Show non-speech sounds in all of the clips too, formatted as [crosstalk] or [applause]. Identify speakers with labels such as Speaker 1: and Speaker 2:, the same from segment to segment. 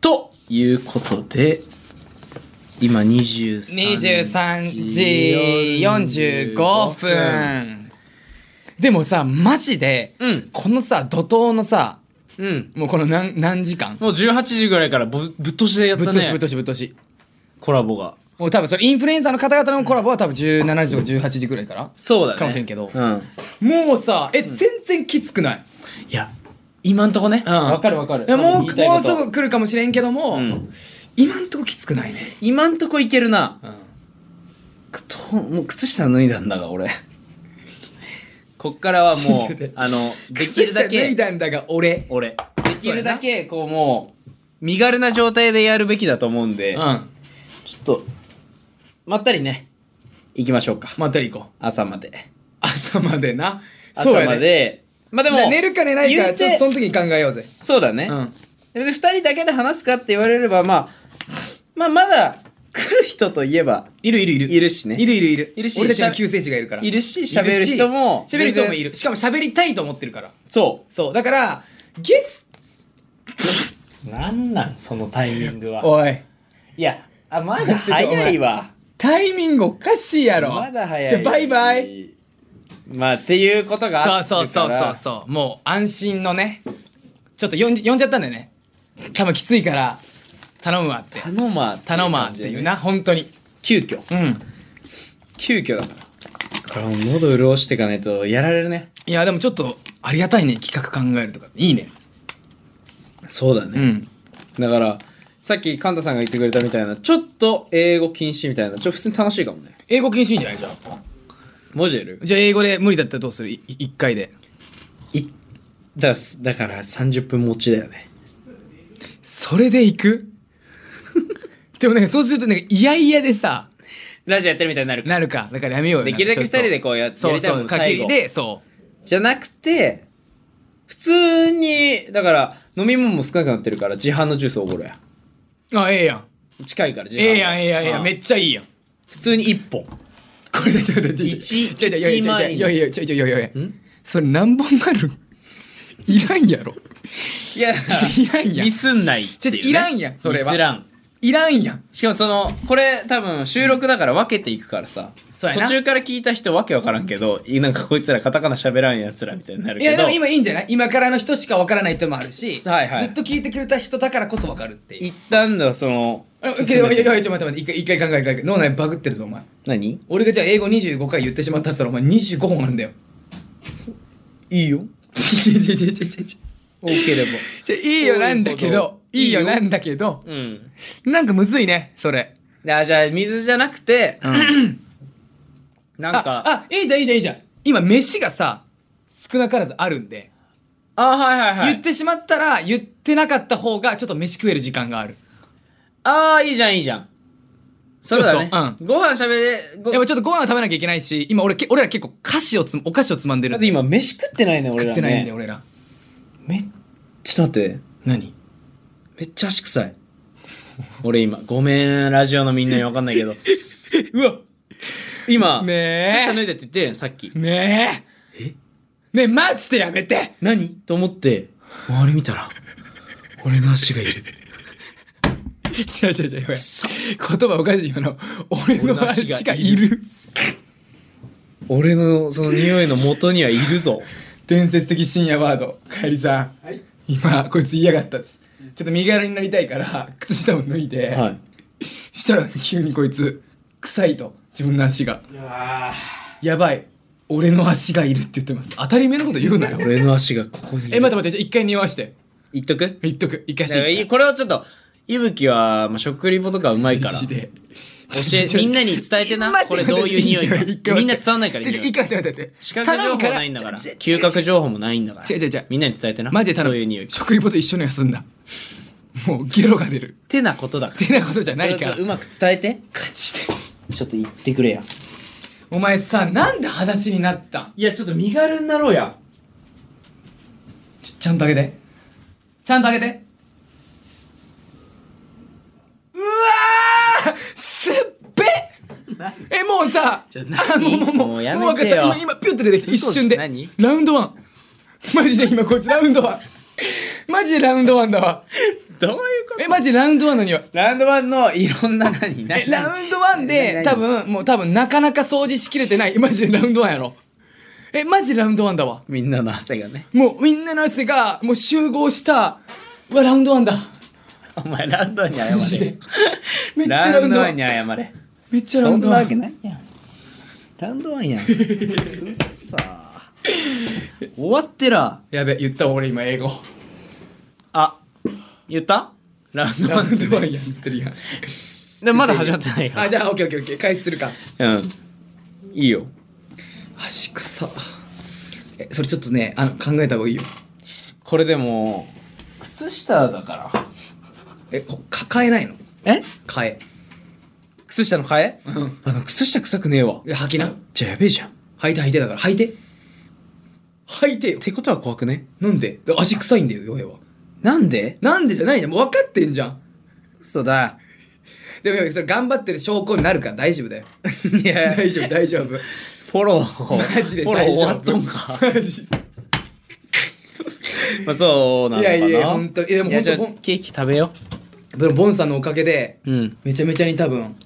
Speaker 1: ということで、今23時
Speaker 2: 23時45分でもさマジで、
Speaker 1: うん
Speaker 2: このさ怒涛のさ
Speaker 1: うん。
Speaker 2: もうこの何何時間
Speaker 1: もう18時ぐらいからぶぶっ通しでやった
Speaker 2: ぶ
Speaker 1: ね。
Speaker 2: っ通しぶっ通しぶっ通し
Speaker 1: コラボが。
Speaker 2: もう多分それインフルエンサーの方々のコラボは多分17時とか18時ぐらいから
Speaker 1: そうだね。
Speaker 2: かもしれんけど
Speaker 1: うん。
Speaker 2: もうさえ全然きつくない
Speaker 1: いや、今んとこね。
Speaker 2: わ
Speaker 3: わかるわかる
Speaker 2: いやも
Speaker 3: 言
Speaker 2: う
Speaker 3: いたいこ
Speaker 2: もう
Speaker 3: と
Speaker 2: すぐ来るかもしれんけども、
Speaker 1: うん
Speaker 2: 今んとこきつくないね
Speaker 1: 今んとこいけるな。
Speaker 2: ん
Speaker 1: くともう靴下脱いだんだが、俺。こっから [laughs] はも
Speaker 2: ちょっと待っ
Speaker 1: う
Speaker 2: て、
Speaker 1: あの、できるだ
Speaker 2: [laughs] 靴下脱い
Speaker 1: け、
Speaker 2: だんだが俺
Speaker 1: 俺、できるだけ、こうもう、身軽な状態でやるべきだと思うんで、
Speaker 2: うん
Speaker 1: ちょっと、まったりね、行きましょうか。
Speaker 2: まったり行こう
Speaker 1: 朝まで。
Speaker 2: 朝までな
Speaker 1: 朝
Speaker 2: や
Speaker 1: ま
Speaker 2: ね
Speaker 1: で、まあで
Speaker 2: な
Speaker 1: も、
Speaker 2: 寝るか寝ない
Speaker 1: 言
Speaker 2: か
Speaker 1: う
Speaker 2: ちょ
Speaker 1: て
Speaker 2: っとその時に考えようぜ、
Speaker 1: そうだね。
Speaker 2: うん、
Speaker 1: 別に2人だけで話すかって言われれば、まあ、まあまだ、来る人といえば、
Speaker 2: いるいるいる
Speaker 1: いるしね。
Speaker 2: いるいるいる
Speaker 1: いるし
Speaker 2: 俺たちの救世主がいるから
Speaker 1: いるし喋る人も
Speaker 2: 喋る人もい
Speaker 1: る
Speaker 2: るしかも喋りたいと思ってるから
Speaker 1: そ
Speaker 2: そうだからゲス
Speaker 3: なんなんそのタイミングは
Speaker 2: おい
Speaker 3: いやあまだ早いわ
Speaker 2: タイミングおかしいやろ
Speaker 1: まだ早い
Speaker 2: じゃあバイバイ
Speaker 1: まあっていうことがあって
Speaker 2: そうそうそうそう
Speaker 1: う
Speaker 2: そうもう安心のねちょっと呼んじ呼んじゃったんだよね多分きついから頼むわって
Speaker 1: 頼ま
Speaker 2: 頼むわっていうな本当に
Speaker 1: 急遽
Speaker 2: うん
Speaker 1: 急遽だからこれもう喉潤していかないとやられるね
Speaker 2: いやでもちょっとありがたいね企画考えるとかいいね
Speaker 1: そうだ
Speaker 2: う
Speaker 1: ね、
Speaker 2: ん
Speaker 1: だからさっきカンタさんが言ってくれたみたいなちょっと英語禁止みたいなちょっと普通に楽しいかもね
Speaker 2: 英語禁止いいんじゃないじゃあ
Speaker 1: 文字やる
Speaker 2: じゃあ英語で無理だったらどうするいい一回で
Speaker 1: いだすだから30分持ちだよね
Speaker 2: それで行くでもねそうするとねいやいやでさ
Speaker 1: ラジオやってるみたいになる
Speaker 2: なるかだからやめようよ
Speaker 1: できるだけ二人でこうややりた
Speaker 2: そう
Speaker 1: い
Speaker 2: そ
Speaker 1: も
Speaker 2: うん限
Speaker 1: 最
Speaker 2: り
Speaker 1: 後
Speaker 2: でそ
Speaker 1: じゃなくて普通にだから飲み物も少なくなってるから自販のジュースおごるや
Speaker 2: うあええやん
Speaker 1: 近いから自販
Speaker 2: ええやんええやんええやんめ
Speaker 1: っ
Speaker 2: っちゃいいやん
Speaker 1: 普通に1本
Speaker 2: これだちょっと待って
Speaker 1: 一
Speaker 2: ちょっと待って
Speaker 1: 一
Speaker 2: ちょっと待って
Speaker 1: 万円
Speaker 2: いやいやちょいちょいちょいちょいちょい
Speaker 1: ん
Speaker 2: それ何本なるいらんやろ
Speaker 1: いや
Speaker 2: いらんやん
Speaker 1: ミスんないっていう、ね、
Speaker 2: ちょいらんやんそれは
Speaker 1: ミスらん
Speaker 2: いらんやん
Speaker 1: しかもそのこれ多分収録だから分けていくからさ、
Speaker 2: そうやな
Speaker 1: 途中から聞いた人わけわからんけどいなんかこいつらカタカナ喋らんやつらみたいになる
Speaker 2: い
Speaker 1: けど
Speaker 2: やでも今いいんじゃない今からの人しかわからないってのもあるし、
Speaker 1: はいはい
Speaker 2: ずっと聞いてくれた人だからこそわかるっていう
Speaker 1: 一旦のその
Speaker 2: あけ
Speaker 1: 進
Speaker 2: ど
Speaker 1: め
Speaker 2: い
Speaker 1: て
Speaker 2: やいやちょっと待って待って一回一回考え一回脳内バグってるぞお前
Speaker 1: 何
Speaker 2: 俺がじゃあ英語25回言ってしまったらそれお前25本あるんだよ
Speaker 1: いいよ
Speaker 2: ちょちょちょちょちょちょ
Speaker 1: 多ければ
Speaker 2: ちょいいよなんだけどいいよなんだけど
Speaker 1: うん
Speaker 2: なんかむずいねそれ
Speaker 1: あじゃあ水じゃなくて、なんかあ
Speaker 2: ああいいじゃんいいじゃんいいじゃん今飯がさ少なからずあるんで、
Speaker 1: はいはいはい
Speaker 2: 言ってしまったら言ってなかった方がちょっと飯食える時間がある
Speaker 1: ああいいじゃんいいじゃんそうだね、
Speaker 2: ちょっと
Speaker 1: ご飯しゃべれご
Speaker 2: やっぱちょっとご飯を食べなきゃいけないし今俺け俺ら結構菓子をつお菓子をつまんでる
Speaker 1: だって今飯食ってないね俺ら
Speaker 2: 食
Speaker 1: ね
Speaker 2: ってないんで俺ら
Speaker 1: めちょっと待って
Speaker 2: 何
Speaker 1: めっちゃ足臭い俺今ごめんラジオのみんなに分かんないけ
Speaker 2: [laughs]
Speaker 1: どうわ今
Speaker 2: ねえ
Speaker 1: 靴下脱いでって言ってさっき
Speaker 2: ねえねえマジでやめて
Speaker 1: 何と思って周り見たら俺の足がいる
Speaker 2: 違う違う違うごめん言葉おかしいよな俺の足がいる
Speaker 1: 俺のその匂いの元にはいる
Speaker 2: [laughs]
Speaker 1: ぞ
Speaker 2: 伝説的深夜ワードかえりさん、
Speaker 3: はい
Speaker 2: 今こいつ言いやがったっすちょっと身軽になりたいから靴下を脱いで、
Speaker 1: はい
Speaker 2: したら急にこいつ臭いと自分の足が
Speaker 3: うわ
Speaker 2: やばい俺の足がいるって言ってます当たり前のこと言うなよ
Speaker 1: 俺の足がここにいる
Speaker 2: [laughs] え待って待ってじゃあ一回匂わして
Speaker 1: 言っとく
Speaker 2: 言っとく一回
Speaker 1: だから
Speaker 2: して
Speaker 1: いこれをちょっと、いぶきは、まあ、食リポとかうまいから。
Speaker 2: マジ
Speaker 1: 教
Speaker 2: で
Speaker 1: え、みんなに伝えてな、
Speaker 2: 待っ
Speaker 1: これどういう匂い
Speaker 2: 待って一回
Speaker 1: か。
Speaker 2: 待
Speaker 1: みんな
Speaker 2: って
Speaker 1: 伝わんないから、
Speaker 2: ちょっと
Speaker 1: 匂い
Speaker 2: 一回待って待って
Speaker 1: 視覚情報
Speaker 2: 頼む
Speaker 1: ないんだから、
Speaker 2: ちょちょ
Speaker 1: 嗅覚情報もないんだから。
Speaker 2: 違う違う違う
Speaker 1: みんなに伝えてな。
Speaker 2: [laughs] マジで頼
Speaker 1: どういう匂
Speaker 2: む
Speaker 1: いか。っ
Speaker 2: 食リポと一緒に休んだもうゲロが出る
Speaker 1: てなことだから。
Speaker 2: ってなことじゃ
Speaker 1: そ
Speaker 2: な
Speaker 1: れ
Speaker 2: い
Speaker 1: をち
Speaker 2: か
Speaker 1: ょっ
Speaker 2: ら
Speaker 1: とうまく伝えて。
Speaker 2: 勝ちて
Speaker 1: ちょっと言ってくれや。
Speaker 2: お前さなんで裸足になったん
Speaker 1: いや、ちょっと身軽になろうや。
Speaker 2: ちょちゃんとあげてちゃんとあげてうわーすっべえもうさ
Speaker 1: ちょ
Speaker 2: あもうもうもう
Speaker 1: も
Speaker 2: もう
Speaker 1: うや
Speaker 2: 分か
Speaker 1: め
Speaker 2: って
Speaker 1: よ
Speaker 2: た今今ピュッて出てきた一
Speaker 1: 嘘
Speaker 2: 瞬で
Speaker 1: 何
Speaker 2: ラウンドワンマジで今こいつラウンドワンマジでラウンドワンだわ
Speaker 1: どういう
Speaker 2: えマジラウンドワンの匂い
Speaker 3: ラウンドワンのいろんな何
Speaker 2: え
Speaker 3: 何
Speaker 2: ラウンドワンで
Speaker 3: 何
Speaker 2: 多分もう多分なかなか掃除しきれてないえマジでラウンドワンやろえマジでラウンドワンだわ
Speaker 1: みんなの汗がね
Speaker 2: もうみんなの汗がもう集合したうわラウンドワンだ
Speaker 3: お前ラウンドワンに
Speaker 2: マジ
Speaker 3: 謝れ
Speaker 1: [laughs]
Speaker 2: でめっちゃ
Speaker 3: ラ
Speaker 2: ラ
Speaker 3: ウ
Speaker 2: ウ
Speaker 3: ン
Speaker 2: ン
Speaker 3: ド
Speaker 2: ド
Speaker 3: ワ
Speaker 2: ワ
Speaker 3: ン
Speaker 2: ン
Speaker 3: に謝れ
Speaker 2: めっちゃラウンドワン
Speaker 1: ないやんラウンドワンやんうっさー終わってら
Speaker 2: やべ言ったわ俺今英語
Speaker 1: あ言ったラウンド
Speaker 2: ラ
Speaker 1: ワ
Speaker 2: ウ
Speaker 1: ン
Speaker 2: ンドワンやん言ってるやん
Speaker 1: でもまだ始まってないか
Speaker 2: あじゃあオッケーオッケーオッケー開始するから
Speaker 1: うんいいよ
Speaker 2: 足草えそれちょっとねあの考えた方がいいよ
Speaker 1: これでも靴下だから
Speaker 2: えこ抱えないの
Speaker 1: え
Speaker 2: 替え
Speaker 1: 靴下の替え、あの靴下臭くねえわ
Speaker 2: で履きな
Speaker 1: じゃあやべえじゃんっ
Speaker 2: 履いて履いてだから履いて履いてよ
Speaker 1: てことは怖くね
Speaker 2: なんでで足臭いんだよヨヘは
Speaker 1: なんで
Speaker 2: なんでじゃないじゃんもう分かってんじゃん
Speaker 1: そうだ
Speaker 2: でもヨヘそれ頑張ってる証拠になるから大丈夫だよ
Speaker 1: いや
Speaker 2: 大丈夫大丈夫
Speaker 1: フォロー
Speaker 2: マジで
Speaker 1: フォロー
Speaker 2: 大
Speaker 1: 終
Speaker 2: 丈夫
Speaker 1: わっとんか
Speaker 2: マジ
Speaker 1: [laughs] まあそうなのかない
Speaker 2: やいや本当いやでも
Speaker 1: いや
Speaker 2: 本当
Speaker 1: じゃあ
Speaker 2: ほん
Speaker 1: ケーキ食べよ
Speaker 2: でもボンさんのおかげで
Speaker 1: ううん
Speaker 2: めちゃめちゃに多分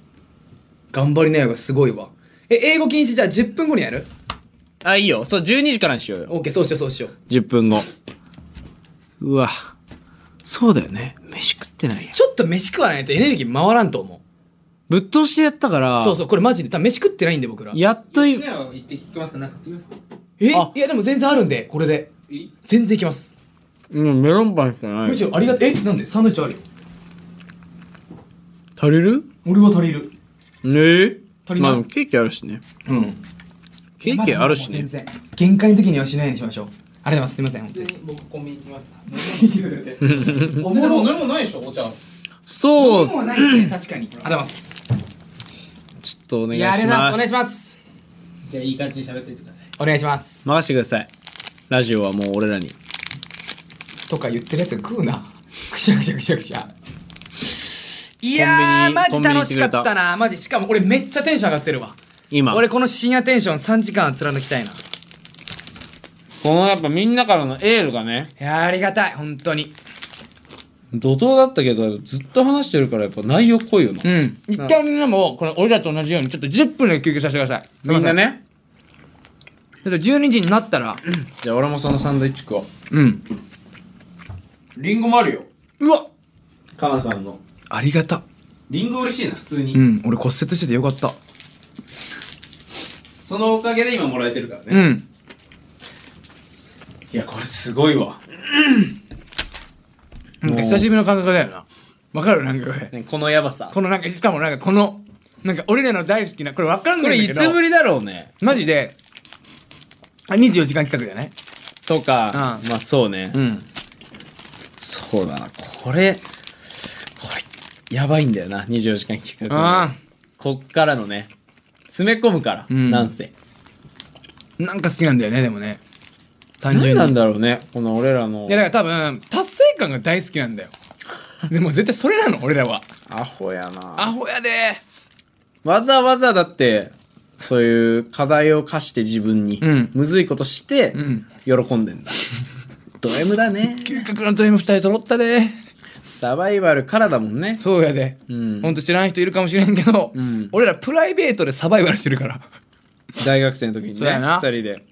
Speaker 2: 頑張りなよがすごいわえ英語禁止じゃあ10分後にやる
Speaker 1: あいいよそう12時からにしようよ
Speaker 2: ?OK そうしようそうしよう
Speaker 1: 10分後うわそうだよね飯食ってないや
Speaker 2: ちょっと飯食わないとエネルギー回らんと思う
Speaker 1: ぶっ通してやったから
Speaker 2: そうそうこれマジで多分飯食ってないんで僕ら
Speaker 1: やっとい
Speaker 4: じゃあ行ってきますかなんか行ってきますか
Speaker 2: えい
Speaker 1: あ
Speaker 2: やでも全然あるんでこれで
Speaker 4: いい
Speaker 2: 全然いきます
Speaker 1: うんメロンパンしかない
Speaker 2: むしろありがたえなんでサンドイッチあるよ
Speaker 1: 足りる
Speaker 2: 俺は足りる
Speaker 1: ええ
Speaker 2: 足りない
Speaker 1: まあケーキあるしね
Speaker 2: うん
Speaker 1: ケーキあるしね
Speaker 2: 全然限界の時にはしないようにしましょうありがとうございますすいません本当
Speaker 4: 普
Speaker 2: に
Speaker 4: 通に僕コンビニ行きますおもろ何もないでしょお茶
Speaker 1: そうっす
Speaker 2: もうないですね確かにありがとうございます
Speaker 1: ちょっとお願
Speaker 2: い
Speaker 1: いし
Speaker 2: やありがとうございま
Speaker 1: ます
Speaker 2: お願いします
Speaker 4: じゃあいい感じに喋っていってください
Speaker 2: お願いします
Speaker 1: 任せてくださいラジオはもう俺らに
Speaker 2: とか言ってるやつが食う [laughs] なくしゃくしゃくしゃくしゃい
Speaker 1: コ
Speaker 2: や
Speaker 1: ンビ
Speaker 2: ー
Speaker 1: ニ
Speaker 2: マジ楽しかっ
Speaker 1: コンビニ行ってく
Speaker 2: た
Speaker 1: れ
Speaker 2: なマジしかも俺めっちゃテンション上がってるわ
Speaker 1: 今
Speaker 2: 俺この深夜テンション3時間は貫きたいない
Speaker 1: このやっぱみんなからのエールがね
Speaker 2: やありがたい本当に
Speaker 1: 怒涛だったけどずっと話してるからやっぱ内容濃いよな、
Speaker 2: うん。一回みんなも、この俺らと同じように、ちょっと10分で休憩させてください。
Speaker 1: みんなね
Speaker 2: すいません。ちょっと12時になったら、
Speaker 1: じゃあ俺もそのサンドイッチ食おう
Speaker 2: うん。
Speaker 1: リンゴもあるよ
Speaker 2: うわ
Speaker 1: かなさんの
Speaker 2: ありがた。
Speaker 1: リンゴ嬉しいな普通に、
Speaker 2: うん。俺骨折しててよかった。
Speaker 1: そのおかげで今もらえてるからね、
Speaker 2: うん。
Speaker 1: いやこれすごいわ、
Speaker 2: なんか久しぶりの感覚だよな。わかるなんかこれ。
Speaker 1: ね、このやばさ
Speaker 2: このなんか、しかもなんかこの、なんか俺らの大好きな、これわかん
Speaker 1: こ
Speaker 2: な
Speaker 1: れ
Speaker 2: いん
Speaker 1: い
Speaker 2: だけ
Speaker 1: つ
Speaker 2: ど。
Speaker 1: ぶりだろうね
Speaker 2: マジで、あ、24時間企画だよね。
Speaker 1: とか、
Speaker 2: うん
Speaker 1: まあそうね、
Speaker 2: うん。
Speaker 1: そうだなこれこれやばいんだよな24時間企画
Speaker 2: あ
Speaker 1: こっからのね詰め込むから、
Speaker 2: うん
Speaker 1: なんせ
Speaker 2: あ。なんか好きなんだよね、でもね。単
Speaker 1: 何
Speaker 2: 純に。
Speaker 1: なんだろうねこの俺らの
Speaker 2: いやだから多分、達成感が大好きなんだよ。でも絶対それなの、俺らは。
Speaker 1: アホやな
Speaker 2: アホやで
Speaker 1: わざわざだってそういう課題を課して自分に、
Speaker 2: うん
Speaker 1: むずいことして、
Speaker 2: ん
Speaker 1: 喜んでん
Speaker 2: [laughs]
Speaker 1: だド M だね
Speaker 2: 嗅覚のド M2 人揃ったで
Speaker 1: サバイバルからだもんね
Speaker 2: そうやで、
Speaker 1: うん
Speaker 2: ほんと知らない人いるかもしれんけど、
Speaker 1: うん
Speaker 2: 俺らプライベートでサバイバルしてるから
Speaker 1: 大学生の時に
Speaker 2: そう
Speaker 1: ね
Speaker 2: やな
Speaker 1: 二人で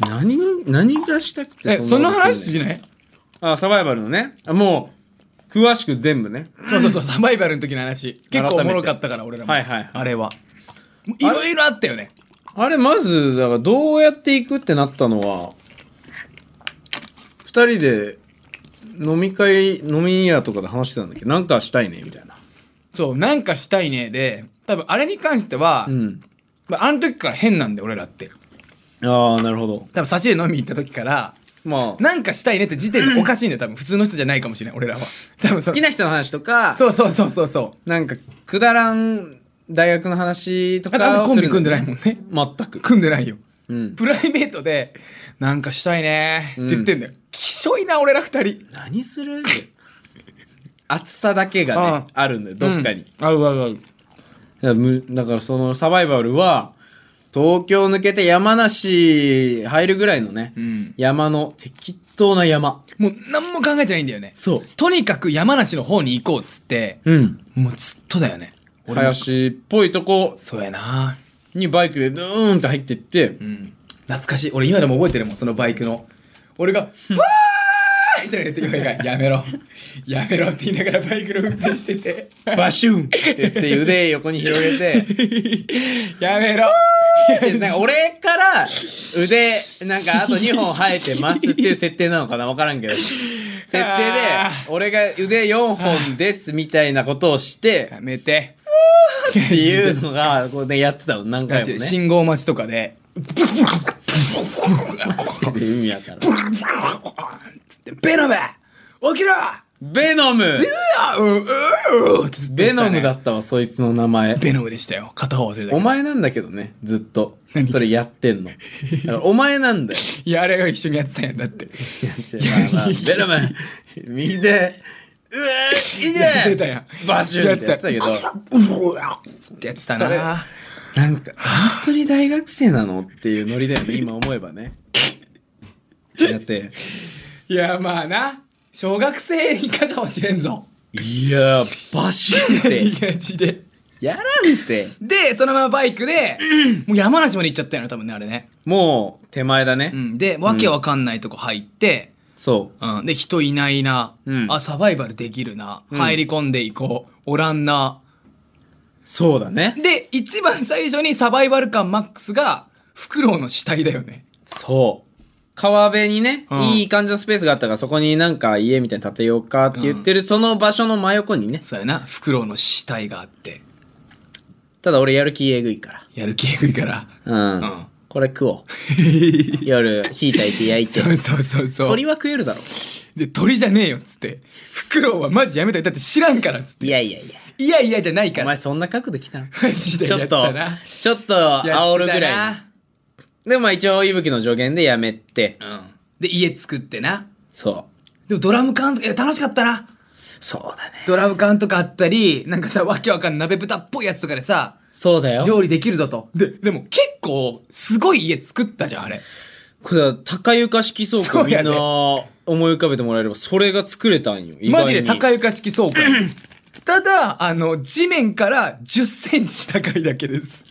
Speaker 1: 何何がしたくて
Speaker 2: えその
Speaker 1: ことすんねん
Speaker 2: 話しない
Speaker 1: あサバイバルのねあもう詳しく全部ね
Speaker 2: そうそうそうサバイバルの時の話結構
Speaker 1: 改めて
Speaker 2: おもろかったから俺らも、
Speaker 1: はいはいはい
Speaker 2: あれはもういろいろあったよね
Speaker 1: あれまずだからどうやっていくってなったのは2人で飲み会飲み屋とかで話してたんだけどなんかしたいねみたいな
Speaker 2: そうなんかしたいねで多分あれに関しては、
Speaker 1: うん
Speaker 2: まあ、あの時から変なんで俺らって
Speaker 1: ああなるほど
Speaker 2: 多分差しで飲み行った時から
Speaker 1: まあ
Speaker 2: なんかしたいねって時点でおかしいんだよ多分普通の人じゃないかもしれない俺らは多分そ
Speaker 1: 好
Speaker 2: の
Speaker 1: きな人の話とか
Speaker 2: そうそうそうそうそう
Speaker 1: なんかくだらん大学の話と
Speaker 2: だってあ
Speaker 1: か
Speaker 2: のコンビ組んでないいもんね
Speaker 1: 全く、
Speaker 2: 組んでないよ
Speaker 1: うん、
Speaker 2: プライベートで、なんかしたいねーって言ってんだよ。きしょいな、俺ら二人。
Speaker 1: 何する [laughs] 暑さだけがねあるんだよどっかに、
Speaker 2: うん。あるあるある。
Speaker 1: いやむだからそのサバイバルは東京抜けて山梨入るぐらいのね、
Speaker 2: うん。
Speaker 1: 山の適当な山。
Speaker 2: もう何も考えてないんだよね。
Speaker 1: そう。
Speaker 2: とにかく山梨の方に行こうっつって、
Speaker 1: うん。
Speaker 2: もうずっとだよね。俺も
Speaker 1: 林っぽいとこ
Speaker 2: そうやな
Speaker 1: にバイクでドーンって入ってって
Speaker 2: う、ん。懐かしい。俺今でも覚えてるもん、そのバイクの。俺が、わーいって言ってややめろ。やめろって言いながらバイクの運転してて。
Speaker 1: バシュンって言って腕横に広げて、 [laughs]
Speaker 2: やめろ
Speaker 1: でなんか俺から腕、なんかあと2本生えてますっていう設定なのかなわからんけど。設定で
Speaker 2: あ、
Speaker 1: 俺が腕4本ですみたいなことをして、
Speaker 2: やめて。って
Speaker 1: っていうのが、こうね、やってたの、何回もね。
Speaker 2: 信号待ちとかで、
Speaker 1: 意味わからん
Speaker 2: つってベノム起きろ
Speaker 1: ベノム
Speaker 2: ううううってずっと
Speaker 1: ベ
Speaker 2: 言ってた
Speaker 1: ノ
Speaker 2: ね
Speaker 1: ムだったわ、そいつの名前。
Speaker 2: ベノムでしたよ。片方忘れたけど
Speaker 1: お前なんだけどね、ずっと。それやってんの。だからお前なんだよ。
Speaker 2: いや、あれが一緒にやってたんやんだって。
Speaker 1: いや違うまあまあベノム、右手、うえー、い
Speaker 2: やって
Speaker 1: け
Speaker 2: たやん。
Speaker 1: バシュンってやってたけど、
Speaker 2: うわってやってた
Speaker 1: それ
Speaker 2: な。
Speaker 1: なんか、本当に大学生なのっていうノリだよ [laughs] ね、今思えばね。だって、
Speaker 2: いや、まあな。小学生以下かもしれんぞ。
Speaker 1: いやー、バシュン [laughs] って、
Speaker 2: いや、ちで。
Speaker 1: やらんって。
Speaker 2: で、そのままバイクで、もう山梨まで行っちゃったよね、多分ね、あれね。
Speaker 1: もう、手前だね。
Speaker 2: うん。で、わけわかんないとこ入って、
Speaker 1: そう。
Speaker 2: うん。で、人いないな。
Speaker 1: うん
Speaker 2: あ、サバイバルできるな。
Speaker 1: うん
Speaker 2: 入り込んでいこう。おらんな。
Speaker 1: そうだね。
Speaker 2: で、一番最初にサバイバル感マックスが、フクロウの死体だよね。
Speaker 1: そう。川辺にね、
Speaker 2: うん
Speaker 1: いい感じのスペースがあったから、そこになんか家みたいに建てようかって言ってる、その場所の真横にね。
Speaker 2: そうやな。フクロウの死体があって。
Speaker 1: ただ俺やる気えぐいか
Speaker 2: やる気えぐいから。
Speaker 1: ら。うん。
Speaker 2: うん
Speaker 1: これ食
Speaker 2: [laughs]
Speaker 1: おう。夜、火焚いて焼いて
Speaker 2: そ。うそうそうそう。
Speaker 1: 鳥は食えるだろ
Speaker 2: で、鳥じゃねえよっつって。フクロウはマジやめといてだって知らんからっつって。
Speaker 1: いやいやいや。
Speaker 2: いやいやじゃないか
Speaker 1: お前
Speaker 2: ら。
Speaker 1: そんな角度来たの
Speaker 2: マジで
Speaker 1: ち
Speaker 2: や
Speaker 1: ょ
Speaker 2: っ
Speaker 1: ったと
Speaker 2: な。、
Speaker 1: ちょっと煽るぐらい
Speaker 2: やっ
Speaker 1: の。でもまあ一応、いぶきの助言でやめて
Speaker 2: て、たな。うん。で、家作ってな。
Speaker 1: そう。
Speaker 2: でもドラム缶とか、いや、楽しかったな。
Speaker 1: そうだね。
Speaker 2: ドラム缶とかあったり、なんかさ、わけわかんない鍋豚っぽいやつとかでさ、
Speaker 1: そうだよ。
Speaker 2: 料理できるぞと。で、でも結構、すごい家作ったじゃん、あれ。
Speaker 1: これは高床式倉
Speaker 2: そ
Speaker 1: 庫
Speaker 2: う
Speaker 1: みん
Speaker 2: やね
Speaker 1: な思い浮かべてもらえれば、それが作れたんよ。意外
Speaker 2: マ
Speaker 1: に
Speaker 2: ジで高床式
Speaker 1: [clears throat]
Speaker 2: 倉庫。ただ、あの、地面から10センチ高いだけです。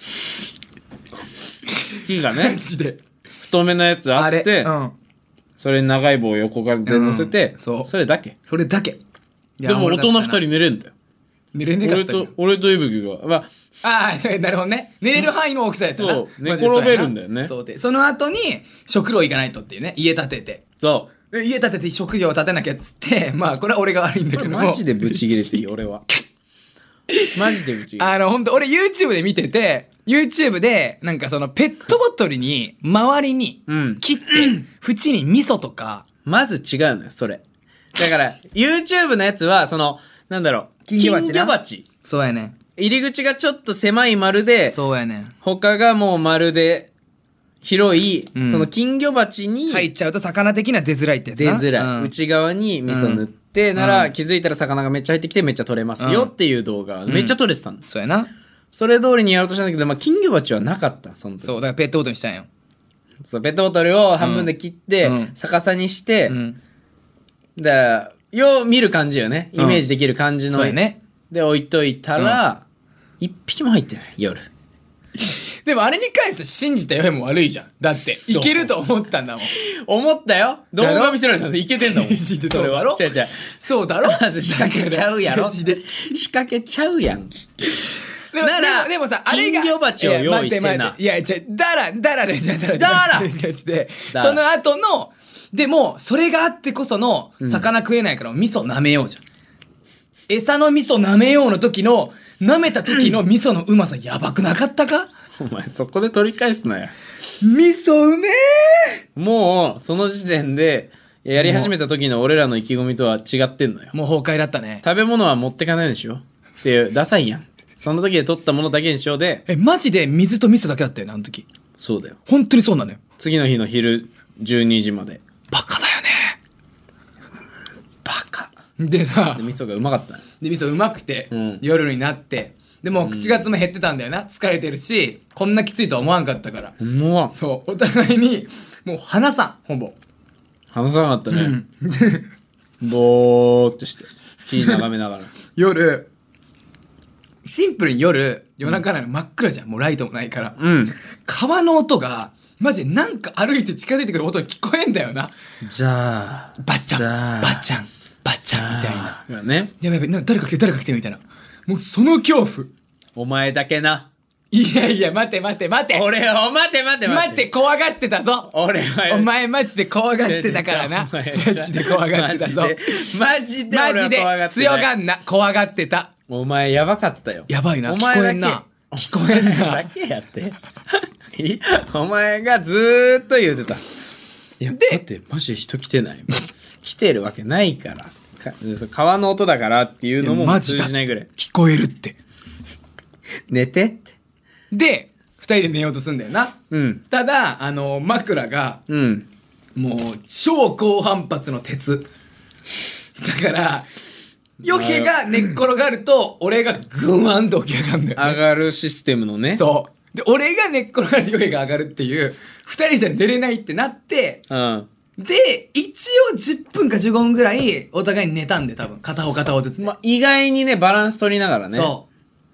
Speaker 1: 木が
Speaker 2: マ [laughs]
Speaker 1: ね、
Speaker 2: ジで。
Speaker 1: 太めのやつあ
Speaker 2: あ
Speaker 1: っ
Speaker 2: れ。
Speaker 1: て、
Speaker 2: うん。
Speaker 1: それに長い棒を横からで乗せて、
Speaker 2: うんそう
Speaker 1: れだけ。
Speaker 2: それだけ。いや
Speaker 1: でも大人二。
Speaker 2: おもろかったな
Speaker 1: 人寝れんだよ。
Speaker 2: 寝れねか
Speaker 1: 俺
Speaker 2: ったよ
Speaker 1: と、俺といぶきが。まあ、
Speaker 2: ああ、それなるほどね。寝れる範囲の大きさやったな。
Speaker 1: そう
Speaker 2: マジで
Speaker 1: 寝転べるんだよね
Speaker 2: そうで。その後に、食料行かないとっていうね。家建てて。
Speaker 1: そう。
Speaker 2: で家建てて食料建てなきゃっつって、 [laughs] まあ、これは俺が悪いんだけども。
Speaker 1: マジでブチギレて
Speaker 2: [laughs]
Speaker 1: いい、俺は。マジでブチギレ。
Speaker 2: あの、本当俺 YouTube で見てて、YouTube で、なんかその、ペットボトルに、周りに
Speaker 1: うん、
Speaker 2: 切
Speaker 1: [clears throat]
Speaker 2: って、縁に味噌とか、
Speaker 1: まず違うのよ、それ。だから、YouTube のやつは、その、なんだろう、
Speaker 2: 金魚鉢な
Speaker 1: 鉢。
Speaker 2: そうやね
Speaker 1: 入り口がちょっと狭い丸で、
Speaker 2: そうやね
Speaker 1: 他がもう丸で、広い、
Speaker 2: うん
Speaker 1: その金魚鉢に、
Speaker 2: 入っちゃうと魚的には出づらいってやつ
Speaker 1: 出
Speaker 2: な
Speaker 1: づらい、
Speaker 2: うん
Speaker 1: 内側に味噌塗ってなら、
Speaker 2: うん
Speaker 1: 気づいたら魚がめっちゃ入ってきてめっちゃ取れますよっていう動画、
Speaker 2: ん
Speaker 1: めっちゃ取れてたんです、
Speaker 2: そうやな。
Speaker 1: それ通りにやろうとしたんだけど、まあ、金魚鉢はなかったその時
Speaker 2: そう、だからペットボトルにしたんよ。
Speaker 1: そうペットボトルを半分で切って、
Speaker 2: うんうん
Speaker 1: 逆さにして、
Speaker 2: うん。
Speaker 1: だからよう見る感じよねイメージできる感じの、
Speaker 2: そうやね。
Speaker 1: で置いといたら、一匹も入ってない夜
Speaker 2: でもあれに関しては信じたよりも悪いじゃん。だって、いけると思ったんだもん。
Speaker 1: 思ったよ動
Speaker 2: や
Speaker 1: 画
Speaker 2: ろ
Speaker 1: 見せられた [laughs] んでいけてんだもん
Speaker 2: マジでそうだろ
Speaker 1: 違う違う
Speaker 2: そう [laughs] だろ
Speaker 1: まず仕掛けちゃうやろ
Speaker 2: マジで。
Speaker 1: 仕掛けちゃうやん
Speaker 2: でも、
Speaker 1: なら
Speaker 2: でもでもさ、あれが。
Speaker 1: 金魚鉢を用意せない
Speaker 2: や待って待っていや、じゃだら、だらで、じゃだら
Speaker 1: だら
Speaker 2: って感じで、
Speaker 1: だら
Speaker 2: その後の、でも、それがあってこその、
Speaker 1: ん
Speaker 2: 魚食えないから味噌舐めようじゃん。餌の味噌舐めようの時の、舐めた時の味噌のうまさやばくなかったか
Speaker 1: お前そこで取り返すなよ
Speaker 2: 味噌うめえ
Speaker 1: もうその時点でやり始めた時の俺らの意気込みとは違ってんのよ
Speaker 2: もう崩壊だったね。
Speaker 1: 食べ物は持ってかないようにしようっていうダサいやんその時で取ったものだけにしようで
Speaker 2: え、マジで水と味噌だけだったよね、あの時。
Speaker 1: そうだよ
Speaker 2: 本当にそうなのよ。
Speaker 1: 次の日の昼12時まで
Speaker 2: バカだよね。
Speaker 1: バカ
Speaker 2: でさ
Speaker 1: で、味噌がうまかった
Speaker 2: で味噌うまくて、
Speaker 1: うん
Speaker 2: 夜になってでも口が爪減ってたんだよな疲れてるしこんなきついとは思わんかったから
Speaker 1: 思わん
Speaker 2: そうお互いにもう話さんほぼ
Speaker 1: 話さなかったね、ぼーっとして火眺めながら
Speaker 2: 夜シンプルに夜夜中なの真っ暗じゃん、もうライトもないから
Speaker 1: うん
Speaker 2: 川の音がマジでなんか歩いて近づいてくる音に聞こえんだよな
Speaker 1: じゃあ
Speaker 2: バッチャ
Speaker 1: じゃあ
Speaker 2: ンバッチャンバッチャンみたいな
Speaker 1: がね
Speaker 2: やばいやばいな誰か来てる誰か来てるみたいなもうその恐怖
Speaker 1: お前だけない
Speaker 2: やいや待て待て待て
Speaker 1: 俺を待て待て
Speaker 2: 待って怖がってたぞ
Speaker 1: 俺は
Speaker 2: お前マジで怖がってたからな
Speaker 1: お前
Speaker 2: マ
Speaker 1: [laughs]
Speaker 2: ジで怖がってたぞ
Speaker 1: マジで
Speaker 2: マジで強が
Speaker 1: っ
Speaker 2: んな怖がってた
Speaker 1: お前やばかったよ
Speaker 2: やばいな
Speaker 1: お
Speaker 2: 聞
Speaker 1: 前
Speaker 2: こ
Speaker 1: だ
Speaker 2: え
Speaker 1: け
Speaker 2: んな聞こえ
Speaker 1: お
Speaker 2: ん
Speaker 1: 前
Speaker 2: な
Speaker 1: だけやって [laughs] お前がずーっと言うてたいや
Speaker 2: で
Speaker 1: だってマジで人来てない来てるわけないからかそう川の音だからっていうの
Speaker 2: い
Speaker 1: も
Speaker 2: やマジ
Speaker 1: 通
Speaker 2: だ
Speaker 1: じないぐらい
Speaker 2: 聞こえるって
Speaker 1: 寝てって
Speaker 2: で2人で寝ようとすんだよな
Speaker 1: うん
Speaker 2: ただあの枕が
Speaker 1: うん
Speaker 2: もう超高反発の鉄だからヨヘが寝っ転がると俺がグワンと起き上がるんだよ、ね、
Speaker 1: 上がるシステムのね
Speaker 2: そう。で、俺が寝っ転がり声が上がるっていう、二人じゃ寝れないってなって、
Speaker 1: うん
Speaker 2: で、一応10分か15分ぐらい、お互い寝たんで、多分。片方片方ずつね、
Speaker 1: まあ、意外にねバランス取りながらね
Speaker 2: そ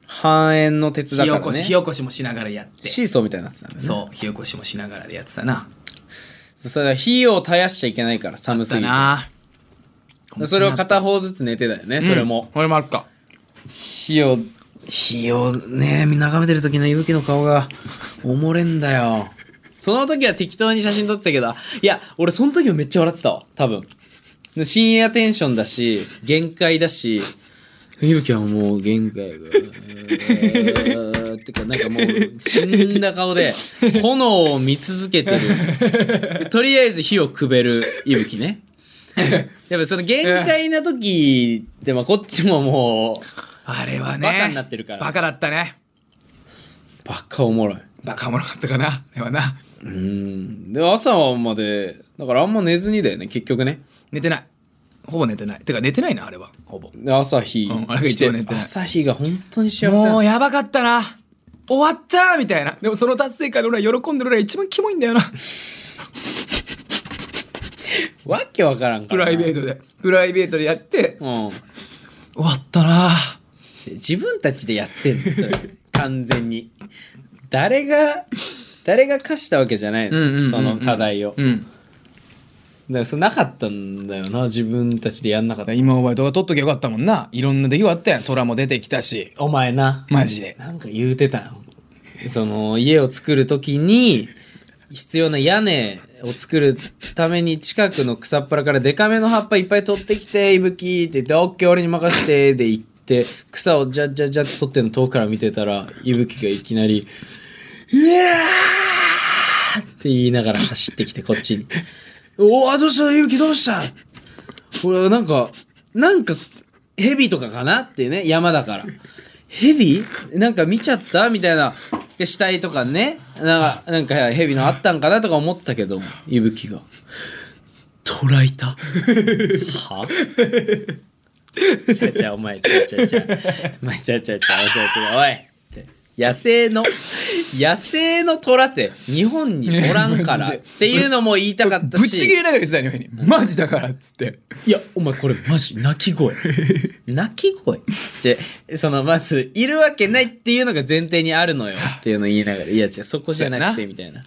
Speaker 1: 半円の鉄
Speaker 2: う。
Speaker 1: だ
Speaker 2: 火
Speaker 1: か
Speaker 2: 起こ
Speaker 1: ら
Speaker 2: し、
Speaker 1: ね
Speaker 2: 火起こしもしながらやって。
Speaker 1: シーソーみたいになってたんだね
Speaker 2: そう。火起こしもしながらでやってたな。
Speaker 1: そうそれは火を絶やしちゃいけないから寒すぎ
Speaker 2: だ
Speaker 1: て
Speaker 2: な
Speaker 1: それを片方ずつ寝てたよね、それも
Speaker 2: 俺もあるか。
Speaker 1: 火を火をね眺めてる時の伊吹の顔がおもれんだよその時は適当に写真撮ってたけどいや俺その時もめっちゃ笑ってたわ多分で深夜テンションだし限界だし伊吹はもう限界がうーってかなんかもう死んだ顔で炎を見続けてるでとりあえず火をくべる伊吹ねやっぱその限界な時ってまあこっちももう
Speaker 2: あれはね。
Speaker 1: バカになってるから
Speaker 2: バカだったね。
Speaker 1: バカおもろい。
Speaker 2: バカおもろかったかな。ではな。
Speaker 1: うん。で、朝まで、だからあんま寝ずにだよね、結局ね。
Speaker 2: 寝てない。ほぼ寝てない。てか寝てないな、あれは。ほぼ。
Speaker 1: で朝日、
Speaker 2: うんあれが一番寝てない
Speaker 1: 朝日が本当に幸せ
Speaker 2: も
Speaker 1: な
Speaker 2: う
Speaker 1: の
Speaker 2: やばかったな終わったみたいなでもその達成感で俺は喜んでる俺は一番キモいんだよな
Speaker 1: わけわからんか
Speaker 2: プ
Speaker 1: らな。
Speaker 2: ライベートでプライベートでやって
Speaker 1: うん。
Speaker 2: 終わったな
Speaker 1: じ自分たちでやってんの、
Speaker 2: [laughs]
Speaker 1: それ。完全に。誰が、誰が課したわけじゃない
Speaker 2: うんうんうんう
Speaker 1: の、
Speaker 2: ん
Speaker 1: その課題を。だか
Speaker 2: ん
Speaker 1: らそれなかったんだよな、自分たちでやんなかった。
Speaker 2: 今お前動画撮っときゃよかったもんないろんな出来事あったやん虎も出てきたし
Speaker 1: お前な。
Speaker 2: マジで
Speaker 1: なんか言うてたよ。その家を作る時に必要な屋根を作るために近くの草っぱらからデカめの葉っぱいっぱい取ってきて、いぶきって言って、オッケー俺に任せてで行って、草をジャッジャッジャッって取ってんの遠くから見てたら、いぶきがいきなり、うわーって言いながら走ってきてこっちに。おー、どうしたいぶきどうした俺はなんか、なんか、ヘビとかかなってね、山だから。ヘビなんか見ちゃったみたいな。で、死体とかね、なんか、なんかヘビのあったんかなとか思ったけど、いぶきが。捕らえた。はちゃちゃ、お前、ちゃちゃちゃ。お前、ちゃちゃちゃ、おいちゃちゃ、おいって。野生の、野生の虎って日本におらんから
Speaker 2: マ
Speaker 1: っ
Speaker 2: ジで
Speaker 1: ていうのも言いたか [laughs] ったし。
Speaker 2: ぶっちぎれながら言ってたよにマジだからっつって
Speaker 1: いや、お前これマジ泣き
Speaker 2: [laughs]
Speaker 1: 声。泣き声じゃ、そのまず、いるわけないっていうのが前提にあるのよっていうのを言いながら、いや違う、そこじゃなく
Speaker 2: そうや
Speaker 1: て
Speaker 2: な
Speaker 1: みたいな。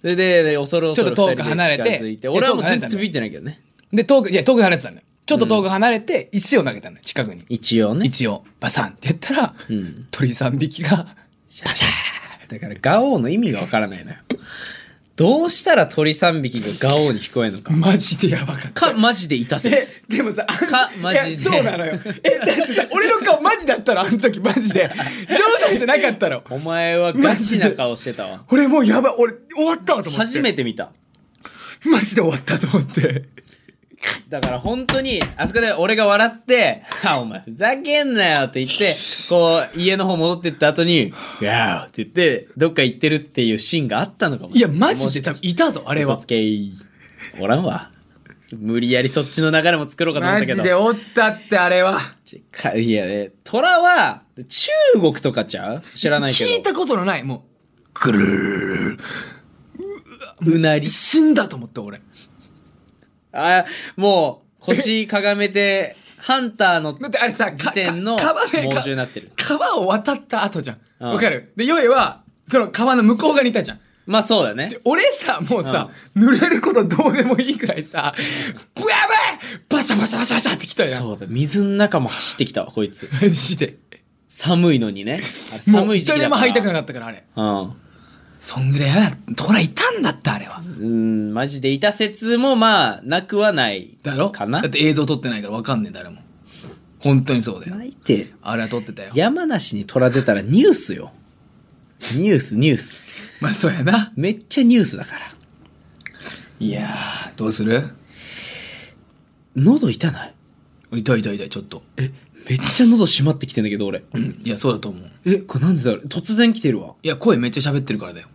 Speaker 1: それで、で恐る恐る
Speaker 2: ちょっと遠
Speaker 1: 二
Speaker 2: く
Speaker 1: 人で
Speaker 2: 離れて
Speaker 1: 近づい
Speaker 2: いや
Speaker 1: 俺はもう
Speaker 2: 遠く離
Speaker 1: 全然
Speaker 2: れたんだよ
Speaker 1: つぶいてないけどね。
Speaker 2: で遠くいや遠く離れてたんだよちょっと遠く離れて石を投げたんだよ近くに
Speaker 1: 一応ね。
Speaker 2: 一応バサンってやったら、
Speaker 1: ん
Speaker 2: 鳥3匹がバサ
Speaker 1: だから、ガオーの意味がわからないのよ。どうしたら鳥3匹がガオーに聞こえるの
Speaker 2: [laughs]
Speaker 1: か
Speaker 2: ン。マジでやばかっ
Speaker 1: か、
Speaker 2: た
Speaker 1: マジでいた
Speaker 2: え
Speaker 1: 説。
Speaker 2: でもさあん
Speaker 1: かマジで
Speaker 2: いやそうなのよえだってさ俺の顔マジだったのあの時マジで冗談じゃなかったの
Speaker 1: お前はガチな顔して
Speaker 2: [laughs]
Speaker 1: たわ。
Speaker 2: 俺もうやばい俺終わったわと思って
Speaker 1: 初めて見た。
Speaker 2: マジで終わったと思って
Speaker 1: だから本当に、あそこで俺が笑って、あ、お前ふざけんなよって言って、こう、家の方戻ってった後に、ガーって言って、どっか行ってるっていうシーンがあったのかも
Speaker 2: いやマジで多分いたぞあ
Speaker 1: あ
Speaker 2: れ
Speaker 1: れは。
Speaker 2: は
Speaker 1: 嘘つけい。おらんわ。無理やりそっちの流れも作ろうかと思っ
Speaker 2: マ
Speaker 1: たけ
Speaker 2: ジ
Speaker 1: ど
Speaker 2: でおったってあれは
Speaker 1: ちかいやね虎は中国とかちゃう知らないけど
Speaker 2: 聞いたことのないもうくるるるるる
Speaker 1: うなり
Speaker 2: 死んだと思った俺
Speaker 1: あもう腰かがめてハンターの
Speaker 2: だってあれさ
Speaker 1: 時
Speaker 2: か
Speaker 1: 点の
Speaker 2: か川辺
Speaker 1: 猛
Speaker 2: か
Speaker 1: 獣になってる
Speaker 2: 川を渡った後じゃん
Speaker 1: うん
Speaker 2: わかるでヨエはその川の向こう側にいたじゃん
Speaker 1: まあそうだね
Speaker 2: で俺さもうさ、濡れることどうでもいいくらいさブワブワバシャバシャバシャバシャってきたやん
Speaker 1: そうだ水の中も走ってきたわこいつ
Speaker 2: マジで
Speaker 1: 寒いのに [laughs] ねあれ
Speaker 2: もう
Speaker 1: 寒い
Speaker 2: 一
Speaker 1: 時期
Speaker 2: 人
Speaker 1: だ
Speaker 2: も
Speaker 1: から
Speaker 2: 入りたくなかったからあれ
Speaker 1: うん
Speaker 2: そんぐらいやだトラいたんだってあれは
Speaker 1: うんマジでいた説もまあなくはない
Speaker 2: だろ
Speaker 1: かな
Speaker 2: だって映像撮ってないからわかんねえ誰も本当にそうだよ
Speaker 1: 泣いて
Speaker 2: あれは撮ってたよ
Speaker 1: 山梨に虎出たらニュースよニュースニュース
Speaker 2: [laughs] まあそうやな
Speaker 1: めっちゃニュースだから
Speaker 2: いやーどうする
Speaker 1: 喉痛ない
Speaker 2: 痛い痛い痛いちょっと
Speaker 1: えめっちゃ喉締まってきてんだけど俺
Speaker 2: うんいやそうだと思う
Speaker 1: えこれなんでだろう突然来てるわ
Speaker 2: いや声めっちゃ喋ってるからだよ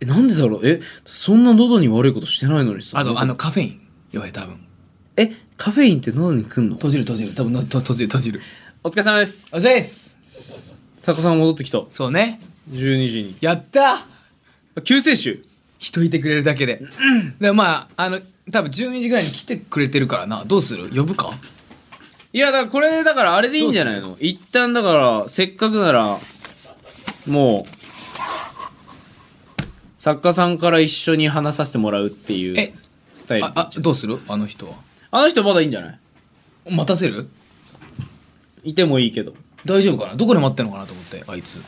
Speaker 1: えなんでだろうえそんな喉に悪いことしてないのにさ
Speaker 2: あとあのカフェイン弱い多分
Speaker 1: えカフェインって喉にくんの
Speaker 2: 閉じる閉じる多分のと閉じる閉じる
Speaker 1: お疲れ様です
Speaker 2: おせです
Speaker 1: タコさん戻ってきた
Speaker 2: そうね
Speaker 1: 12時に
Speaker 2: やった
Speaker 1: あ救世主
Speaker 2: 人いてくれるだけで、でまああの多分12時ぐらいに来てくれてるからなどうする呼ぶか
Speaker 1: いやだからこれだからあれでいいんじゃないの一旦だからせっかくならもう作家さんから一緒に話させてもらうっていう
Speaker 2: え
Speaker 1: スタイルで
Speaker 2: ああどうするあの人は
Speaker 1: あの人まだいいんじゃない
Speaker 2: 待たせる
Speaker 1: いてもいいけど
Speaker 2: 大丈夫かなどこで待ってんのかなと思ってあいつ
Speaker 4: わ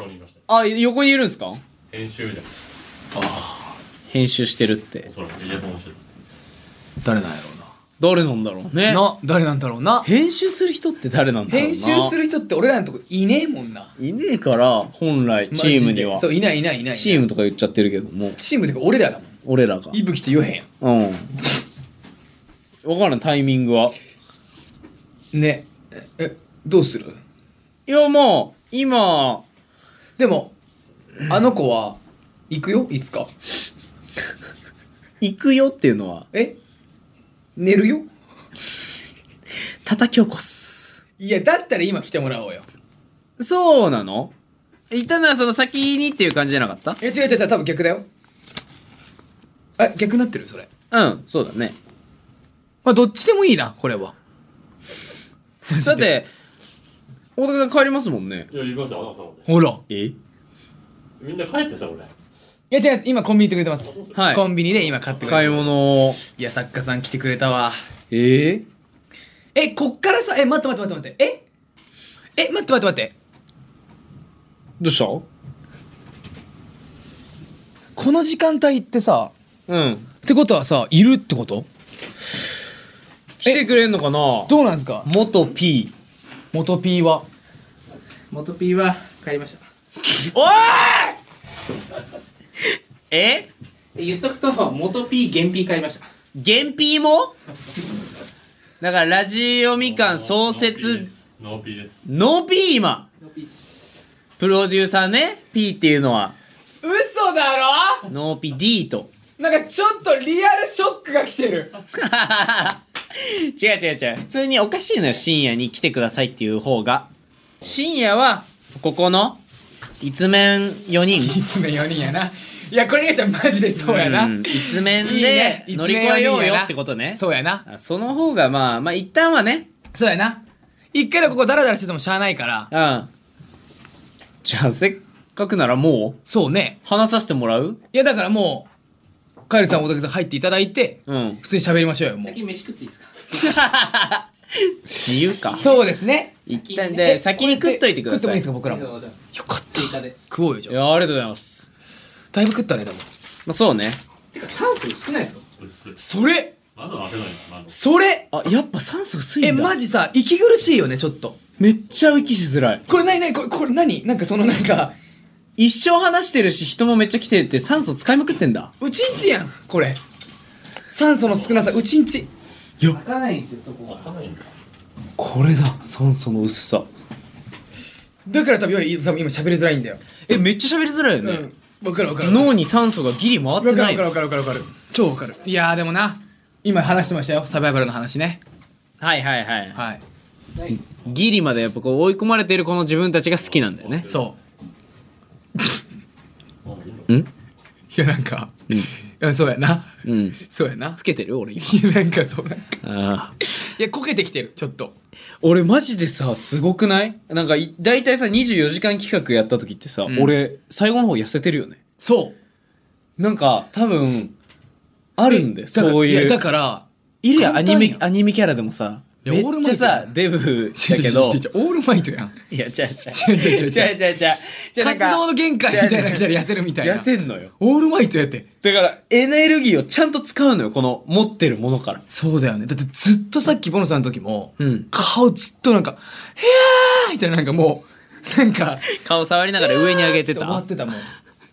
Speaker 4: かりました。
Speaker 1: あ横にいるんすか
Speaker 4: 編集じゃん。
Speaker 1: 編集してるって
Speaker 4: おそらく、いや、面白い。
Speaker 2: 誰なんやろ
Speaker 1: 誰なんだろう
Speaker 2: う
Speaker 1: ね
Speaker 2: なな誰なんだろうな
Speaker 1: 編集する人って誰なんだろうな
Speaker 2: 編集する人って俺らのとこいねえもんない
Speaker 1: ねえから本来チームには
Speaker 2: マジでそういないいないいないいない
Speaker 1: チームとか言っちゃってるけども
Speaker 2: チームってか俺らだもん
Speaker 1: 俺らが
Speaker 2: いぶきと言えへんや
Speaker 1: うん分からんタイミングは
Speaker 2: んねえどうする
Speaker 1: いやもう今
Speaker 2: でもあの子は行くよいつか
Speaker 1: 行くよっていうのは
Speaker 2: え寝るよ
Speaker 1: 叩き起こす
Speaker 2: いやだったら今来てもらおうよ
Speaker 1: そうなのいたのはその先にっていう感じじゃなかっ
Speaker 2: え違う違う違う多分逆だよえ逆になってるそれ
Speaker 1: たうんそうだ [laughs] ね
Speaker 2: まあどっちでもいいなこれは
Speaker 1: だって大竹さん帰りますもんね
Speaker 4: いや、いますよ、アナウンサーもね。
Speaker 2: ほら
Speaker 1: え
Speaker 4: みんな帰ってさ、俺。
Speaker 2: いや違う違う今コンビニ行ってくれてます、
Speaker 1: はい
Speaker 2: コンビニで今買ってくれてま
Speaker 1: 買
Speaker 2: す
Speaker 1: い物を
Speaker 2: いや作家さん来てくれたわ
Speaker 1: ええ
Speaker 2: えこっからさえ待って待って待って待ってええ待って待って待って
Speaker 1: どうし
Speaker 2: この時間帯ってさ
Speaker 1: たうん
Speaker 2: ってことはさいるってこと
Speaker 1: 来てくれんのかな
Speaker 2: どうなんですか
Speaker 1: 元 P
Speaker 2: 元 P は
Speaker 3: 元 P は帰りました
Speaker 2: おい
Speaker 1: え
Speaker 3: で言っとくと元 P 原 P 買いました
Speaker 1: 原 P もだからラジオみかん創設
Speaker 4: ノーピーです。
Speaker 1: の P 今
Speaker 3: ノーピー
Speaker 1: プロデューサーね P っていうのは
Speaker 2: 嘘だろ
Speaker 1: ノー PD と [laughs]
Speaker 2: なんかちょっとリアルショックが来てる
Speaker 1: 違う違う違う普通におかしいのよ深夜に来てくださいっていう方が深夜はここの一面4
Speaker 2: い
Speaker 1: 人
Speaker 2: つも4人やないやこれがちゃんマジでそうやな、
Speaker 1: ん一面
Speaker 2: いいね
Speaker 1: で乗り越えようよってことね
Speaker 2: そうやな
Speaker 1: あその方がまあまあ一旦はね
Speaker 2: そうやな一回でここダラダラしててもしゃあないから
Speaker 1: うんじゃあせっかくならもう
Speaker 2: そうね
Speaker 1: 話させてもらう
Speaker 2: いやだからもうカエルさん大竹さん入っていただいて
Speaker 1: うん
Speaker 2: 普通に喋りましょうよもう
Speaker 3: 先飯食っていいですか
Speaker 1: 自由か
Speaker 2: そうですね
Speaker 1: 一旦で先に食っといてください
Speaker 2: 食ってもいいですか僕らも
Speaker 3: じゃあ
Speaker 2: よかっ
Speaker 3: 追加
Speaker 2: た
Speaker 3: で
Speaker 2: 食おうよじ
Speaker 1: い
Speaker 2: ゃあ
Speaker 1: やありがとうございます、
Speaker 2: だいぶ食ったね多分
Speaker 1: まあ、そうね
Speaker 3: てか酸素少ないですか
Speaker 4: 薄い。
Speaker 2: それ
Speaker 4: 窓開けないです、窓。
Speaker 2: それ
Speaker 1: あやっぱ酸素薄いんだ
Speaker 2: えマジさ息苦しいよねちょっと
Speaker 1: めっちゃ息しづらい
Speaker 2: これ何何これこれ何なんかそのなんか
Speaker 1: 一生話してるし人もめっちゃ来てて酸素使いまくってんだ
Speaker 2: うちんちやんこれ酸素の少なさうちんち
Speaker 3: 開かないんですよそこ
Speaker 4: 開かないんか。
Speaker 1: これだ酸素の薄さ
Speaker 2: だから多分よ多分今喋りづらいんだよ
Speaker 1: えめっちゃ喋りづらいよ
Speaker 2: う
Speaker 1: ね
Speaker 2: ん、わかるわかる
Speaker 1: 脳に酸素がギリ回って
Speaker 2: わか
Speaker 1: な
Speaker 2: る
Speaker 1: い
Speaker 2: わかるわかるわかる超わかるいやーでもな今話してましたよサバイバルの話ね
Speaker 1: はいはいはい
Speaker 2: はい
Speaker 1: ギリまでやっぱこう追い込まれてるこの自分たちが好きなんだよね
Speaker 2: そ
Speaker 1: うんうん
Speaker 2: ういやなんか、うん、そうやな
Speaker 1: 老
Speaker 2: そうやな
Speaker 1: けてる俺今
Speaker 2: いやなんかそうなんか
Speaker 1: ああ
Speaker 2: いやこけてきてるちょっと
Speaker 1: 俺マジでさすごくないなんかい大体さ24時間企画やった時ってさ、
Speaker 2: ん
Speaker 1: 俺最後の方痩せてるよね
Speaker 2: そう
Speaker 1: なんか多分あるんだよ
Speaker 2: だから
Speaker 1: そういう
Speaker 2: やだから
Speaker 1: いるやんアニ
Speaker 2: 簡単
Speaker 1: メ
Speaker 2: やん
Speaker 1: アニメキャラでもさ
Speaker 2: いや
Speaker 1: めっ
Speaker 2: オール
Speaker 1: ち
Speaker 2: マ
Speaker 1: ゃ
Speaker 2: イトや
Speaker 1: さ
Speaker 2: ん
Speaker 1: デブだけど
Speaker 2: 違う違う違う違うオールマイトやん
Speaker 1: いや違う違う
Speaker 2: 違う
Speaker 1: 違
Speaker 2: [laughs] 違う違う
Speaker 1: う違う違う違うなん
Speaker 2: 活
Speaker 1: か
Speaker 2: 動の限界みたいなの来たら痩せるみたいな
Speaker 1: 痩せんのよ
Speaker 2: オールマイトやって
Speaker 1: だからエネルギーをちゃんと使うのよこの持ってるものから
Speaker 2: そうだよねだってずっとさっきボノさんの時も、
Speaker 1: うん
Speaker 2: 顔ずっとなんか「いやー!」みたいななんかもうなんか
Speaker 1: 顔触りながら上に上げて
Speaker 2: 終わ
Speaker 1: た
Speaker 2: ってたもん
Speaker 1: い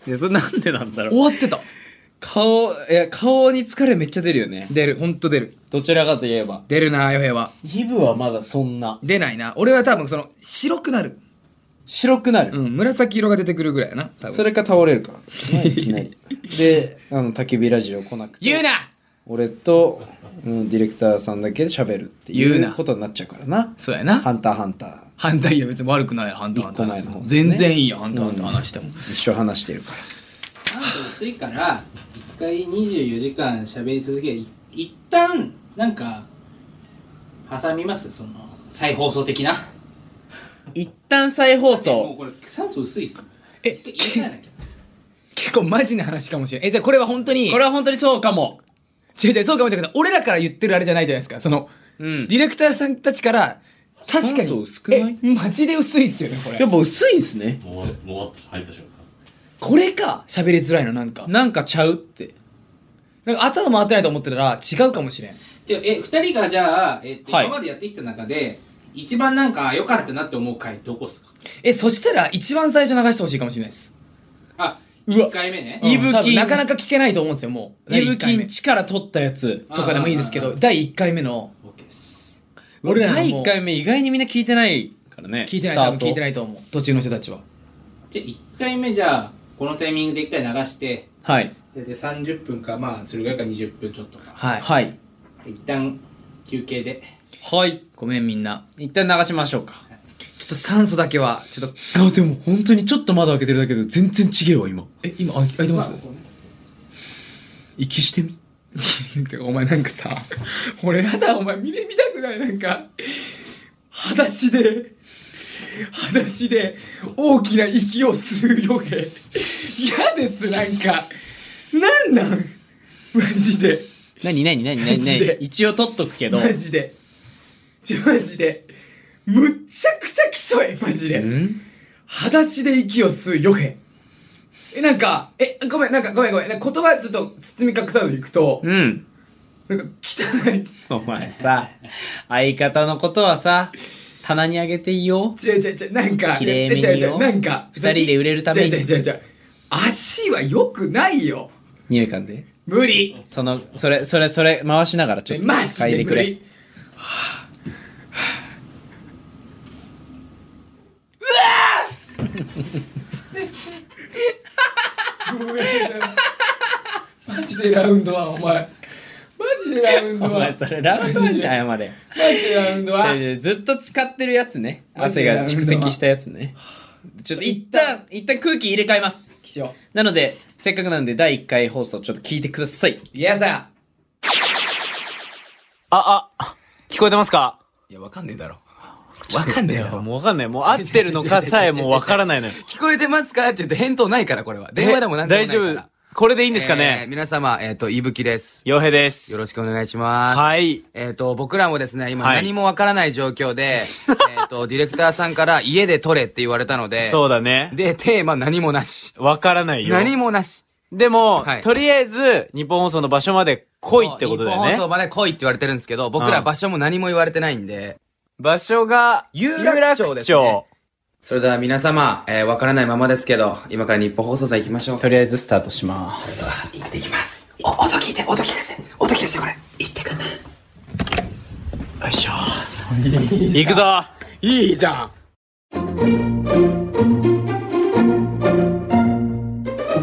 Speaker 1: やそれなんでなんだろう
Speaker 2: 終わってた
Speaker 1: 顔いや顔に疲れめっちゃ出るよね
Speaker 2: 出るほんと出る
Speaker 1: どちらかといえば
Speaker 2: 出るなヨヘは
Speaker 1: イブはまだそんな
Speaker 2: 出ないな俺は多分その白くなる
Speaker 1: 白くなる、
Speaker 2: うん紫色が出てくるぐらいやな多分
Speaker 1: それか倒れるからいきなりであの焚き火ラジオ来なくて
Speaker 2: 言うな
Speaker 1: 俺と、うん、ディレクターさんだけで喋るって
Speaker 2: 言う
Speaker 1: い
Speaker 2: な
Speaker 1: うことになっちゃうからな
Speaker 2: そうやな
Speaker 1: ハンターハンター
Speaker 2: 反対いや別に悪くないよ反対反対話して
Speaker 1: 一個前の方
Speaker 2: も
Speaker 1: です
Speaker 2: 全
Speaker 1: ね
Speaker 2: 然いいよ反対反対話しても
Speaker 1: 一生話してるから
Speaker 4: なんか薄いから一回24時間喋り続けい一旦なんか挟みますその再放送的な
Speaker 1: 一旦再放
Speaker 4: もう
Speaker 1: 送
Speaker 4: これ酸素薄いっす
Speaker 2: え
Speaker 4: 一回言い換えなきゃ
Speaker 2: 結構マジな話かもしれないえじゃあこれは本当に
Speaker 1: これは本当にそうかも
Speaker 2: 違う違うそうかもしれないけど俺らから言ってるあれじゃないじゃないですかその
Speaker 1: うん
Speaker 2: ディレクターさんたちから確かに
Speaker 1: 酸素薄くない
Speaker 2: えマジで薄いっすよねこ
Speaker 1: や
Speaker 2: れ
Speaker 1: っぱ薄いんすね
Speaker 5: もう、もう入った瞬間。
Speaker 2: これか喋りづらいのなんか
Speaker 1: なんかちゃうって
Speaker 2: なんか頭回ってないと思ってたら違うかもしれん
Speaker 4: じゃあえ二人がじゃあ、えっと
Speaker 1: はい
Speaker 4: 今までやってきた中で一番なんか良かったなって思う回どこっすか
Speaker 2: えそしたら一番最初流してほしいかもしれないです
Speaker 4: あ
Speaker 1: うわ
Speaker 4: 一回目ね
Speaker 1: いぶきん
Speaker 2: 多分なかなか聞けないと思うんですよもう
Speaker 1: イブ
Speaker 2: 第一回
Speaker 1: キ
Speaker 2: 目
Speaker 1: ン力取ったやつ
Speaker 2: とかでもいいですけど第1回目の
Speaker 4: OK っす
Speaker 2: 俺らの
Speaker 1: 第
Speaker 2: もう
Speaker 1: 1回目意外にみんな聞いてないからね
Speaker 2: 聞いてない多分聞いて
Speaker 1: い
Speaker 2: ないと思う途中の人たちは
Speaker 4: じゃあ一回目じゃあこのタイミングで一回流して
Speaker 1: はい
Speaker 4: でで30分かまあそれぐらいか20分ちょっとか
Speaker 2: はい、
Speaker 1: はい
Speaker 4: 一旦休憩で
Speaker 1: はい
Speaker 2: ごめんみんな
Speaker 1: 一旦流しましょうか
Speaker 2: ちょっと酸素だけはちょっと
Speaker 1: あでも本当にちょっと窓開けてるだけで全然ちげえわ今
Speaker 2: え今開い開いてます、
Speaker 4: ここね
Speaker 1: 息してみ
Speaker 2: て [laughs] かお前なんかさ俺やだお前見れ見たくないなんか裸足で裸足で大きな息を吸うよげ嫌ですなんかなんなんマジで
Speaker 1: 何何何何
Speaker 2: マジ
Speaker 1: 何
Speaker 2: で
Speaker 1: 一応取っとくけど
Speaker 2: マジでちょマジでむっちゃくちゃきしょいマジで、
Speaker 1: ん
Speaker 2: 裸足で息を吸うヨヘえなんかえごめんなんかごめんごめんなんか言葉ちょっと包み隠さずいくと
Speaker 1: うん
Speaker 2: なんか汚い
Speaker 1: お前さ相方のことはさ棚にあげていいよ
Speaker 2: 違う違う違うなんか
Speaker 1: 綺麗めによ
Speaker 2: 違う違うなんか
Speaker 1: 二人で売れるために
Speaker 2: 違う違う違う違う足は良くないよ
Speaker 1: 匂い噛んで
Speaker 2: 無理
Speaker 1: そのそれそれそれ回しながらちょっと
Speaker 2: マジ
Speaker 1: 嗅い
Speaker 2: で
Speaker 1: でく
Speaker 2: 無
Speaker 1: れ
Speaker 2: 理はあはあうわあマジでラウンドはお前マジでラウンド
Speaker 1: お
Speaker 2: は
Speaker 1: 前それラウンドに謝れ
Speaker 2: マジでラウンドは
Speaker 1: 違う違うずっと使ってるやつね
Speaker 2: マジ
Speaker 1: 汗
Speaker 2: で
Speaker 1: が蓄積したやつねちょっと一旦一旦空気入れ替えます
Speaker 2: 気象
Speaker 1: なのでせっかくなんで第1回放送ちょっと聞いてください
Speaker 2: いやさ
Speaker 1: ああ聞こえてますか
Speaker 2: いやわかんねえだろわかんねえよ
Speaker 1: もうわかんないもう合ってるのかさえもうわからないの [laughs] よ
Speaker 2: 聞こえてますかって言って返答ないから、これは。電話でも何でもな
Speaker 1: 大
Speaker 2: いから。
Speaker 1: 丈夫これでいいん
Speaker 2: い
Speaker 1: ですか
Speaker 2: えー
Speaker 1: ね
Speaker 2: 皆様、えっ、と、いぶきです。
Speaker 1: 洋平です
Speaker 2: よろしくお願いします。
Speaker 1: はい
Speaker 2: えっ、と、僕らもですね、今
Speaker 1: はい
Speaker 2: 何もわからない状
Speaker 1: [laughs]
Speaker 2: 況で、えっと、ディレクターさんから家で撮れって言われたので、
Speaker 1: そうだね
Speaker 2: で、テーマ何もなし。
Speaker 1: わからないよ
Speaker 2: 何もなし。
Speaker 1: でも、
Speaker 2: はい
Speaker 1: とりあえず日本放送の場所まで来いってことだよ
Speaker 2: 日本
Speaker 1: ね
Speaker 2: 放送まで来いって言われてるんですけど、僕ら
Speaker 1: うん
Speaker 2: 場所も何も言われてないんで、
Speaker 1: 場所が
Speaker 2: 有楽町ですね
Speaker 1: 有楽町
Speaker 2: それでは皆様、えーわからないままですけど、今から日本放送さん行きましょう。
Speaker 1: とりあえずスタートします
Speaker 2: 行ってきます。お、音聞いて、音聞かせて、音聞かせて、これ。行ってくな。
Speaker 1: よいしょ行くぞ
Speaker 2: いいじゃん。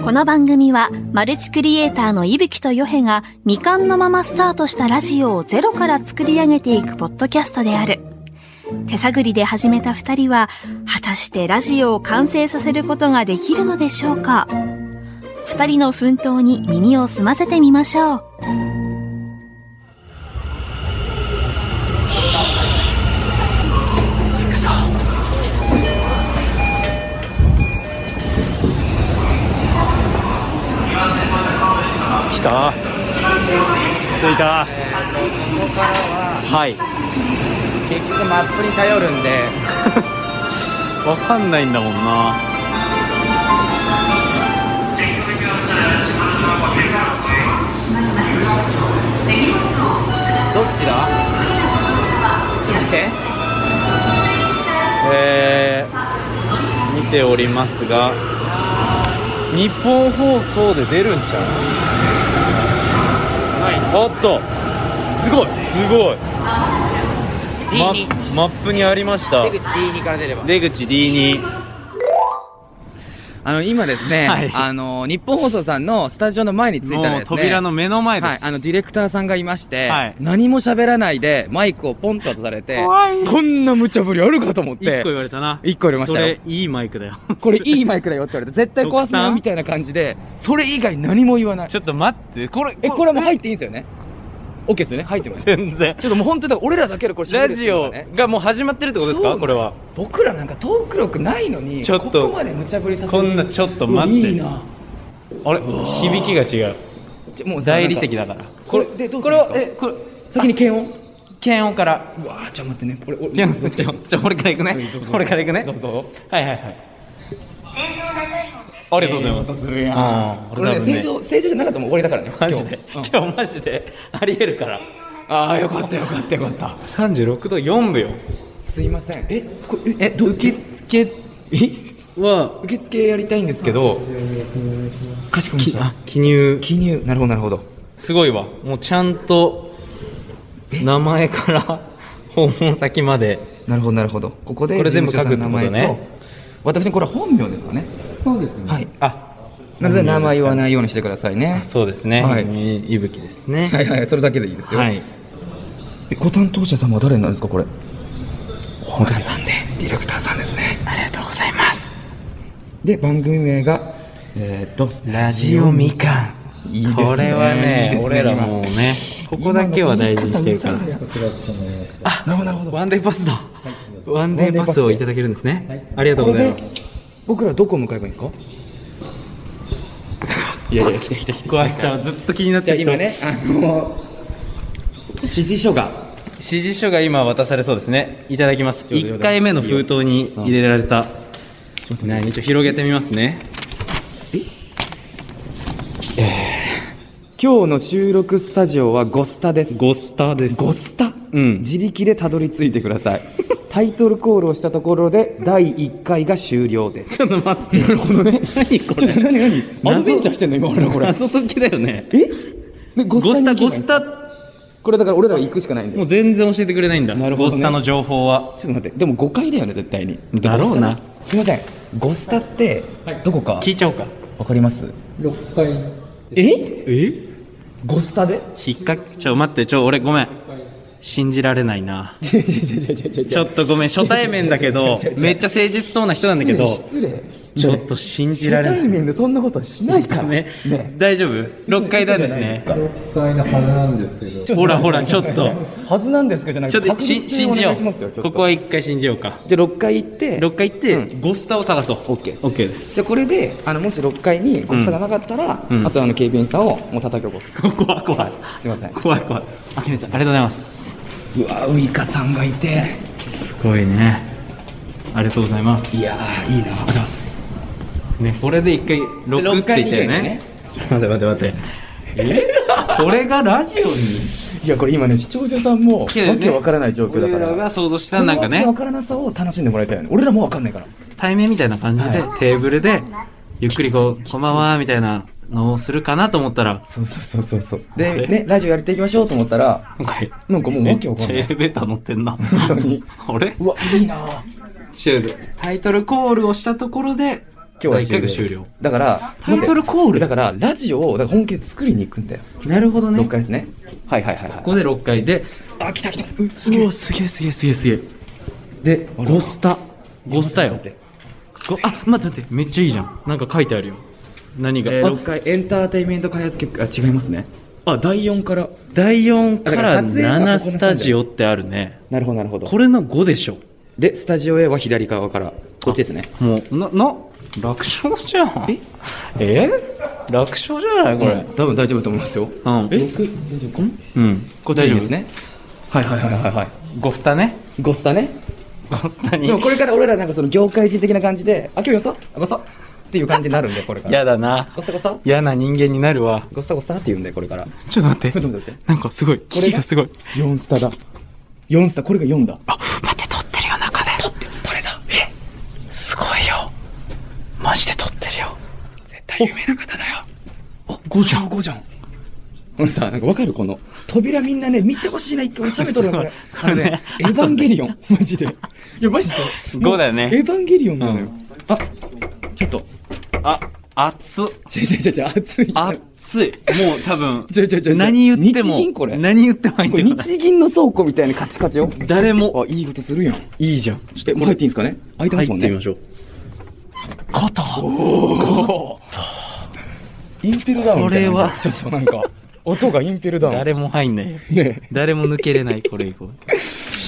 Speaker 5: この番組はマルチクリエイターの伊吹とヨヘが未完のままスタートしたラジオをゼロから作り上げていくポッドキャストである手探りで始めた二人は果たしてラジオを完成させることができるのでしょうか二人の奮闘に耳を澄ませてみましょう
Speaker 6: 来た着いたはい
Speaker 1: 結局マップに頼るんで
Speaker 6: わかんないんだもんな
Speaker 1: どっちだちょっと見て
Speaker 6: えー、見ておりますが日本放送で出るんちゃうないおっとすごいすごいマ
Speaker 1: D2
Speaker 6: マップにありました
Speaker 1: 出口 D2 から出れば
Speaker 6: 出口 D2
Speaker 2: あの今ですね、
Speaker 6: はい
Speaker 2: あの日本放送さんのスタジオの前に着いたらですね
Speaker 6: もう扉の目の前です、
Speaker 2: はい、あのディレクターさんがいまして、
Speaker 6: はい
Speaker 2: 何も喋らないでマイクをポンと渡されて
Speaker 6: 怖い
Speaker 2: こんな無茶ぶりあるかと思っ
Speaker 6: 一個
Speaker 2: て
Speaker 6: 言われたな
Speaker 2: 一個言われましたよ
Speaker 6: それいいマイク
Speaker 1: [laughs]
Speaker 6: だよ
Speaker 2: これいいマイクだよって言われ [laughs] て絶対壊す
Speaker 6: 徳さ
Speaker 2: なんみたいな感じでそれ以外何も言わない
Speaker 6: ちょっと待ってこれ
Speaker 2: えこれもう入っていいんですよね OK ですよね入ってます
Speaker 6: 全
Speaker 2: [laughs]
Speaker 6: 然
Speaker 2: ちょっともう本当だから俺らだけでこれ喋れ
Speaker 6: ラ
Speaker 2: るって
Speaker 6: ジ
Speaker 2: いうのが
Speaker 6: オ
Speaker 2: ね
Speaker 6: がもう始まってるってことで
Speaker 2: そ
Speaker 6: す
Speaker 2: うな
Speaker 6: か
Speaker 2: の
Speaker 6: これは
Speaker 2: 僕らなんかトーク力ないのに
Speaker 6: ちょっと
Speaker 2: ここまで無茶ぶりさせて
Speaker 6: こんなちょっと待って
Speaker 2: いいな
Speaker 6: あれ響きが違う
Speaker 2: じゃもうさ
Speaker 6: 大理石
Speaker 2: なんか
Speaker 6: だから
Speaker 2: これでどうするんですか
Speaker 6: これをえこれ
Speaker 2: 先に検温
Speaker 6: 検温から
Speaker 2: うわーちょっと待ってねこれ俺
Speaker 6: いやちょちょちょ俺から行くね
Speaker 2: どうぞ
Speaker 6: 俺から行くね
Speaker 2: どうぞ
Speaker 6: はいはいはいありがとうございます
Speaker 2: するや
Speaker 6: あー
Speaker 2: これね
Speaker 6: 俺多分ね
Speaker 2: 正常正常じゃなかったらもう終わりだからね
Speaker 6: マジで
Speaker 2: 今日
Speaker 6: 今日マジでありえるから
Speaker 2: ああよかったよかったよかった
Speaker 6: 36度4分よ
Speaker 2: すいませんえこれ
Speaker 6: え受付は
Speaker 2: 受付やりたいんですけどかしこまりました
Speaker 6: 記入
Speaker 2: 記入なるほどなるほど
Speaker 6: すごいわもうちゃんと名
Speaker 2: [laughs]
Speaker 6: 前から訪問先まで
Speaker 2: なるほどなるほどここで
Speaker 6: これ全部
Speaker 2: 事務所さんの
Speaker 6: 書くってことね
Speaker 2: 名前私のこれは本名ですかね
Speaker 7: そうですね
Speaker 2: はい
Speaker 6: あ
Speaker 2: なので名前言わないようにしてくださいね
Speaker 6: そうですね、
Speaker 2: はい
Speaker 6: い、いぶきですね
Speaker 2: はいはいそれだけでいいですよ、
Speaker 6: はい
Speaker 2: えご担当者様は誰になるんですかこれお母さんでディレクターさんですねありがとうございますで番組名がえー、っと
Speaker 6: ラジオみ
Speaker 2: かんいいですね
Speaker 6: これはね
Speaker 2: いいです
Speaker 6: 俺らもうねここだけは大事にしてるから
Speaker 2: 今の言い方あなるほどなるほど
Speaker 6: ワンデーパスだワンデーパスをいただけるんですね、ありがとう
Speaker 2: こ
Speaker 6: ご
Speaker 2: れ
Speaker 6: ざい
Speaker 2: で
Speaker 6: ます
Speaker 2: 僕らどこを向かえばいいんですかいやいや来て来て来て
Speaker 6: 怖いちゃんずっと気になっ
Speaker 2: じ
Speaker 6: て
Speaker 2: ゃあ
Speaker 6: る人
Speaker 2: 今ねあの指示書が
Speaker 6: 指示書が今渡されそうですねいただきます
Speaker 2: ょうだい
Speaker 6: 1回目の封筒に入れられた何ちょっと広げてみますね
Speaker 2: 今日の収録スタジオはゴスタです
Speaker 6: ゴスターです
Speaker 2: ゴスタ、
Speaker 6: うん
Speaker 2: 自力でたどり着いてください [laughs] タイトルコールをしたところで第1回が終了です
Speaker 6: ちょっと待ってなるほどね何こ
Speaker 2: ちょっと
Speaker 6: れ
Speaker 2: 何何アドベンチャーしてんの今俺らこれ
Speaker 6: 謎解きだよね
Speaker 2: えでゴ
Speaker 6: ゴスタ
Speaker 2: に行
Speaker 6: ゴ
Speaker 2: けばいいんで
Speaker 6: ス
Speaker 2: すか
Speaker 6: タ
Speaker 2: これだから俺らは行くしかないんで
Speaker 6: もう全然教えてくれないんだ
Speaker 2: なるほどね
Speaker 6: ゴスタの情報は
Speaker 2: ちょっと待ってでも誤解だよね絶対に
Speaker 6: だろうな
Speaker 2: ゴスタすいませんゴスタってどこか
Speaker 6: 聞いちゃおうか
Speaker 2: わかります
Speaker 7: 6回
Speaker 2: え
Speaker 6: え
Speaker 2: ゴスタで
Speaker 6: 引っかけちょ待ってちょ俺ごめん信じられな
Speaker 2: [laughs]
Speaker 6: いな
Speaker 2: ちょ
Speaker 6: ちょっとごめん初対面だけどめっちゃ誠実そうな人なんだけど
Speaker 2: 失礼
Speaker 6: ちょっと信じられない
Speaker 2: 初対面でそんなことはしないから
Speaker 6: [laughs] ね
Speaker 2: ね
Speaker 6: 大丈夫 ?6 階なんですね
Speaker 7: 6回のはずなんですけど
Speaker 2: ちょっと
Speaker 6: ほらほらちょっと
Speaker 2: はずなんですけどじゃな
Speaker 6: ちょ
Speaker 2: く
Speaker 6: ってと
Speaker 2: 確
Speaker 6: し
Speaker 2: 実に
Speaker 6: 信
Speaker 2: お
Speaker 6: じよ
Speaker 2: 願いしますよ
Speaker 6: うここは
Speaker 2: は
Speaker 6: 1回信じようか
Speaker 2: じゃあ6回行って
Speaker 6: 6階行って、
Speaker 2: うん
Speaker 6: ゴスタを探そう [laughs]
Speaker 2: OK です
Speaker 6: オッケーです
Speaker 2: じゃあこれであのもし6階にゴスタがなかったら、
Speaker 6: うん
Speaker 2: あとあの警備員さんをもう叩き起こす、
Speaker 6: 怖い怖い
Speaker 2: すいません
Speaker 6: 怖い怖いあきみさんありがとうございます
Speaker 2: うわウイカさんがいて
Speaker 6: すごいねありがとうございます
Speaker 2: いやーいいなありがとうございます
Speaker 6: ねこれで1回6って言ったよねちょっと待って待って待ってえ [laughs] これがラジオに
Speaker 2: いやこれ今ね視聴者さんもわ
Speaker 6: けどね
Speaker 2: けわからない状況だから
Speaker 6: 俺らが想像したなん
Speaker 2: この
Speaker 6: か
Speaker 2: わ
Speaker 6: ね
Speaker 2: けわからなさを楽しんでもらいたいよね俺らもわかんないから
Speaker 6: 対面みたいな感じで、
Speaker 2: は
Speaker 6: テーブルでゆっくりこう「こんばんは」みたいなのをするかなと思ったら
Speaker 2: そうそうそうそうそう
Speaker 6: あれ
Speaker 2: でねラジオやっていきましょうと思ったら
Speaker 6: 今回
Speaker 2: なんかもう
Speaker 6: め
Speaker 2: わ
Speaker 6: っ
Speaker 2: け
Speaker 6: ち
Speaker 2: わかん
Speaker 6: ゃ
Speaker 2: ない
Speaker 6: エレベーター乗ってんな
Speaker 2: 本当に
Speaker 6: [laughs] あれ
Speaker 2: うわいいなあ
Speaker 6: 違うタイトルコールをしたところで
Speaker 2: 今日は
Speaker 6: 第一
Speaker 2: 終了
Speaker 6: 回が
Speaker 2: です
Speaker 6: 終了
Speaker 2: だから
Speaker 6: タイトルコール
Speaker 2: だからラジオをだから本気で作りに行くんだよ、
Speaker 6: なるほどね
Speaker 2: 6回ですねはいはいはいはい
Speaker 6: ここで6回で
Speaker 2: あ来た来た
Speaker 6: うわすげえすげえすげえすげえでゴスタゴスタよ
Speaker 2: 待って
Speaker 6: ごあ待って待ってめっちゃいいじゃんなんか書いてあるよ何が、
Speaker 2: えー、
Speaker 6: あ
Speaker 2: 6回エンターテインメント開発局あ違いますねあ第4から
Speaker 6: 第4か
Speaker 2: だからら撮影がここの
Speaker 6: 7
Speaker 2: 三
Speaker 6: スタジオってあるね
Speaker 2: なるほどなるほど
Speaker 6: これの5でしょ
Speaker 2: でスタジオ A は左側からこっちですね
Speaker 6: もうなな楽勝じゃんええ楽勝じゃないこれ
Speaker 2: うん多分大丈夫と思いますよ
Speaker 6: うんえうん
Speaker 2: こっちでいいですねはいはいはいはいはい
Speaker 6: ゴスタね
Speaker 2: ゴスタね
Speaker 6: ゴスタに
Speaker 2: でもこれから俺らなんかその業界人的な感じであ今日よそあごそっていう感じになるんでこれから
Speaker 6: やだな
Speaker 2: ごそごそ
Speaker 6: 嫌な人間になるわ
Speaker 2: ごそごそって言うんでこれから
Speaker 6: ちょっと待っ
Speaker 2: 待ってて待って待
Speaker 6: なんかすごい
Speaker 2: れ
Speaker 6: 危
Speaker 2: が
Speaker 6: 機がすごい
Speaker 2: って4スタだ4スタこれが4だあ
Speaker 6: 待って撮ってるよ中で撮って撮れたえすごいよマジで撮ってるよ絶対有名な方だよあゴーちゃん
Speaker 2: 5じゃんこれさなんかわかるこの扉みんなね見てほしいな一回おしゃべと [laughs] るのこれ
Speaker 6: そう
Speaker 2: あのねエヴァンゲリオンマジ [laughs] でいやマジで
Speaker 6: 5だよ
Speaker 2: エヴ
Speaker 6: ね
Speaker 2: ァンゲリオンなのよ、
Speaker 6: うん
Speaker 2: あちょっと
Speaker 6: あ熱っ
Speaker 2: 違う違う違う熱い
Speaker 6: 熱いもう多分
Speaker 2: 違う違う違う違う
Speaker 6: 何言っても
Speaker 2: 日銀これ
Speaker 6: 何言っても入っ
Speaker 2: こ
Speaker 6: て
Speaker 2: れ
Speaker 6: こない
Speaker 2: 日銀の倉庫みたいなカチカチよ
Speaker 6: 誰も
Speaker 2: あいいことするやん
Speaker 6: いいじゃん
Speaker 2: えもう入っていいんですかね開いてますもんね
Speaker 6: しょう肩
Speaker 2: インペルダウンみたいな
Speaker 6: これは
Speaker 2: ちょっとなんか音がインペルダウン
Speaker 6: 誰も入んないよ
Speaker 2: ねえ
Speaker 6: 誰も抜けれないこれ以降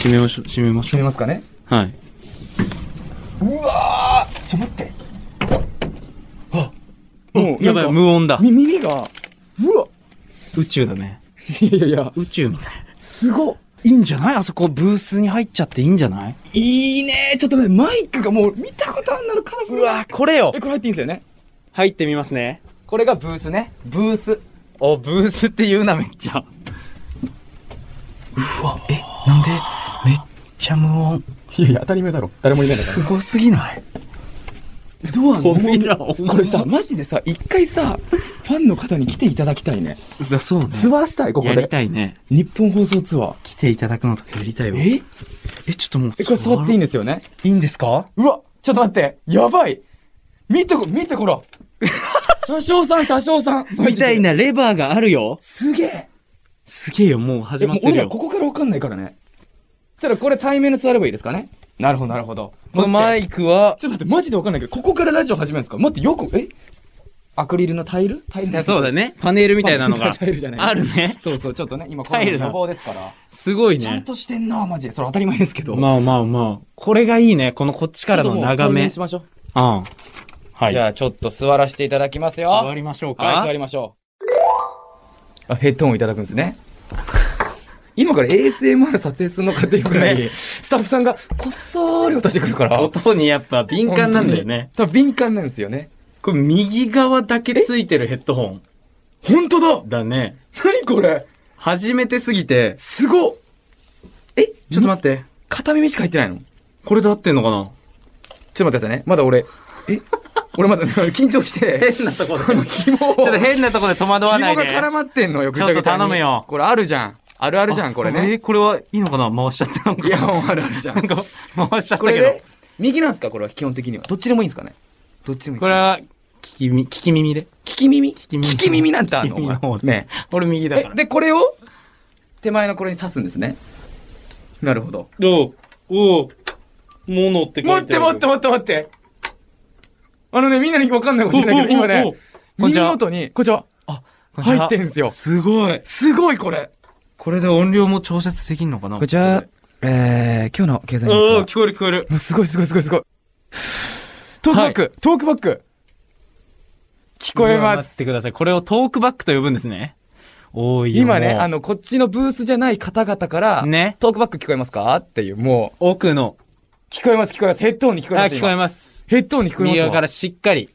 Speaker 6: 閉めましょう閉めまし
Speaker 2: 決
Speaker 6: ょ
Speaker 2: めますかね
Speaker 6: うはいう
Speaker 2: わーちょっと待ってあも
Speaker 6: やばい無音だ
Speaker 2: み耳がうわ
Speaker 6: 宇宙だね
Speaker 2: いやいやいや
Speaker 6: 宇宙みたい
Speaker 2: すごっ
Speaker 6: いいんじゃないあそこブースに入っちゃっていいんじゃない
Speaker 2: いいねちょっと待ってマイクがもう見たことあんなのカラフル
Speaker 6: うわこれよ
Speaker 2: えこれ入っていいんですよね
Speaker 6: 入ってみますね
Speaker 2: これがブースねブース
Speaker 6: おブースって言うなめっちゃうわえなんでめっちゃ無音
Speaker 2: いやいや当たり前だろ誰もいないんだから
Speaker 6: すごすぎない
Speaker 2: ドアの
Speaker 6: 扉を
Speaker 2: これさマジでさ一回さファンの方に来ていただきたいね
Speaker 6: だそうね
Speaker 2: ツアーしたいここ
Speaker 6: やり
Speaker 2: で
Speaker 6: たいね
Speaker 2: 日本放送ツアー
Speaker 6: 来ていただくのとかやりたいわ
Speaker 2: え
Speaker 6: えちょっともう
Speaker 2: えこれ座っていいん
Speaker 6: ん
Speaker 2: ですよね
Speaker 6: いいんですか
Speaker 2: うわちょっと待ってやばい見てこ見てこ
Speaker 6: [laughs]
Speaker 2: ら車掌さん車掌さん
Speaker 6: みたいなレバーがあるよ
Speaker 2: すげえ
Speaker 6: すげえよもう始
Speaker 2: で
Speaker 6: まっ
Speaker 2: も
Speaker 6: て
Speaker 2: 俺
Speaker 6: る
Speaker 2: ら
Speaker 6: よ
Speaker 2: こ
Speaker 6: こ
Speaker 2: こからわかんないからねそしたらこれ対面で座ればいいですかねなるほどなるほど
Speaker 6: のマ
Speaker 2: 待って
Speaker 6: イクは
Speaker 2: ちょっと待ってマジでわかんないけどここからラジオ始めるんですか待ってよくえアクリルのタイルタイル
Speaker 6: いやそうだねパネルみたいなのが
Speaker 2: タイルじゃない
Speaker 6: あるね
Speaker 2: そうそうちょっとね今こ
Speaker 6: タイ
Speaker 2: れ
Speaker 6: ルだ
Speaker 2: 予防ですから
Speaker 6: [laughs] すごい
Speaker 2: ちゃん
Speaker 6: ね
Speaker 2: としてんなマジでそれ当たり前ですけど
Speaker 6: まあまあまあこれがいいねこのこっちからの眺め
Speaker 2: ちょっともう対面しましょう
Speaker 6: うんはい
Speaker 2: じゃあちょっと座らせていただきますよ
Speaker 6: 終わりましょうか、
Speaker 2: はい、座りましょう。あ、ヘッドホンいただくんですね。今から ASMR 撮影するのかっていうくらい、スタッフさんがこっそり渡してくるから。
Speaker 6: 音にやっぱ敏感なんだよね。
Speaker 2: 本当に。多分敏感なんですよね。
Speaker 6: これ右側だけついてるヘッドホン
Speaker 2: 本当だ
Speaker 6: だね。
Speaker 2: 何これ
Speaker 6: 初めてすぎて、
Speaker 2: すごっえ
Speaker 6: ちょっと待って、
Speaker 2: 片耳しか入ってないのちょっ
Speaker 6: これで合ってんのかな
Speaker 2: と待ってくださいね。まだ俺、え俺まだ [laughs] 緊張して、
Speaker 6: 変なとこで。ちょ
Speaker 2: 紐を、
Speaker 6: っと変なとこで戸惑わない
Speaker 2: 紐
Speaker 6: で。
Speaker 2: が絡まってんのよ、ぐちゃぐちゃに
Speaker 6: ちょっと頼むよ
Speaker 2: これあるじゃん。あるあるじゃん、これ
Speaker 6: あ
Speaker 2: ね
Speaker 6: え。これはいいのかな回しちゃってなんか。
Speaker 2: いや、もうあるあるじゃん
Speaker 6: [laughs] な。んか、回しちゃった
Speaker 2: これ
Speaker 6: けど
Speaker 2: で。、右なんですかこれは基本的には。どっちでもいいんですかねどっちでもいいんです
Speaker 6: こ
Speaker 2: か
Speaker 6: れ
Speaker 2: ね
Speaker 6: は、聞き耳、聞き耳で。
Speaker 2: 聞き耳聞
Speaker 6: き耳
Speaker 2: き耳なんてあんの
Speaker 6: 聞き耳の
Speaker 2: お
Speaker 6: 方
Speaker 2: 前
Speaker 6: で
Speaker 2: ね
Speaker 6: 俺右だ
Speaker 2: え
Speaker 6: か、ら。
Speaker 2: で、これを、手前のこれに刺すんですね。なるほど。
Speaker 6: おう、おう、モノって
Speaker 2: 待って待って待って待ってあのね、みんなにわかんないかもしれないけど、
Speaker 6: おおお
Speaker 2: 今ね、
Speaker 6: おこんに
Speaker 2: 耳
Speaker 6: ちは
Speaker 2: 元に、こんにちは。あ、入ってんすよ。
Speaker 6: すごい。
Speaker 2: すごいこれ
Speaker 6: これで音量も調節できんのかな
Speaker 2: こんにちは。えー、今日の経済ニュ
Speaker 6: おー
Speaker 2: ース
Speaker 6: 聞こえる聞こえる。
Speaker 2: は。すごいすごいすごいすごい。トークバック、トークバック聞こえ
Speaker 6: うわ
Speaker 2: ま
Speaker 6: 待っ
Speaker 2: す。
Speaker 6: てください。これをトークバックと呼ぶんですね。多いよ。
Speaker 2: 今ね、
Speaker 6: もう
Speaker 2: あ、の、こっちのブースじゃない方々から、
Speaker 6: ね
Speaker 2: トークバック聞こえますかっていう、もう、
Speaker 6: 奥の、
Speaker 2: 聞こえます、聞こえます。ヘッドホンに聞こえ
Speaker 6: あ、
Speaker 2: ます。
Speaker 6: 聞こえ
Speaker 2: ま
Speaker 6: ます。
Speaker 2: ヘッドホンに聞こえます
Speaker 6: 右
Speaker 2: わ。
Speaker 6: 側からしっかり。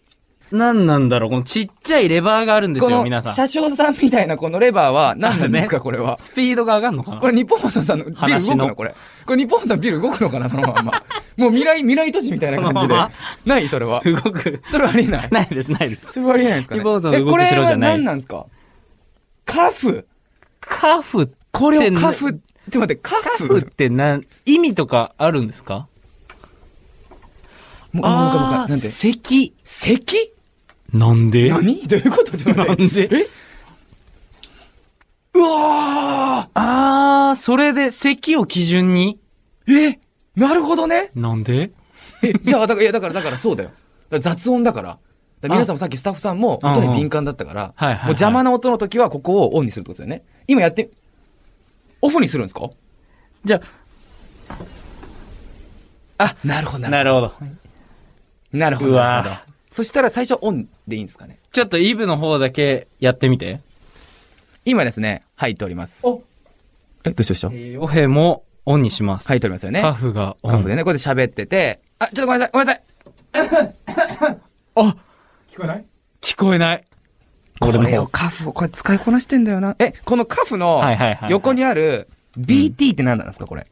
Speaker 6: 何なんだろうこのちっちゃいレバーがあるんです
Speaker 2: こ
Speaker 6: よ、
Speaker 2: の
Speaker 6: 皆さ
Speaker 2: 車
Speaker 6: ん。
Speaker 2: 掌さんみたいなこのレバーは何なんです
Speaker 6: あ
Speaker 2: か、
Speaker 6: [laughs] ね
Speaker 2: これは。
Speaker 6: スピードが上がるのかな
Speaker 2: これ日本放送さんのビル動く
Speaker 6: 話
Speaker 2: の
Speaker 6: の
Speaker 2: これ。これ日本放送のビル動くのかなそのまんま。もう未来、未来都市みたいな感じ
Speaker 6: この
Speaker 2: で
Speaker 6: まま。
Speaker 2: ないそれは。
Speaker 6: 動く。
Speaker 2: それはありえない。
Speaker 6: [laughs] ないです、ないです。
Speaker 2: それはありえないですかね。
Speaker 6: 日本放送の
Speaker 2: え
Speaker 6: 動く城じゃな
Speaker 2: これ
Speaker 6: い
Speaker 2: は何なんですかカフ。
Speaker 6: カフって、
Speaker 2: これをカ
Speaker 6: な
Speaker 2: フ。ちょっと待って、カ
Speaker 6: カフっ
Speaker 2: フ
Speaker 6: てなん、意味とかあるんですか
Speaker 2: もう、もう一回もう一回。なんで
Speaker 6: 咳。
Speaker 2: 咳
Speaker 6: なんで
Speaker 2: 何どういうことで
Speaker 6: なんで
Speaker 2: えうわ
Speaker 6: あー、それで咳を基準に
Speaker 2: ーえなるほどね
Speaker 6: なんで
Speaker 2: えじゃあ、だから、いや、だから、だから、そうだよ。だから雑音だから。だから皆さんもさっきスタッフさんも音に敏感だったから、
Speaker 6: うんうんはいはいはい
Speaker 2: もう邪魔な音の時はここをオンにするってことですよね。今やって、オフにするんですか
Speaker 6: じゃ
Speaker 2: なるほど、
Speaker 6: あ、
Speaker 2: なる
Speaker 6: なるほど。
Speaker 2: ほど。なるほど。
Speaker 6: うわー
Speaker 2: なるほどそしたら最初オンでいいんですかね。
Speaker 6: ちょっとイブの方だけやってみて。
Speaker 2: 今ですね、入っております。
Speaker 6: お
Speaker 2: え、どうしました入
Speaker 6: えー、オヘもオンにします。
Speaker 2: っておりますよね。
Speaker 6: カフがオン。
Speaker 2: カフでね、こうやって喋ってて、あ、ちょっとごめんなさい、ごめんなさい。
Speaker 6: あ、
Speaker 8: 聞こえない
Speaker 6: 聞こえない。
Speaker 2: これをカフをこれ使いこなしてんだよな。え、このカフの
Speaker 6: はいはいはいはい
Speaker 2: 横にある BT って何なんですか、これ。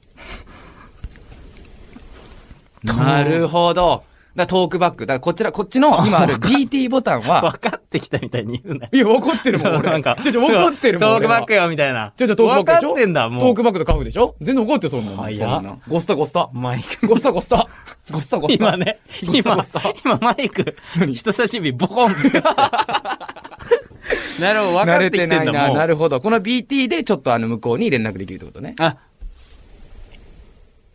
Speaker 2: なるほど。だからトークバック。だからこちら、こっちの今あ
Speaker 6: [laughs]
Speaker 2: る BT ボタンは、
Speaker 6: 分かってきたみたいに言うなよ。
Speaker 2: いや、怒ってるもん、
Speaker 6: そう
Speaker 2: 俺。
Speaker 6: なんか、
Speaker 2: ちょ、ちょ、怒ってるもん、
Speaker 6: そう
Speaker 2: 俺
Speaker 6: トーク
Speaker 2: は
Speaker 6: バックよ、みたいな。
Speaker 2: ちょ、ちょ、トークバックでしょ
Speaker 6: 分かってんだ、もう。
Speaker 2: トークバックとカフでしょ全然怒ってそうもん。
Speaker 6: 早っ
Speaker 2: そんな。ゴスタゴスタ。
Speaker 6: マイク。
Speaker 2: ゴスタゴスタ。ゴスタゴスタ。
Speaker 6: 今ね、今、今マイク、人差し指
Speaker 2: [laughs]
Speaker 6: ボコンってやった。なるほど、分か
Speaker 2: 慣
Speaker 6: っ
Speaker 2: れ
Speaker 6: てきて
Speaker 2: て
Speaker 6: ん
Speaker 2: な
Speaker 6: だも
Speaker 2: い
Speaker 6: ん。
Speaker 2: な。なるほど。この BT でちょっとあの向こうに連絡できるってことね。
Speaker 6: あ、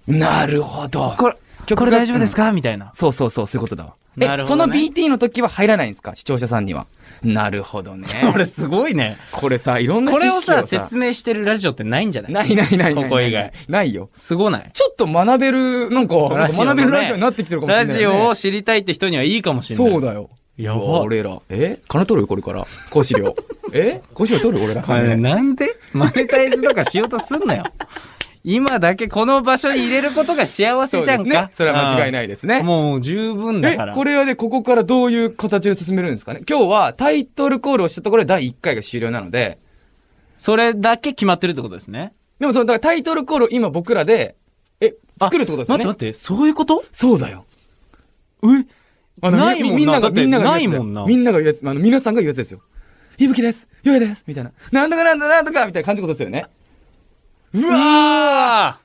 Speaker 2: なるほど。
Speaker 6: これ、
Speaker 2: 曲が
Speaker 6: これ大丈夫です [laughs] かみたいな。
Speaker 2: そうそうそう、そういうことだわ。え、
Speaker 6: なるほ
Speaker 2: そ
Speaker 6: どね
Speaker 2: の BT の時は入らないんですか視聴者さんには。なるほ [laughs] どね。
Speaker 6: これすごいね。
Speaker 2: これさ、いろんな
Speaker 6: こ
Speaker 2: 知
Speaker 6: れを
Speaker 2: 識を
Speaker 6: さ、
Speaker 2: さ、
Speaker 6: 説明してるラジオってないんじゃない
Speaker 2: ないないないないない。
Speaker 6: ここ以外。
Speaker 2: ないよ。
Speaker 6: すごない。
Speaker 2: ちょっと学べる、なんか、なんか
Speaker 6: のね
Speaker 2: 学べるラジオになってきてるかもしれない、ね。
Speaker 6: ラジオを知りたいって人にはいいかもしれない。
Speaker 2: そうだよ。
Speaker 6: やば
Speaker 2: うわ俺ら。え金取るよ、これから。講師
Speaker 6: [laughs]
Speaker 2: 料。え講師料取る俺ら。
Speaker 6: これなんでマネタイズとかしようとすんなよ。今だけこの場所に入れることが幸
Speaker 2: そ
Speaker 6: せ
Speaker 2: う
Speaker 6: じゃ
Speaker 2: で
Speaker 6: ん
Speaker 2: す
Speaker 6: か。
Speaker 2: ね。それは間違いないですね。
Speaker 6: もう十分だ
Speaker 2: え
Speaker 6: から。、
Speaker 2: これはね、ここからどういう形で進めるんですかね今日はタイトルコールをしたところで第1回が終了なので、
Speaker 6: それだけ決まってるってことですね。
Speaker 2: でもその、だからタイトルコールを今僕らで、え、作るってことですよね
Speaker 6: 待って待って、そういうこと
Speaker 2: そうだよ。
Speaker 6: え
Speaker 2: あの
Speaker 6: ない
Speaker 2: み
Speaker 6: もんな
Speaker 2: みんな
Speaker 6: だ
Speaker 2: が、
Speaker 6: って
Speaker 2: みんなが言うやつだよ
Speaker 6: ないもんな
Speaker 2: みんなが言うやつ、あの、皆さんが言うやつですよ。いぶきです。よやです。みたいな。なんとかなんとかなんとかみたいな感じのことですよね。うわ
Speaker 6: あ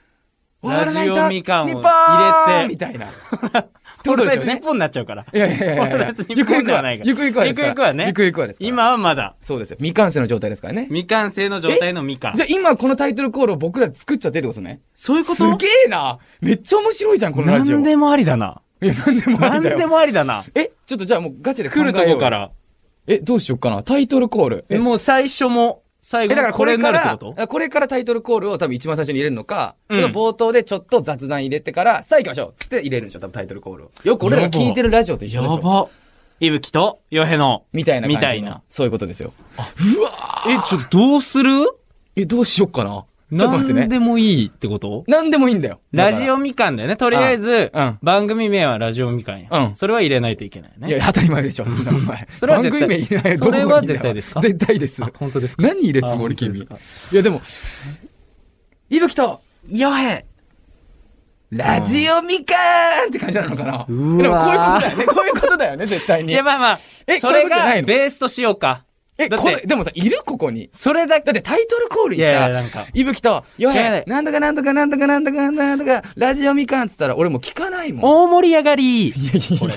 Speaker 2: ーワールナイト
Speaker 6: ラジオみかんを
Speaker 2: ニッポーン
Speaker 6: 入れて
Speaker 2: みた
Speaker 6: [laughs]
Speaker 2: いな。
Speaker 6: ー
Speaker 2: ことですよね
Speaker 6: 日本になっちゃうから。
Speaker 2: いやいやいやいやいや。ゆ
Speaker 6: ゆ
Speaker 2: く
Speaker 6: く
Speaker 2: ゆく
Speaker 6: ゆく
Speaker 2: は
Speaker 6: はない、から
Speaker 2: ゆくゆくはですから。
Speaker 6: ゆくゆくはね
Speaker 2: ゆくゆくはですから。
Speaker 6: 今はまだ、
Speaker 2: そうですよ。未完成の状態ですからね。
Speaker 6: 未完成の状態のみかん
Speaker 2: じゃ。あ今このタイトルコールを僕らで作っちゃってってことですね。
Speaker 6: そういうこと
Speaker 2: すげえなめっちゃ面白いじゃん、このラジオ。
Speaker 6: 何でもありだな。
Speaker 2: いや、なんでもあり
Speaker 6: 何
Speaker 2: だよ。
Speaker 6: でもありだな。
Speaker 2: え、ちょっとじゃあもうガチで考え
Speaker 6: 来
Speaker 2: よう
Speaker 6: る
Speaker 2: よ
Speaker 6: とこか。ら。
Speaker 2: え、どうしようかな。タイトルコール。え、
Speaker 6: もう最初も、最
Speaker 2: え
Speaker 6: 後
Speaker 2: だか
Speaker 6: も
Speaker 2: ら
Speaker 6: こ
Speaker 2: こ
Speaker 6: れ
Speaker 2: れ
Speaker 6: にな
Speaker 2: か
Speaker 6: るって
Speaker 2: ら、
Speaker 6: こと
Speaker 2: あこれからタイトルコールを多分一番最初に入れるのか、
Speaker 6: う
Speaker 2: そ
Speaker 6: ん
Speaker 2: の冒頭でちょっと雑談入れてから、さあ行きましょうつって入れるんでしょ、多分タイトルコールを。よく俺らが聞いてるラジオと一緒
Speaker 6: や
Speaker 2: でしょ。
Speaker 6: ば。いぶきと、よへの。
Speaker 2: みたいな感じの。
Speaker 6: みたいな
Speaker 2: そういうことですよ。
Speaker 6: え、ちょ、どうする
Speaker 2: え、どうしよっかな。ちょっと
Speaker 6: な
Speaker 2: 待って
Speaker 6: ん
Speaker 2: ね。
Speaker 6: でもいいってこと
Speaker 2: なんでもいいんだよ。だから
Speaker 6: ラジオみかんだよね。とりあえず
Speaker 2: あうん、
Speaker 6: 番組名はラジオみかん
Speaker 2: う
Speaker 6: や
Speaker 2: ん。
Speaker 6: それは入れないといけない
Speaker 2: い
Speaker 6: ね。
Speaker 2: や、当たり前でしょ、そんなお前。
Speaker 6: [laughs] それは絶
Speaker 2: 番
Speaker 6: 対
Speaker 2: 組名いらないよ
Speaker 6: それは
Speaker 2: どこにいんだよ
Speaker 6: 絶対ですか
Speaker 2: 絶対です。
Speaker 6: 本当ですか
Speaker 2: 何入れつもり、
Speaker 6: あ本当
Speaker 2: 君。
Speaker 6: です
Speaker 2: い
Speaker 6: か
Speaker 2: や、でも、いぶきと、
Speaker 6: よへ
Speaker 2: ラジオみかーんって感じなのかな。でもこういうことだよね、こういうことだよね、絶対
Speaker 6: い
Speaker 2: に
Speaker 6: や、。まあまあ、
Speaker 2: え
Speaker 6: それ
Speaker 2: こういうことじゃな
Speaker 6: が
Speaker 2: いの
Speaker 6: ベースとしようか。
Speaker 2: え、
Speaker 6: だって
Speaker 2: これ、でもさ、いるここに。
Speaker 6: それだ
Speaker 2: だっ
Speaker 6: け、
Speaker 2: てタイトルコールに
Speaker 6: いやいやなん
Speaker 2: さ
Speaker 6: か、
Speaker 2: いぶきと、よ
Speaker 6: いやい
Speaker 2: へ
Speaker 6: や、
Speaker 2: なんとかなんとかなんとかなんとかなんとか、ラジオみかんっつったら俺もう聞かないもん。
Speaker 6: 大盛り上がり。これ。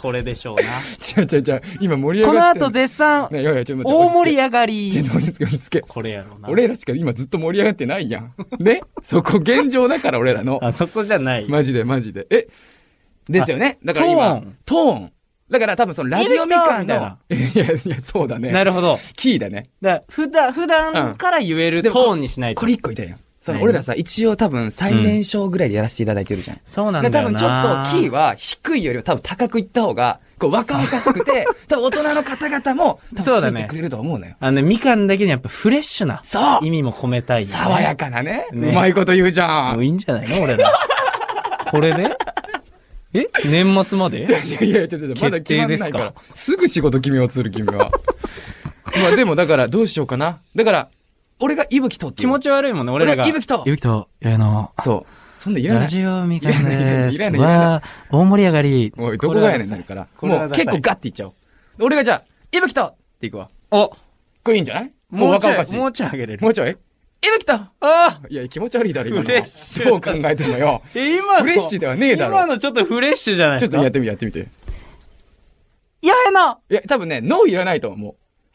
Speaker 6: これでしょうな。
Speaker 2: [laughs] 違う違う違う、今盛り
Speaker 6: こ
Speaker 2: 上
Speaker 6: の
Speaker 2: がってん。
Speaker 6: 後絶賛、
Speaker 2: ね、よへ、ちょっと
Speaker 6: 大
Speaker 2: 待って。
Speaker 6: 盛り上がり。
Speaker 2: ちょっと落ち着け、落ち着け。
Speaker 6: これやろうな。
Speaker 2: 俺らしか今ずっと盛り上がってない
Speaker 6: [laughs]
Speaker 2: やん。ねそこ現状だから俺らの。
Speaker 6: あ、そこじゃない。
Speaker 2: マジでマジで。えですよねだから今
Speaker 6: トーン、
Speaker 2: トーン。だから多分そのラジオみかんの。いや [laughs] いや、そうだね。
Speaker 6: なるほど。
Speaker 2: キーだね。
Speaker 6: だから普段、普段から言える
Speaker 2: で
Speaker 6: ト
Speaker 2: もこ
Speaker 6: ーンにしないと。
Speaker 2: これ一個いたやん。その
Speaker 6: 何
Speaker 2: 俺らさ、一応多分最年少ぐらいでやらせていただいてるじゃん。
Speaker 6: そうなん
Speaker 2: で
Speaker 6: だ
Speaker 2: 多
Speaker 6: よ
Speaker 2: 分
Speaker 6: な。
Speaker 2: ちょっとキーは低いよりは多分高くいった方が、こう若々しくて、多分大人の方々も多
Speaker 6: そう
Speaker 2: 分
Speaker 6: だ
Speaker 2: つい
Speaker 6: ね
Speaker 2: てくれると思うのよ。
Speaker 6: あのね、みかんだけにやっぱフレッシュな
Speaker 2: そう
Speaker 6: 意味も込めたい、ね。
Speaker 2: 爽やかなね。う
Speaker 6: ね
Speaker 2: まいこと言うじゃ
Speaker 6: も
Speaker 2: ん。
Speaker 6: ういいんじゃないの
Speaker 2: [laughs]
Speaker 6: 俺ら。これでえ年末まで
Speaker 2: いやいや、ちょっとまだ
Speaker 6: 決
Speaker 2: 決ま
Speaker 6: 定
Speaker 2: んな
Speaker 6: で
Speaker 2: い
Speaker 6: すか
Speaker 2: から。すぐ仕事決めようとする君は。 [laughs] まあでもだからどうしようかな。だから、俺がいぶきとって
Speaker 6: 気
Speaker 2: いう
Speaker 6: 持ち悪いもんね、俺らが。
Speaker 2: 俺いぶきと
Speaker 6: いぶきと、いやあの、
Speaker 2: そう。そんないらない。
Speaker 6: ラジオみかんで
Speaker 2: いらない
Speaker 6: す。
Speaker 2: いらないいらない
Speaker 6: わー大盛り上がり。
Speaker 2: おい、どこがやねん
Speaker 6: こ
Speaker 2: な
Speaker 6: れ
Speaker 2: る
Speaker 6: は
Speaker 2: から。
Speaker 6: これ
Speaker 2: も
Speaker 6: は
Speaker 2: う
Speaker 6: ダサ
Speaker 2: 結
Speaker 6: い
Speaker 2: 構ガッていっちゃおう。俺がじゃあ、いぶきとっていくわ。
Speaker 6: お
Speaker 2: これいいんじゃないもう
Speaker 6: もうち
Speaker 2: 若
Speaker 6: ょ
Speaker 2: 々
Speaker 6: い、
Speaker 2: しい。
Speaker 6: も
Speaker 2: も
Speaker 6: うちょい上げれる。
Speaker 2: うちょいぶきと
Speaker 6: あ
Speaker 2: いや、気持ち悪いだろ、今の。どう
Speaker 6: 嬉しい
Speaker 2: 考えてんのよ。
Speaker 6: え今の
Speaker 2: フレッシュではねえだろ
Speaker 6: 今のちょっとフレッシュじゃない
Speaker 2: ち
Speaker 6: で
Speaker 2: ょっ
Speaker 6: すか
Speaker 2: とやってみて、やってみて。
Speaker 1: やへの
Speaker 2: いや、多分ね、ノーいらないと思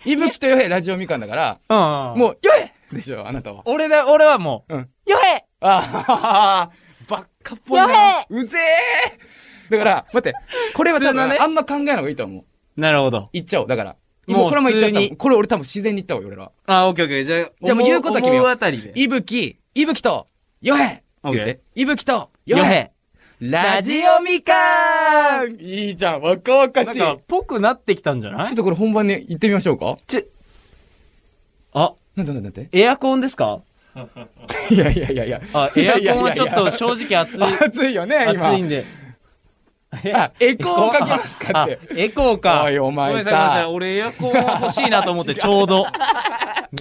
Speaker 2: う。いぶきとよへラジオみかんだから、
Speaker 6: うんうん
Speaker 2: もう、よへでしょ、あなたは。
Speaker 6: 俺だ俺はもう
Speaker 1: よへ
Speaker 2: ああ、ばっかっぽい
Speaker 1: よ
Speaker 2: な
Speaker 1: へ。
Speaker 2: うぜえだから、待って、これは多
Speaker 6: 普通の
Speaker 2: 分、
Speaker 6: ね
Speaker 2: あんま考えない方がいいと思う。
Speaker 6: なるほど
Speaker 2: 言っちゃおう、だから。
Speaker 6: も
Speaker 2: も
Speaker 6: う
Speaker 2: うこれも言っちゃった
Speaker 6: 普通に
Speaker 2: もん。これ俺多分自然に言った方がいい、俺ら。
Speaker 6: あオッケーオッケーじゃあ
Speaker 2: じゃあもう言うことは決めよう
Speaker 6: 思あたりで
Speaker 2: いぶき、いぶきと、よへって言って。いぶきと、よ
Speaker 6: よ
Speaker 2: へ
Speaker 6: へ
Speaker 2: ラジオみかんいいじゃん、若々
Speaker 6: なん
Speaker 2: しい。ちょ
Speaker 6: かぽくなってきたんじゃない
Speaker 2: っとこれ本番で言ってみましょうか
Speaker 6: あ
Speaker 2: なんだなんだなんだっ
Speaker 6: エアコンですか
Speaker 2: て。いやいやいやいや。
Speaker 6: あエアコンはちょっと正直
Speaker 1: [laughs]
Speaker 6: 暑い
Speaker 2: 直。暑いよね、今。
Speaker 6: 暑いんで
Speaker 2: あ、エコーをかけますかって。
Speaker 6: あエコーか。
Speaker 2: おいお前さ
Speaker 6: ごめんなさいごめんなさい。俺エアコン欲しいなと
Speaker 2: [laughs]
Speaker 6: 思って、ちょうど。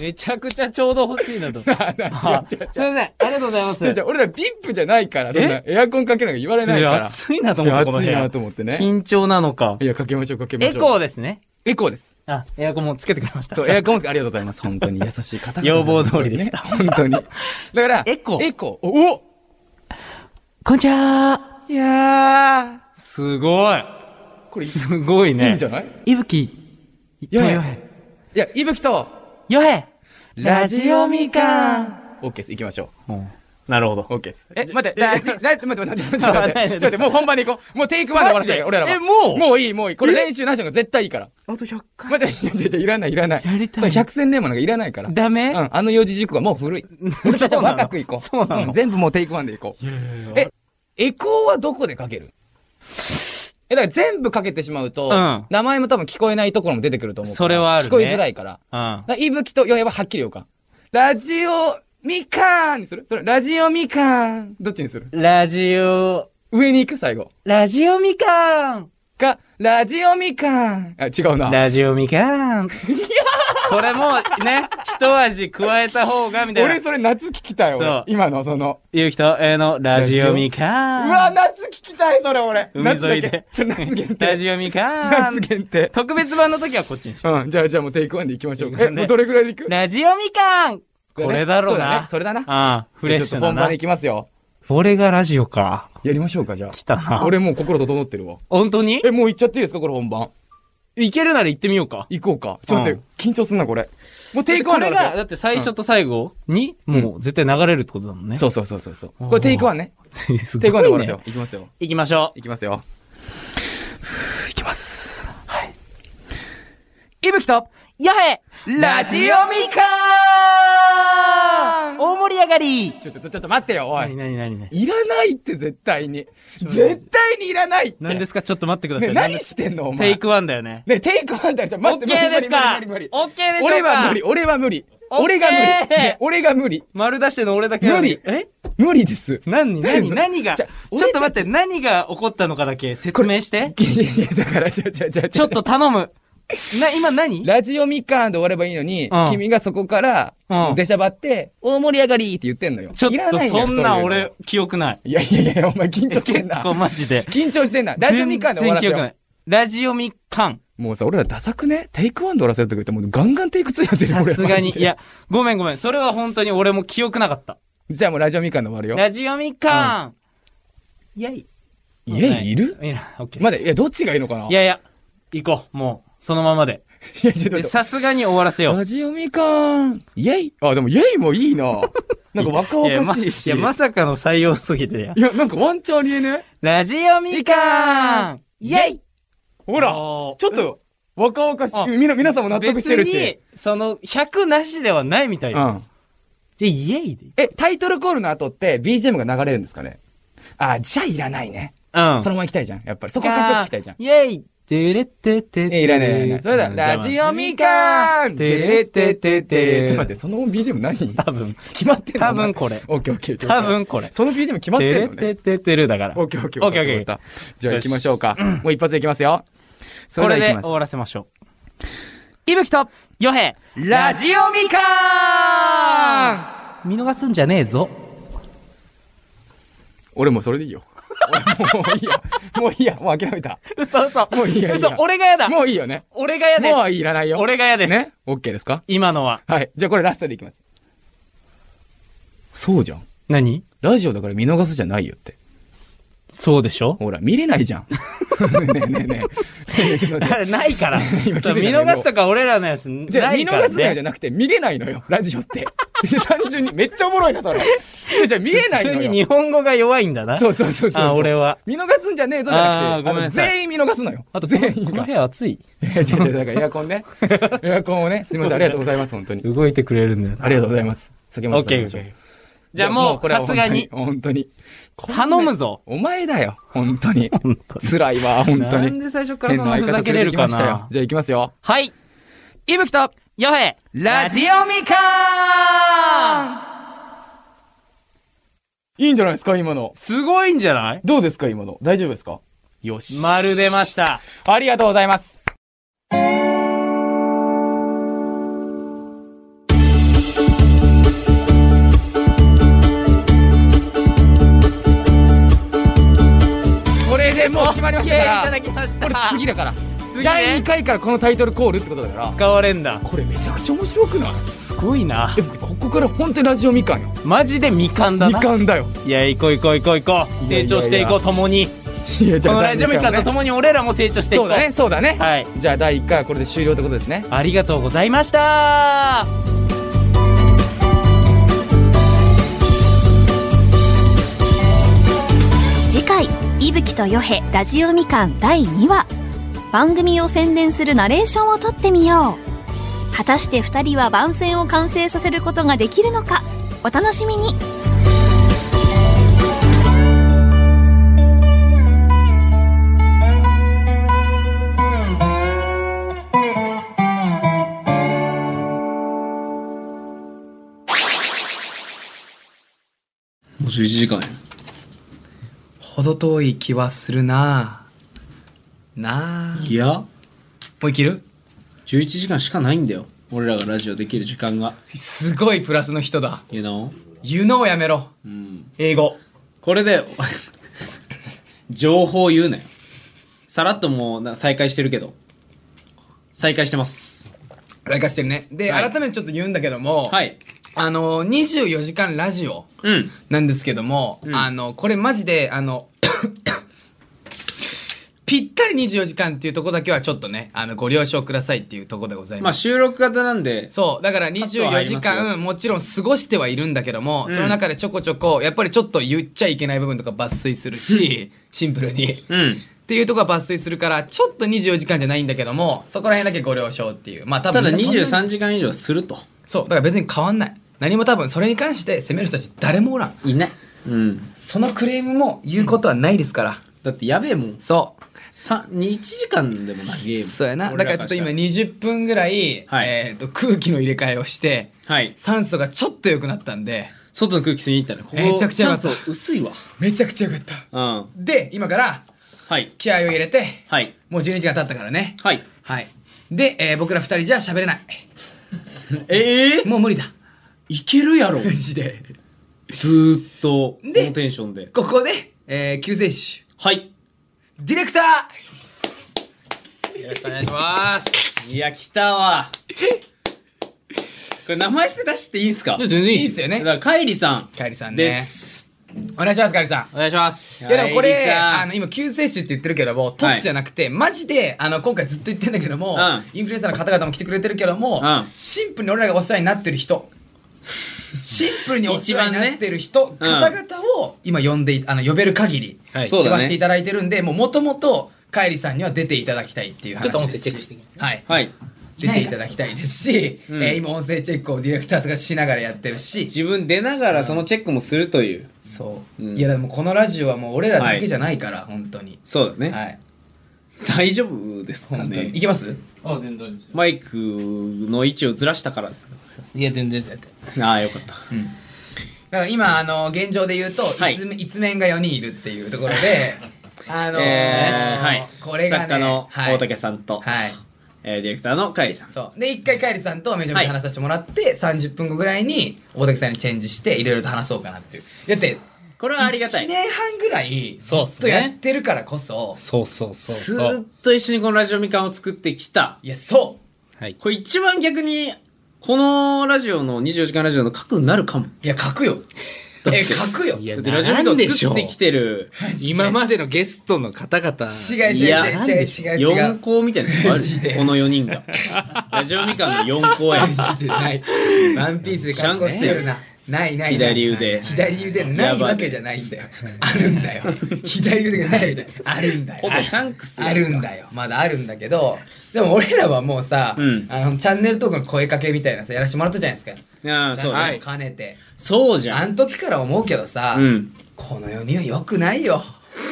Speaker 6: めちゃくちゃちょうど欲しいなと。すい
Speaker 2: [laughs] あ
Speaker 6: ま
Speaker 2: 違う違う違う
Speaker 6: せん。ありがとうございます。
Speaker 2: 違う違う、俺らビップ [laughs] じゃないから、そんなエアコンかけなんか言われないから。
Speaker 6: 暑いなと
Speaker 2: い
Speaker 6: 思っ
Speaker 2: や
Speaker 6: て、この
Speaker 2: 暑
Speaker 6: 部
Speaker 2: いな
Speaker 6: 屋。
Speaker 2: と思ってね。
Speaker 6: 緊張なのか
Speaker 2: い。や、かけましょう、かけま
Speaker 6: エ
Speaker 2: しょ
Speaker 6: コ
Speaker 2: う。
Speaker 6: ーですね。
Speaker 2: エコーです。
Speaker 6: あ、エアコンもつけてくれました。
Speaker 2: そう、エアコン、ありがとうございます。本当に優しい方々
Speaker 6: 要望通りでした
Speaker 2: 本当にね。本当に。だから、
Speaker 6: エコー
Speaker 2: エコー。おお
Speaker 6: こんにちは。
Speaker 2: いや
Speaker 6: すごい。これ、すごい
Speaker 2: ー、
Speaker 6: ね。
Speaker 2: いいんじゃない
Speaker 6: いぶき、
Speaker 2: いやい
Speaker 6: よ
Speaker 2: や、
Speaker 6: へ。
Speaker 2: いや、いぶきと、
Speaker 6: よへ。
Speaker 2: ラジオみか
Speaker 6: ん。
Speaker 2: オッケーです。行きましょ
Speaker 6: なるほど
Speaker 2: う。。オッケーです。え、待って、ラジ、ラジ、待って、待って、待って、
Speaker 6: [laughs]
Speaker 2: 待って、
Speaker 6: あ
Speaker 2: 待って、待って、もう本番で行こう。もうテイクワンで終わらせて、
Speaker 6: マジで
Speaker 2: 俺らは。
Speaker 6: えもう
Speaker 2: もういい、もういい。これ練習なしのが絶対いいから。
Speaker 6: あと100回。
Speaker 2: 待って、いや、いやいやいらない、いらない。
Speaker 6: やりたい
Speaker 2: 百戦錬磨なんかいらないから。
Speaker 6: ダメ
Speaker 2: うん、あの四字熟語はもう古い。
Speaker 6: [laughs]
Speaker 2: じ
Speaker 6: そうなの
Speaker 2: ゃあ若くいこう。
Speaker 6: そうなの
Speaker 2: ん全部もうテイクワンでいこう。え、エコーはどこでかけるえ、だから全部かけてしまうと、
Speaker 6: うん
Speaker 2: 名前も多分聞こえないところも出てくると思うから。
Speaker 6: それはあるね
Speaker 2: 聞こえづらいから。
Speaker 6: う
Speaker 2: だ
Speaker 6: ん。
Speaker 2: からいぶきとよへははっきり言おうか。ラジオみかーんにするそれ、ラジオみかーん。どっちにする
Speaker 6: ラジオ、
Speaker 2: 上に行く最後。
Speaker 6: ラジオみかん。
Speaker 2: か、ラジオみかーん。あ、違うな。
Speaker 6: ラジオみかん。これも
Speaker 1: [laughs]
Speaker 6: ね、一味加えた方が、みたいな。
Speaker 2: 俺それ夏聞きたい、
Speaker 6: そう
Speaker 2: 俺。今のその。
Speaker 6: ゆうきと、えの、ラジオみかん。
Speaker 2: うわ、夏聞きたい、それ俺。
Speaker 6: 海沿い
Speaker 2: 夏だ
Speaker 6: で
Speaker 2: け。それ夏限
Speaker 6: [laughs] ラ
Speaker 2: 定。
Speaker 6: ジオみか
Speaker 2: 夏
Speaker 6: ん。
Speaker 2: 限定。
Speaker 6: 特別版の時はこっちにしよ
Speaker 2: うん、じゃあ、じゃあもうテイクワンでいきましょうか。
Speaker 6: テ
Speaker 2: え、
Speaker 6: イクワンで
Speaker 2: もうどれぐらいでいく
Speaker 6: う。ラジオみかん。これだろう
Speaker 2: そうだね
Speaker 6: な。
Speaker 2: それだな。
Speaker 6: ああ、フレッシ
Speaker 2: じゃ
Speaker 6: ュ
Speaker 2: あちょっと
Speaker 6: だ
Speaker 2: 本番
Speaker 6: な
Speaker 2: でい。きますよ。
Speaker 6: 俺がラジオか。
Speaker 2: やりましょうか、じゃ
Speaker 6: 来たな
Speaker 2: あ。。俺もう心整ってるわ。
Speaker 6: 本当に
Speaker 2: え、もう行っちゃっていいですかこれ本番。
Speaker 6: いけるなら行ってみようか。
Speaker 2: 行こうか。ちょっと待って、緊張すんな、これ。もうテイクワ
Speaker 6: こ
Speaker 2: ンだ
Speaker 6: れ
Speaker 2: から
Speaker 6: が、だって最初と最後に、もう絶対流れるってことだもんね。
Speaker 2: そうそうそうそうそう。これテイクワンね。
Speaker 6: う。 [laughs] すご
Speaker 2: テイ
Speaker 6: い
Speaker 2: クワンで終わらせよ
Speaker 6: ね。
Speaker 2: う。行きますよ。
Speaker 6: 行きましょう。
Speaker 2: 行きますよ。
Speaker 9: いきます。はい。
Speaker 2: いぶきと、
Speaker 1: よへ
Speaker 2: ラジオミカ
Speaker 1: 大盛り上がり
Speaker 2: ちょっと、ちょっと待ってよ、おい
Speaker 6: 何。何何何
Speaker 2: いらないって絶対に。絶対にいらないって。
Speaker 6: 何ですかちょっと待ってください。
Speaker 2: ね、何してんのお
Speaker 6: テイ
Speaker 2: 前。
Speaker 6: クワンだよね。
Speaker 2: ね、テイクワンだよ。じゃあ待って、
Speaker 6: オッケー
Speaker 2: 無理
Speaker 6: ですか
Speaker 2: 無理無理無理無理無理
Speaker 6: オッケーでしょうか
Speaker 2: 俺は無理、俺は無理。
Speaker 6: オッケー
Speaker 2: 俺が無理。ね俺が無理。
Speaker 6: 丸出しての俺だけなのに
Speaker 2: 無理
Speaker 6: え
Speaker 2: 無理です。
Speaker 6: 何何
Speaker 2: 何
Speaker 6: 何が
Speaker 2: じゃ
Speaker 6: ちょ
Speaker 2: 俺
Speaker 6: った
Speaker 2: ち
Speaker 6: と待って、何が起こったのかだけ説明して。
Speaker 2: いやいや、だから、じゃあじゃあじゃあ
Speaker 6: ちょっ。と頼
Speaker 2: [laughs]
Speaker 6: む。な、今何
Speaker 2: ラジオみかんで終わればいいのに
Speaker 6: うん、
Speaker 2: 君がそこから
Speaker 6: うん、
Speaker 2: 出しゃばって、大盛り上がりって言ってんのよ。
Speaker 6: ちょっ
Speaker 2: いら
Speaker 6: と
Speaker 2: いのよ
Speaker 6: そんな。
Speaker 2: ういう
Speaker 6: 俺
Speaker 2: の、
Speaker 6: 記憶ない。
Speaker 2: いやいやいや、お前緊張してん
Speaker 6: 結
Speaker 2: な。
Speaker 6: 構マジで。
Speaker 2: 緊張してんな。ラジオみかんで終わらせよ
Speaker 6: 全然記憶な
Speaker 2: う
Speaker 6: い。ラジオみかん。
Speaker 2: もうさ、俺らダサくねテイクワンで終わらせようって言ってもうガンガンテイク2やってる
Speaker 6: さすがに。い。
Speaker 2: 俺マ
Speaker 6: や、ごめんごめん。それは本当に俺も記憶なかった。
Speaker 2: ジでじゃあもうラジオみかんで終わるよ。
Speaker 6: ラジオみかん。いやい。
Speaker 2: 家いる
Speaker 6: いや、オッケー。
Speaker 2: まだ、いや、どっちがいいのかない
Speaker 6: やいや、行こう。もう、そのままで。
Speaker 2: いやちょっと
Speaker 6: で
Speaker 2: 待って
Speaker 6: さすがに終わらせよう。
Speaker 2: ラジオみかん。イェイあ、でもイェイもいいな。なんか若
Speaker 6: いや
Speaker 2: 々
Speaker 6: ま
Speaker 2: しいし。
Speaker 6: いや、まさかの採用すぎてや
Speaker 2: い。やなんかワンチャンありえね
Speaker 6: ラジオみかんイェイ
Speaker 2: ほら、ち
Speaker 6: お
Speaker 2: ょ
Speaker 6: ー
Speaker 2: っと若々
Speaker 6: あ
Speaker 2: しい。みな、皆さんも納得してる
Speaker 6: 別
Speaker 2: し
Speaker 6: に。、その、100なしではないみたいうな。
Speaker 2: ん。
Speaker 6: じゃ、イェイでいい
Speaker 2: え、タイトルコールの後って BGM が流れるんですかねあ、じゃあいらないね。
Speaker 6: うん。
Speaker 2: そのまま行きたいじゃん。やっぱり。そこはかっこよく行きたいじゃん。
Speaker 6: イェイてれってって
Speaker 2: え、いらないいらないいらない。それだ、ラジオみかんてれててて。ちょっと待って、その BGM 何
Speaker 6: 多分、
Speaker 2: 決まってんの
Speaker 6: 多分これ
Speaker 2: オッケーオッケー。
Speaker 6: 多分これ。
Speaker 2: その BGM 決まって
Speaker 6: て
Speaker 2: ん
Speaker 6: れ
Speaker 2: の
Speaker 6: っ
Speaker 2: ね。
Speaker 6: てってってるだから。
Speaker 2: オッケーオッケー。
Speaker 6: オッケーオッケー
Speaker 2: わかったじゃあ行きましょうか。もう一発で行きますよ。そ
Speaker 6: これ
Speaker 2: は
Speaker 6: で
Speaker 2: 行きます
Speaker 6: 終わらせましょ
Speaker 2: いぶきと、
Speaker 6: う。ヨヘ
Speaker 2: ラジオみかん
Speaker 6: 見逃すんじゃねえぞ。
Speaker 2: 俺もうそれでいいよ。俺 [laughs] もういいや。もういいや。もう諦めた。
Speaker 6: 嘘嘘。
Speaker 2: もういいやいいや
Speaker 6: 嘘、俺がやだ。
Speaker 2: もういいよね。
Speaker 6: 俺がやで
Speaker 2: もう
Speaker 6: す。
Speaker 2: いらないよ。
Speaker 6: 俺がやです。
Speaker 2: ね。オッケーですか
Speaker 6: 今のは。
Speaker 2: はい。じゃあこれラストでいきます。そうじゃん。
Speaker 6: 何
Speaker 2: ラジオだから見逃すじゃないよって。
Speaker 6: そうでしょ
Speaker 2: ほら、見れないじゃん。 [laughs] ねえねえねえねえ。ちょっと
Speaker 6: [laughs]
Speaker 2: 待って
Speaker 6: ないから。見
Speaker 2: 今気づいたんだけど
Speaker 6: 逃すとか俺らのやつ
Speaker 2: じゃあ、
Speaker 6: な
Speaker 2: 見
Speaker 6: いから、
Speaker 2: 逃すのよ
Speaker 6: ね。
Speaker 2: じゃなくて、見れないのよ、ラジオって。 [laughs] 単純に、めっちゃおもろいな、それ。じゃあじゃあ、見れない
Speaker 6: 普
Speaker 2: の
Speaker 6: 通に日
Speaker 2: よ。
Speaker 6: 本語が弱いんだ
Speaker 2: [laughs]
Speaker 6: な。
Speaker 2: そうそうそうそう。
Speaker 6: あ、俺。は。
Speaker 2: 見逃すんじゃねえぞじゃ
Speaker 6: あ
Speaker 2: な
Speaker 6: ー
Speaker 2: くて、
Speaker 6: ごめん
Speaker 2: あの
Speaker 6: なさい
Speaker 2: 全員見逃すのよ。
Speaker 6: あとこの、
Speaker 2: 全員
Speaker 6: この
Speaker 2: が
Speaker 6: 部。屋暑い。
Speaker 2: いや違う違う、だからエアコン
Speaker 6: [laughs]
Speaker 2: ね。エアコンをね、すみません、ありがとうございます、本当に。
Speaker 6: 動いてくれるんだよな。
Speaker 2: ありがとうございます。酒松さんの情報
Speaker 6: OK OK じゃあもう、
Speaker 2: これは
Speaker 6: さすがに。
Speaker 2: 本当に。本当に
Speaker 6: 頼むぞ。
Speaker 2: お前だよ、本当に。
Speaker 6: 本当に
Speaker 2: 辛いわ、本当
Speaker 6: なん
Speaker 2: に。
Speaker 6: で最初からそんなふざけれ
Speaker 2: 連れて
Speaker 6: る
Speaker 2: き
Speaker 6: か
Speaker 2: ましたよ
Speaker 6: な。
Speaker 2: じゃあ行きますよ。
Speaker 6: はい。
Speaker 2: いぶきと
Speaker 6: ヨヘ
Speaker 2: ラジ
Speaker 6: オミカーン
Speaker 2: いいんじゃないですか、今の。
Speaker 6: すごいんじゃない
Speaker 2: どうですか、今の。大丈夫ですかよし。
Speaker 6: 丸出ました。
Speaker 2: ありがとうございます。これでもう決まりましたか
Speaker 6: いた
Speaker 2: ら
Speaker 6: だきまし
Speaker 2: これ
Speaker 6: た。
Speaker 2: 次だから
Speaker 6: 次
Speaker 2: 第2
Speaker 6: ね。
Speaker 2: 回からこのタイトルコールってことだから
Speaker 6: 使われんだ。
Speaker 2: これめちゃくちゃ面白くない
Speaker 6: すごいな
Speaker 2: え。ここから本当にラジオみかんよ
Speaker 6: マジでみかんだ
Speaker 2: み
Speaker 6: な。
Speaker 2: かんだよ
Speaker 6: いや、行こう行こう行こう行こう。
Speaker 2: いやいや
Speaker 6: 成長していこう、共に。
Speaker 2: いやじ
Speaker 6: こ
Speaker 2: ゃあ
Speaker 6: のラジオみかんと
Speaker 2: ね
Speaker 6: 共に俺らも成長していこ
Speaker 2: そう
Speaker 6: う。
Speaker 2: だねそうだね
Speaker 6: はい。
Speaker 2: じゃあ第1回はこれで終了ってことですね
Speaker 6: ありがとうございました。
Speaker 5: 次回「いぶきとよへラジオみかん」第2話番組を宣伝するナレーションをとってみよう果たして2人は番宣を完成させることができるのかお楽しみに
Speaker 1: もう11時間や
Speaker 2: 程遠い気はするなあなあ
Speaker 1: いや
Speaker 2: もういける
Speaker 1: 11時間しかないんだよ俺らがラジオできる時間が
Speaker 2: すごいプラスの人だ
Speaker 1: You know?
Speaker 2: 言うのをやめろ
Speaker 1: うん
Speaker 2: 英語
Speaker 1: これで [laughs] 情報言うなよさらっともうな再開してるけど再開してます
Speaker 2: 来化してるねで、
Speaker 1: はい
Speaker 2: 改めてちょっと言うんだけども、
Speaker 1: はい
Speaker 2: あの24時間ラジオ
Speaker 1: うん
Speaker 2: なんですけども、
Speaker 1: うん
Speaker 2: あのこれマジであのぴったり24時間っていうとこだけはちょっとねあのご了承くださいっていうとこでござい
Speaker 1: ま
Speaker 2: ま
Speaker 1: あ
Speaker 2: す、
Speaker 1: 収録型なんで
Speaker 2: そうだから
Speaker 1: カットは
Speaker 2: 24
Speaker 1: 入り
Speaker 2: 時
Speaker 1: ますよ
Speaker 2: 間もちろん過ごしてはいるんだけども、
Speaker 1: うん
Speaker 2: その中でちょこちょこやっぱりちょっと言っちゃいけない部分とか抜粋する
Speaker 1: [laughs]
Speaker 2: しシンプルに。
Speaker 1: うん
Speaker 2: っていうとこは抜粋するからちょっと24時間じゃないんだけどもそこら辺だけご了承っていうまあ
Speaker 1: た
Speaker 2: 多
Speaker 1: だ
Speaker 2: 分みんなそんな
Speaker 1: 23
Speaker 2: に
Speaker 1: 時間以上はすると
Speaker 2: そうだから別に変わんない何も多分それに関して責める人たち誰もおらん
Speaker 1: いないうん
Speaker 2: そのクレームも言うことはないですから、
Speaker 1: だってやべえもん
Speaker 2: そ
Speaker 1: さ1時間でもないゲー
Speaker 2: う
Speaker 1: ム
Speaker 2: そうやなだ
Speaker 1: 俺
Speaker 2: から
Speaker 1: ら
Speaker 2: ちょっと
Speaker 1: した
Speaker 2: 今20分ぐらい、
Speaker 1: はい
Speaker 2: えー、と空気の入れ替えをして
Speaker 1: はい
Speaker 2: 酸素がちょっと良くなったんで
Speaker 1: 外の空気吸いに行ったらここ
Speaker 2: めちゃくちゃよかった
Speaker 1: 酸素薄いわ
Speaker 2: めちゃくちゃ良かった
Speaker 1: うん
Speaker 2: で今から
Speaker 1: はい
Speaker 2: 気合を入れて
Speaker 1: はい
Speaker 2: もう12時間経ったからね
Speaker 1: はい
Speaker 2: はいで、えー僕ら2人じゃ喋れない
Speaker 1: ええ
Speaker 2: もう無理だ
Speaker 1: いけるやろ
Speaker 2: マジで
Speaker 1: ずーっとこの
Speaker 2: で
Speaker 1: テンションで
Speaker 2: ここで、えー救世主
Speaker 1: はい
Speaker 2: ディレクター
Speaker 6: よろしくお願いします。
Speaker 1: いや来たわこれ名前って出していいんすか
Speaker 6: 全然
Speaker 2: いいっすよ
Speaker 1: だか
Speaker 2: ね
Speaker 1: らカイリさん
Speaker 2: カエリさんね
Speaker 1: です、
Speaker 2: お願いしますカエリさん
Speaker 6: お願いします
Speaker 2: いやでもこ
Speaker 1: はいリ
Speaker 2: れ
Speaker 1: サ
Speaker 2: あの今救世主って言ってるけども
Speaker 1: はい
Speaker 2: 突じゃなくて、マジであの今回ずっと言ってんだけども、
Speaker 1: うん
Speaker 2: インフルエンサーの方々も来てくれてるけども、
Speaker 1: うん
Speaker 2: シンプルに俺らがお世話になってる人シンプルにお世話になってる人、
Speaker 1: 一番
Speaker 2: 方
Speaker 1: ね
Speaker 2: 々を今呼んでいあの呼べる限り、
Speaker 6: はい
Speaker 1: そう
Speaker 2: 呼
Speaker 1: だ
Speaker 2: ばせてい
Speaker 1: ね
Speaker 2: ただいてるんでもともとカエリさんには出ていただきたいっていう話
Speaker 10: ちょっと音
Speaker 2: で
Speaker 10: 声
Speaker 2: す
Speaker 10: チェックしてみる
Speaker 2: はい
Speaker 1: はい
Speaker 2: 出ていただきたいですし、
Speaker 1: うん
Speaker 2: えー今音声チェックをディレクターズがしながらやってるし
Speaker 1: 自分出ながらそのチェックもするという
Speaker 2: そう、
Speaker 1: うん
Speaker 2: いやでもこのラジオはもう俺らだけじゃないから、本当に
Speaker 1: そうだね、
Speaker 2: はい
Speaker 1: [laughs] 大丈夫ですか
Speaker 2: 本当に、い
Speaker 1: ね
Speaker 2: けます
Speaker 10: あ全然大丈夫ですよ
Speaker 1: マイクの位置をずらしたからですか
Speaker 10: いや全然全然
Speaker 1: ああよかった
Speaker 2: だから今あの現状で言うと、
Speaker 1: はい
Speaker 2: いつめいつ面が4人いるっていうところ
Speaker 1: [laughs]
Speaker 2: であの
Speaker 1: えーはい
Speaker 2: これが、ね、
Speaker 1: 作家の
Speaker 2: はい
Speaker 1: 大竹さんと、
Speaker 2: はい
Speaker 1: えーディレクターのカイリさん
Speaker 2: そうで一回カエリさんとめちゃめちゃ話させてもらって、30分後ぐらいに大竹さんにチェンジしていろいろと話そうかなっていうだって
Speaker 1: これはありがたい
Speaker 2: 1年半ぐらいず
Speaker 6: そうっ
Speaker 2: っ
Speaker 6: す
Speaker 2: と
Speaker 6: ね
Speaker 2: やってるからこそ
Speaker 6: そうそうそう
Speaker 1: ず
Speaker 6: そ
Speaker 1: ー
Speaker 6: う。
Speaker 1: っと一緒にこのラジオみかんを作ってきた
Speaker 2: いやそ
Speaker 6: はい。
Speaker 1: これ一番逆にこのラジオの24時間ラジオの核になるかも。
Speaker 2: いや、書くよ。え、書くよ。
Speaker 10: い
Speaker 2: 違
Speaker 10: や
Speaker 1: だってラジオビデ
Speaker 10: なん
Speaker 1: オ
Speaker 10: でしょ
Speaker 1: 作
Speaker 10: う
Speaker 1: ってきてる。
Speaker 10: 今までのゲストの方々
Speaker 2: う違う
Speaker 1: いや
Speaker 2: 違う違う違う違う
Speaker 1: 4。校みたいな
Speaker 2: [laughs]
Speaker 1: のあるこの4人が。ラジオみかんの4校や。
Speaker 2: してない。ワンピースで格好してるな。ないないない。
Speaker 1: 左腕
Speaker 2: 左腕ないわけじゃないんだよ。あるんだよ。左腕がないみたいな。あるんだよ
Speaker 1: ほ。ぼシャンクスや。
Speaker 2: あるんだよ。まだあるんだけど、でも俺らはもうさ、
Speaker 1: うん
Speaker 2: あのチャンネル登録の声かけみたいなさ、やらしてもらったじゃないですか。
Speaker 1: ああ、そうじゃん、
Speaker 2: はい。兼ねて。
Speaker 1: そうじゃ
Speaker 2: あ
Speaker 1: ん。
Speaker 2: の時から思うけどさ、
Speaker 1: うん。
Speaker 2: この世には良くな
Speaker 1: [laughs]
Speaker 2: いよ。 [laughs]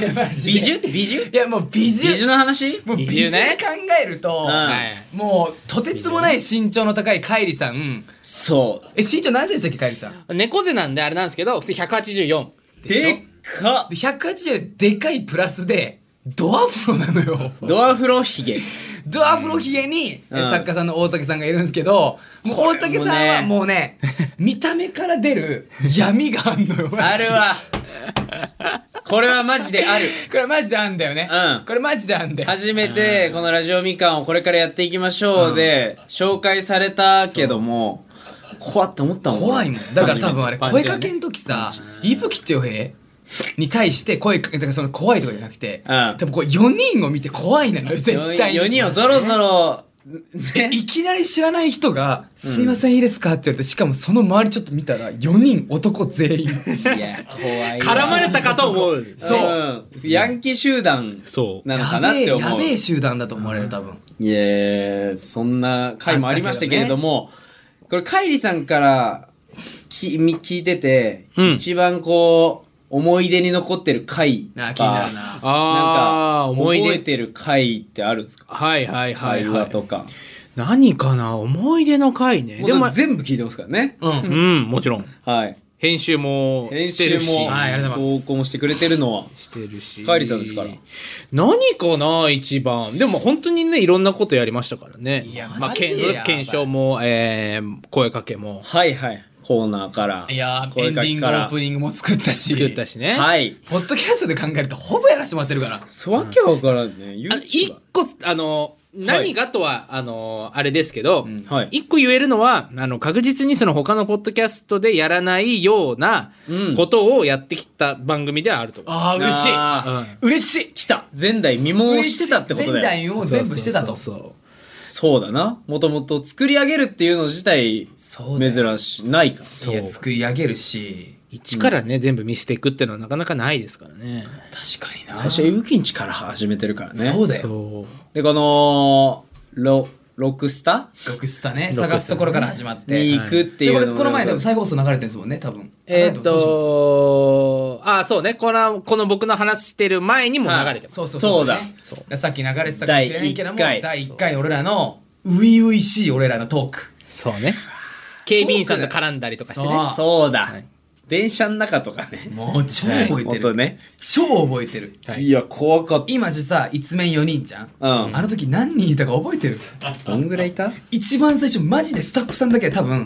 Speaker 2: いやマジ
Speaker 1: 美
Speaker 2: で
Speaker 1: 女美女
Speaker 2: いやもう美
Speaker 1: 美女
Speaker 2: 術
Speaker 1: の話
Speaker 2: もう美術で
Speaker 1: ね
Speaker 2: 考。えると、
Speaker 1: うん
Speaker 10: はい
Speaker 2: もうとてつもない身長の高いカイリさん。
Speaker 1: そ
Speaker 2: え、身長何センチだっけ、カイリさん。
Speaker 10: 猫背なんであれなんですけど普通184
Speaker 1: う。
Speaker 2: でしょ
Speaker 1: でっか
Speaker 2: で180でかいプラスで、ドアフロなのよ。
Speaker 1: ドアフロヒゲ。
Speaker 2: ドアフロヒゲに、
Speaker 1: うん
Speaker 2: え作家さんの大竹さんがいるんですけど、もう大竹さんはもうね、見た目から出る闇があんのよ。マジで
Speaker 1: あるわ。これはマジである。
Speaker 2: これマジであんだよね。
Speaker 1: うん
Speaker 2: これマジであんだよ。
Speaker 1: 初めてこのラジオみかんをこれからやっていきましょうで紹介されたけども怖って思ったもん
Speaker 2: 怖いもん。だから多分あれ、
Speaker 10: パンチね
Speaker 2: 声かけん時さ、いぶきってよへに対して声かけ、だからその怖いとかじゃなくて、
Speaker 1: うん
Speaker 2: 多分こう4人を見て怖いなのよ、絶対に。
Speaker 1: 4人をぞろぞろ
Speaker 2: [laughs] いきなり知らない人が、すいません、いいですかって言われて、しかもその周りちょっと見たら、4人男全
Speaker 1: い
Speaker 2: 員。
Speaker 1: や怖い
Speaker 10: 絡まれたかと思う
Speaker 1: そう、うんヤンキー集団
Speaker 10: そ
Speaker 1: [laughs]
Speaker 10: う
Speaker 1: なのか
Speaker 2: や
Speaker 1: なっ
Speaker 2: べえ、
Speaker 1: て思う
Speaker 2: やべえ集団だと思われる、多分。
Speaker 1: いやーそんな回もありましたけれどもこれカイリさんからきみ聞いてて、
Speaker 10: うん
Speaker 1: 一番こう思い出に残ってる回
Speaker 2: なあ、
Speaker 1: と
Speaker 2: 気にな
Speaker 1: か
Speaker 2: るな。
Speaker 1: な
Speaker 10: ああ
Speaker 1: んか
Speaker 10: 思い
Speaker 1: 覚え
Speaker 10: 出
Speaker 1: てる回ってあるんですか
Speaker 10: はいはいはい
Speaker 1: 会
Speaker 10: は
Speaker 1: 話
Speaker 10: い
Speaker 1: とか
Speaker 10: 何かな思い出の回ねで
Speaker 1: でも
Speaker 10: も
Speaker 1: 全部聞いてますからね。
Speaker 10: うんもちろん
Speaker 1: はい。
Speaker 10: 編集も
Speaker 1: 編
Speaker 10: して
Speaker 1: 集
Speaker 10: るし
Speaker 1: も、
Speaker 2: はいありがとうございま
Speaker 1: 投
Speaker 2: す
Speaker 1: 稿もしてくれてるのは。
Speaker 10: してるし
Speaker 1: カイリさんですから
Speaker 10: 何かな一番でも本当にねいろんなことやりましたからねいやまあ
Speaker 2: マジ
Speaker 10: 検
Speaker 2: でやばい
Speaker 10: 検証も、えー声かけも
Speaker 1: はいはい。コーナーから。
Speaker 2: いやー、エ
Speaker 1: 声
Speaker 2: ンデ
Speaker 1: か
Speaker 2: ィ
Speaker 1: け
Speaker 2: ング、オ
Speaker 1: から
Speaker 2: ープニングも作ったし。
Speaker 10: 作ったしね、
Speaker 1: はい。
Speaker 2: ポッドキャストで考えると、ほぼやらしてもらってるから。
Speaker 1: そうわけわからんね。
Speaker 10: あ
Speaker 1: YouTuber
Speaker 10: 一個あの何がとは、あのあれですけど、
Speaker 1: はい
Speaker 10: 一個言えるのはあの確実にその他のポッドキャストでやらないような
Speaker 1: うん
Speaker 10: ことをやってきた番組ではあると思う、
Speaker 2: ああ、嬉しい。
Speaker 1: あ
Speaker 10: うん
Speaker 2: 嬉しい
Speaker 1: ー来た前代未聞してたってこと
Speaker 2: 前
Speaker 1: だよ。
Speaker 2: 代を全部してたと。
Speaker 10: そうそうそう
Speaker 1: そうだな。もともと作り上げるっていうの自体、
Speaker 2: そうだよ
Speaker 1: 珍しい。ないか。
Speaker 10: そう
Speaker 2: いや、作り上げるし。
Speaker 10: 一からね、全部見せていくっていうのはなかなかないですからね
Speaker 2: 確かにな。
Speaker 1: 最初、イブキンチから始めてるからね。
Speaker 2: そうだよ。
Speaker 10: そう
Speaker 1: で、この、ロ、ロクスタ
Speaker 2: ロクスタね。探すところから始まって。
Speaker 1: に行くっていうの
Speaker 2: で
Speaker 1: も
Speaker 2: これこの前でも再放送流れてるんですもんね多分
Speaker 10: えーっとああそうねこのこの僕の話してる前にも流れてます、
Speaker 2: そうそう
Speaker 1: そうだ。
Speaker 2: ださっき流れてたかもしれないけども
Speaker 1: 第一回
Speaker 2: 第1回俺らの初々しい俺らのトーク
Speaker 10: そうね警備員さんと絡んだりとかしてね
Speaker 2: そ
Speaker 1: そ
Speaker 2: う
Speaker 1: うだ、電車の中とかね
Speaker 2: もう超覚えて
Speaker 1: 本
Speaker 2: る、
Speaker 1: 当ね
Speaker 2: 超覚えてる
Speaker 10: はい
Speaker 1: いや怖かっ
Speaker 2: 今じさ一面4人じゃん、
Speaker 1: たうん
Speaker 2: あの時何人いたか覚えてる
Speaker 1: どんぐらいいた
Speaker 2: 一番最初マジでスタッフさんだけで多分、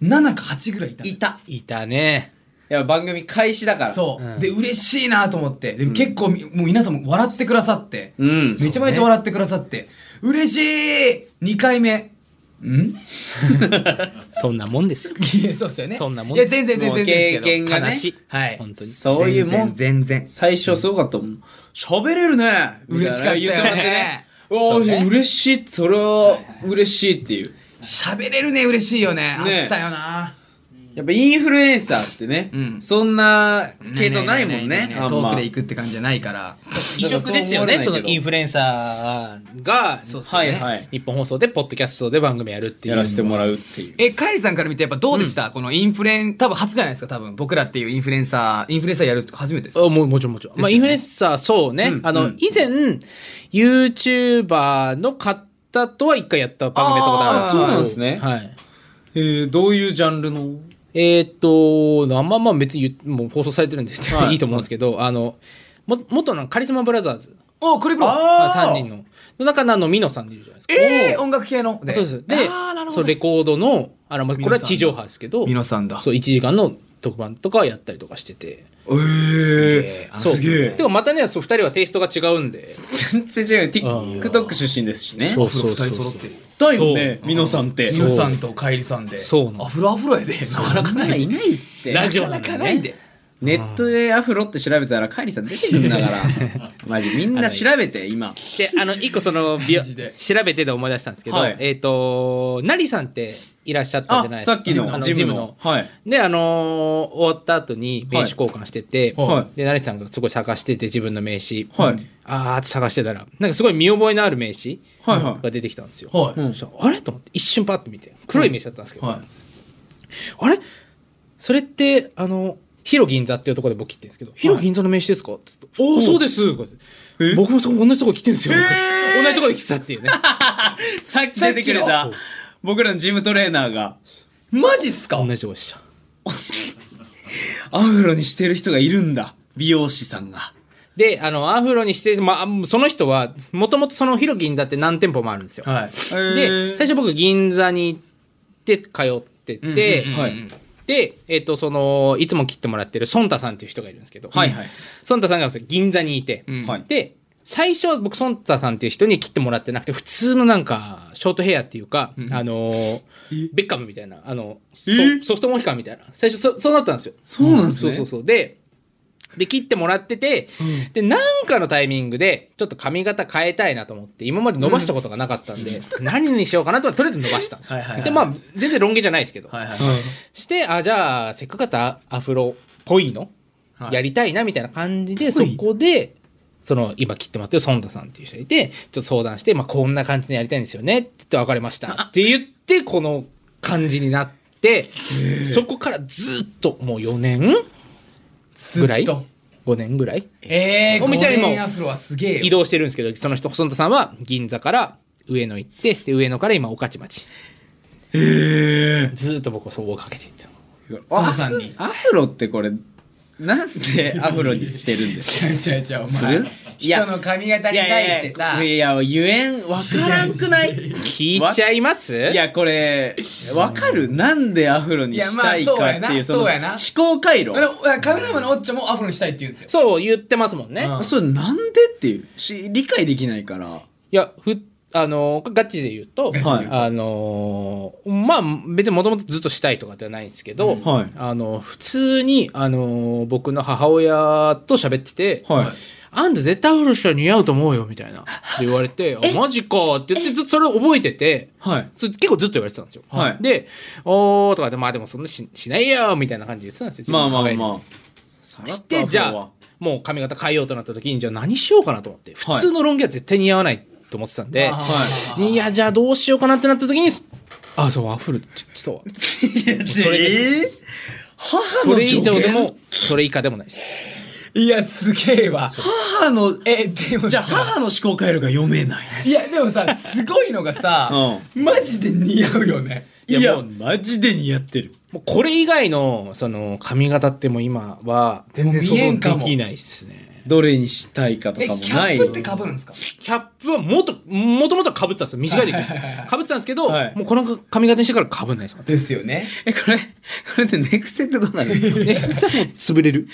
Speaker 1: ん
Speaker 2: 7か8ぐらいいた
Speaker 1: いた
Speaker 10: いたね
Speaker 1: や番組開始だから
Speaker 2: そう、
Speaker 10: うん
Speaker 2: で嬉しいなと思ってでも結構み、もう皆さんも笑ってくださって、
Speaker 1: うん
Speaker 2: めちゃめちゃ笑ってくださって、嬉しい2回目ん
Speaker 10: そんなもんですよ
Speaker 2: いや、そうですよね。
Speaker 10: そんなもん
Speaker 2: いや、全然全
Speaker 1: もう
Speaker 2: 然全然です
Speaker 1: 経
Speaker 2: け
Speaker 1: 験
Speaker 2: ど。
Speaker 1: がね
Speaker 10: 悲しい
Speaker 2: はい
Speaker 10: 本当に
Speaker 1: そういうもん
Speaker 2: 全然。
Speaker 1: 最初すごかったもん喋れるね
Speaker 2: 嬉しかったよ
Speaker 1: みいな言ってもらってね
Speaker 2: ね
Speaker 1: うわー嬉しいそれは嬉しいっていう
Speaker 2: 喋れるね、嬉しいよね。あ
Speaker 1: ね
Speaker 2: ったよな。
Speaker 1: やっぱインフルエンサーってね、
Speaker 2: うん
Speaker 1: そんな系統ないもんねあんま
Speaker 2: トークで行くって感じじゃないから。
Speaker 10: 異色ですよね
Speaker 1: だから
Speaker 10: そ
Speaker 1: そう思われないけど
Speaker 10: のインフルエンサーが
Speaker 1: はいはい
Speaker 10: 日本放送でポッドキャストで番組やるっていう
Speaker 1: やらせてもらうっていう
Speaker 2: え、カイリさんから見てやっぱどうでしたこのインフルエン、多分初じゃないですか、多分。僕らっていうインフルエンサー、インフルエンサーやるって初めてですか。
Speaker 10: あもうもちろんもちろん。まあ、
Speaker 2: ですよね
Speaker 10: インフルエンサー、そうね。
Speaker 1: うん
Speaker 10: あの、
Speaker 1: うん
Speaker 10: 以前、YouTuber の方とは一回やった番組やったことある
Speaker 2: あー
Speaker 10: け
Speaker 2: そ
Speaker 10: ど
Speaker 2: う
Speaker 1: なんですね
Speaker 10: はい。
Speaker 1: えー、どういうジャンルの
Speaker 10: えーっと、まあまあまあ別に言うもう放送されてるんで言って
Speaker 1: はい
Speaker 10: いいと思うんですけど、あの、も、元のカリスマブラザーズ。
Speaker 2: お、クリプロ
Speaker 10: あ3人の。の中のあの、ミノさんでいるじゃないですか。
Speaker 2: えー音楽系の。
Speaker 10: そうです。で、そう、レコードの、あの、まあこれは地上波ですけど、
Speaker 2: 皆さんだ。
Speaker 10: そう、1時間の特番とかやったりとかしてて。
Speaker 2: ええ
Speaker 6: そう
Speaker 2: すげえ
Speaker 10: でもまたねそう2人はテイストが違うんで
Speaker 1: 全然違う TikTok 出身ですしね
Speaker 10: そうそう
Speaker 2: 二人
Speaker 10: そう
Speaker 2: 揃ってる
Speaker 1: だよねみのさんって
Speaker 2: ミノさんとカイリさんで
Speaker 10: そうなの
Speaker 2: アフロアフロやでなかなか
Speaker 1: まだいないって
Speaker 10: ラジオ
Speaker 1: な
Speaker 10: な
Speaker 1: かな
Speaker 10: ん
Speaker 1: か
Speaker 10: だ
Speaker 1: ない
Speaker 10: ね
Speaker 1: でネットでアフロって調べたらカイリさん出てくるんだからマジみんな調べて今
Speaker 10: であの一個その
Speaker 1: [laughs]
Speaker 10: びよ
Speaker 2: ジで
Speaker 10: 調べてで思い出したんですけど、
Speaker 1: はい
Speaker 10: えっ、となりさんっていらっしゃっ
Speaker 1: あ
Speaker 10: たじゃないですか
Speaker 1: さっきのジムのはい
Speaker 10: であのー終わった後に名刺交換してて、
Speaker 1: はいはい
Speaker 10: で成さんがすごい探してて自分の名刺、
Speaker 1: はい
Speaker 10: あーって探してたらなんかすごい見覚えのある名刺
Speaker 1: はいはい
Speaker 10: が出てきたんですよ、
Speaker 2: はい
Speaker 1: うん
Speaker 10: そしたらあれと思って一瞬パッて見て黒い名刺だったんですけど、
Speaker 2: は
Speaker 10: あれそれってあのヒロ銀座っていうところで僕切ってるんですけど「ヒロ銀座の名刺ですか?」って言って「おおそうです」とか言って僕もそこ同じとこ来てるんですよ、同じとこで来てたっていうね
Speaker 1: さっき出てくれた僕らのジムトレーナーが
Speaker 2: いマジっすか
Speaker 10: 同じとこでした
Speaker 1: アフロにしてる人がいるんだ美容師さんが
Speaker 10: であのアフロにして、まあ、その人はもともとそのヒロ銀座って何店舗もあるんですよ、
Speaker 2: はい
Speaker 10: で最初僕銀座に行って通ってて、で、えっとそのいつも切ってもらってるソンタさんっていう人がいるんですけど、
Speaker 1: はいはい
Speaker 10: ソンタさんが銀座にいて、
Speaker 1: はい
Speaker 10: で最初は僕ソンタさんっていう人に切ってもらってなくて普通のなんかショートヘアっていうか、あのーベッカムみたいなあのソソフトモヒカンみたいな最初そそうなったんですよ。
Speaker 1: そうなんです
Speaker 10: そう
Speaker 1: ね
Speaker 10: そうそうでで切ってもらってて、でなんかのタイミングでちょっと髪型変えたいなと思って今まで伸ばしたことがなかったんで、何にしようかなと思ってとりあえず伸ばしたんですよ
Speaker 2: はいはいはい
Speaker 10: でまあ全然ロン毛じゃないですけど、
Speaker 2: はいはい
Speaker 10: してあじゃあせっかくだったらアフロっぽいの、
Speaker 2: はい
Speaker 10: やりたいなみたいな感じでそこでその今切ってもらってるソンダさんっていう人がいてちょっと相談して、まあ、こんな感じでやりたいんですよねって言って別れましたって言ってこの感じになってそこからずっともう4年
Speaker 2: ず
Speaker 10: ぐら
Speaker 2: っ
Speaker 10: い
Speaker 2: と
Speaker 10: 5年ぐらい
Speaker 2: ええ
Speaker 10: お店にも
Speaker 2: 五年アフロはすげえ
Speaker 10: 移
Speaker 2: よ
Speaker 10: 動してるんですけどその人細田さんは銀座から上野行ってで上野から今御徒町へえずーっと僕はそう追いかけていった
Speaker 2: ソンさんに
Speaker 1: アフロってこれなんでアフロにしてるん
Speaker 2: [laughs]
Speaker 1: ですか
Speaker 2: 違う違う違うお
Speaker 1: す
Speaker 2: 前
Speaker 1: るいや
Speaker 2: 人の髪型
Speaker 1: い
Speaker 2: に
Speaker 1: や
Speaker 2: 対
Speaker 1: いや
Speaker 2: してさ
Speaker 1: いやゆえんわからんくない
Speaker 10: 聞いちゃいます
Speaker 1: いやこれわかるなんでアフロにしたいかって
Speaker 2: い
Speaker 1: い
Speaker 2: や
Speaker 1: うその
Speaker 2: まあそうや
Speaker 1: 思
Speaker 2: な
Speaker 1: 考回路
Speaker 2: あのあカメラマンのおっちゃんもアフロにしたいって言うんですよ
Speaker 10: そう言ってますもんね、
Speaker 2: うん
Speaker 10: い
Speaker 1: それなんでっていうし理解できないから
Speaker 10: やふあのーガチで言うと、
Speaker 1: はい
Speaker 10: あのーまあ別にもともとずっとしたいとかじゃないんですけど、
Speaker 1: はい
Speaker 10: あの普通に、あのー僕の母親と喋ってて、
Speaker 1: はい
Speaker 10: あんた絶対アフロしたら似合うと思うよみたいなって言われてあマジかって言ってずっとそれを覚えてて
Speaker 1: はい
Speaker 10: そ結構ずっと言われてたんですよ、
Speaker 1: はい
Speaker 10: で「おー」とかで「まあでもそんなししないよ」みたいな感じで言ってたんですよ
Speaker 1: まあまあ
Speaker 10: 自分の母親に
Speaker 1: まあさらっとアフロ
Speaker 10: で
Speaker 1: は
Speaker 10: じゃあもう髪型変えようとなった時にじゃあ何しようかなと思って普通のロン毛は絶対似合わないと思ってたんで、、
Speaker 2: はい
Speaker 10: やじゃあどうしようかなってなった時にあそうアフルちょちょっとそれ
Speaker 1: えー
Speaker 10: それ以上でもそれ以下でもないです
Speaker 2: いやすげえわ
Speaker 1: 母の
Speaker 2: えでも
Speaker 1: じゃあ
Speaker 2: さ
Speaker 1: 母の思考回路が読めない
Speaker 2: いやでもさすごいのがさ、マジで似合うよね
Speaker 1: いやマジで似合ってる
Speaker 10: もうこれ以外のその髪型ってもう今は全然
Speaker 2: 見えんかも
Speaker 10: できないですね
Speaker 1: どれにしたいかと
Speaker 2: え
Speaker 1: か
Speaker 2: キ
Speaker 1: もな
Speaker 2: ャ
Speaker 1: い
Speaker 2: ップって被るんですか
Speaker 10: キャップはもっともともとかぶってたんですよ短い時にかぶってたんですけど、
Speaker 1: はい
Speaker 10: もうこの髪型にしてからかぶんないですもん
Speaker 2: ですよね
Speaker 1: えこれ [laughs] これってネクセってどうなるんですか [laughs]
Speaker 10: ねそしたらもう潰れる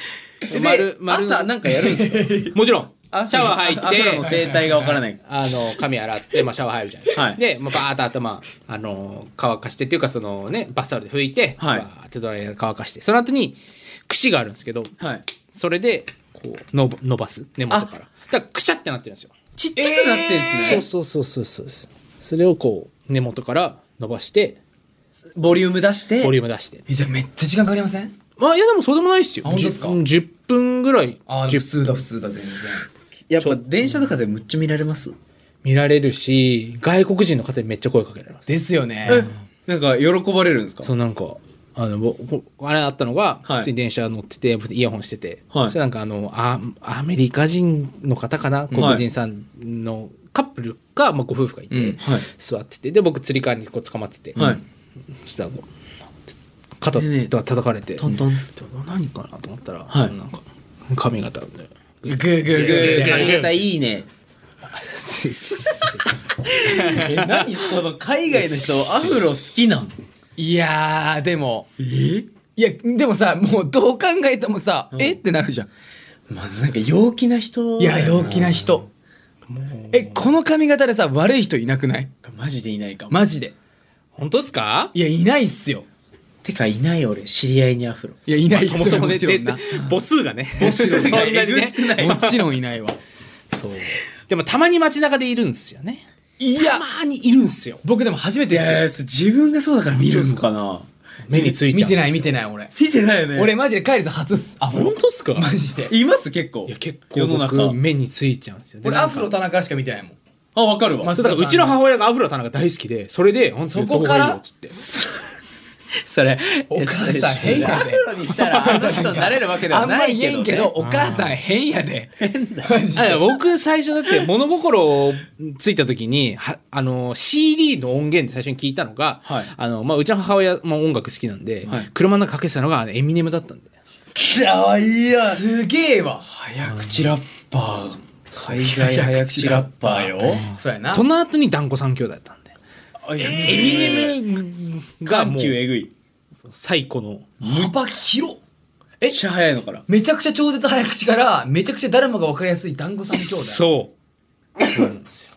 Speaker 10: 丸丸
Speaker 1: 朝なんかやるん [laughs] ですか
Speaker 10: もちろんシャワー入って
Speaker 1: アフロの生態がわからない
Speaker 10: あの髪洗って、まあ、シャワー入るじゃないですか、
Speaker 1: はい
Speaker 10: で、まあ、バーッと頭あの乾かしてっていうかそのねバスタオルで拭いて、
Speaker 1: はい
Speaker 10: バーッとドライヤーで乾かしてその後に櫛があるんですけど
Speaker 1: はい
Speaker 10: それでこうの伸ばす根元からだからくしゃってなってるんですよ
Speaker 1: ちっちゃくなってるんですね、
Speaker 10: そうそうそうそうそうそれをこう根元から伸ばして
Speaker 1: ボリューム出して
Speaker 10: ボリューム出して
Speaker 2: えじゃあめっちゃ時間かかりません
Speaker 10: まあいやでもそうでもないですよ
Speaker 2: あ本当ですか
Speaker 10: 10 10分ぐらい
Speaker 2: あ
Speaker 10: 10
Speaker 2: 普通だ普通だ全然
Speaker 1: やっぱ電車とかでむっちゃ見られます
Speaker 10: 見られるし外国人の方にめっちゃ声かけられます
Speaker 2: ですよね
Speaker 1: なんか喜ばれるんですか
Speaker 10: そうなんかあのぼぼあれあったのが、
Speaker 1: はい
Speaker 10: 普通に電車乗ってて僕イヤホンしてて、
Speaker 1: はい
Speaker 10: そしたらなんかあのあアメリカ人の方かな黒人さんのカップルが、まあ、ご夫婦がいて、
Speaker 2: うん
Speaker 1: はい
Speaker 10: 座っててで僕つり革にこう捕まってて、
Speaker 1: はい
Speaker 10: そしたらこう肩
Speaker 1: ねえねえ
Speaker 10: とか叩かれて、
Speaker 1: トントン
Speaker 10: うん何かなと思ったら、
Speaker 1: はい
Speaker 10: なんか髪型で。
Speaker 2: グーグーグーグー
Speaker 1: 髪型いい [laughs] ねえ何その海外の人アフロ好きなの
Speaker 2: いやーでもいや、でもさ、もうどう考えてもさ、えってなるじゃん。
Speaker 1: まあなんか陽気な人
Speaker 2: いや、陽気な人。え、この髪型でさ、悪い人いなくない
Speaker 1: マジでいないかも、
Speaker 2: マジで。
Speaker 10: 本当っすか
Speaker 2: いや、いないっすよ。
Speaker 1: てかいない俺知り合いにアフロ
Speaker 2: いや、いない
Speaker 10: そもそもね、
Speaker 2: それ
Speaker 10: 絶
Speaker 2: もちろ
Speaker 10: 対
Speaker 2: ん
Speaker 10: 母数がね、母数が [laughs] そんなにね。
Speaker 2: な。もちろんいないわ。
Speaker 10: そう。でもたまに街中でいるんですよね。
Speaker 2: い
Speaker 10: た
Speaker 2: や、
Speaker 10: まにいるんすよ。
Speaker 2: 僕でも初めてっすよ。
Speaker 1: 自分がそうだから見るのかな
Speaker 10: 目についちゃ
Speaker 2: 見
Speaker 10: う。
Speaker 2: てない見てない俺。
Speaker 1: 見てないよね
Speaker 2: 俺マジでカイルさん初っす。アフロ
Speaker 10: 本。当っすか
Speaker 2: マジで。
Speaker 1: います結構
Speaker 10: いや、結
Speaker 1: 世
Speaker 10: 構
Speaker 1: の
Speaker 10: 僕
Speaker 1: 中
Speaker 10: 目についちゃうんですよ。で
Speaker 2: 俺
Speaker 10: なん
Speaker 2: ア
Speaker 10: か
Speaker 2: フロ田中からしか見てないもん。
Speaker 1: あわかるわ
Speaker 10: そうだからうちの母親がアフロ田中大好きで、それで、本当
Speaker 2: そ
Speaker 10: に
Speaker 2: こから
Speaker 10: つって。
Speaker 1: それ
Speaker 2: お母さん
Speaker 1: それ
Speaker 2: 変や
Speaker 1: ア
Speaker 2: で
Speaker 1: フロにしたらあの人になれるわけで
Speaker 2: あ
Speaker 1: は
Speaker 2: んま
Speaker 1: な
Speaker 2: り
Speaker 1: いけど,、
Speaker 2: 言えん
Speaker 1: ね、
Speaker 2: けど、お母さん変やで。変だ。マジ
Speaker 10: あい
Speaker 2: で
Speaker 10: や。僕最初だって物心ついた時にはあの CD の音源で最初に聞いたのが、
Speaker 1: はい
Speaker 10: あのまあ、うちの母親も音楽好きなんで、車の中かけてたのがあのエミネムだったんで。
Speaker 2: かわいいやすげえわ。
Speaker 1: 早口ラッパー海外早口ラッパーよ
Speaker 2: そうやな。
Speaker 10: その後に団子三兄弟だったんで。
Speaker 1: エ
Speaker 10: エミネムがもう
Speaker 1: えぐい
Speaker 10: 最古の。
Speaker 2: 幅広っ
Speaker 1: めっちゃ早いのから
Speaker 2: めちゃくちゃ超絶早口から、めちゃくちゃ誰もが分かりやすい団子さん兄弟。
Speaker 10: そう。そうなんですよ。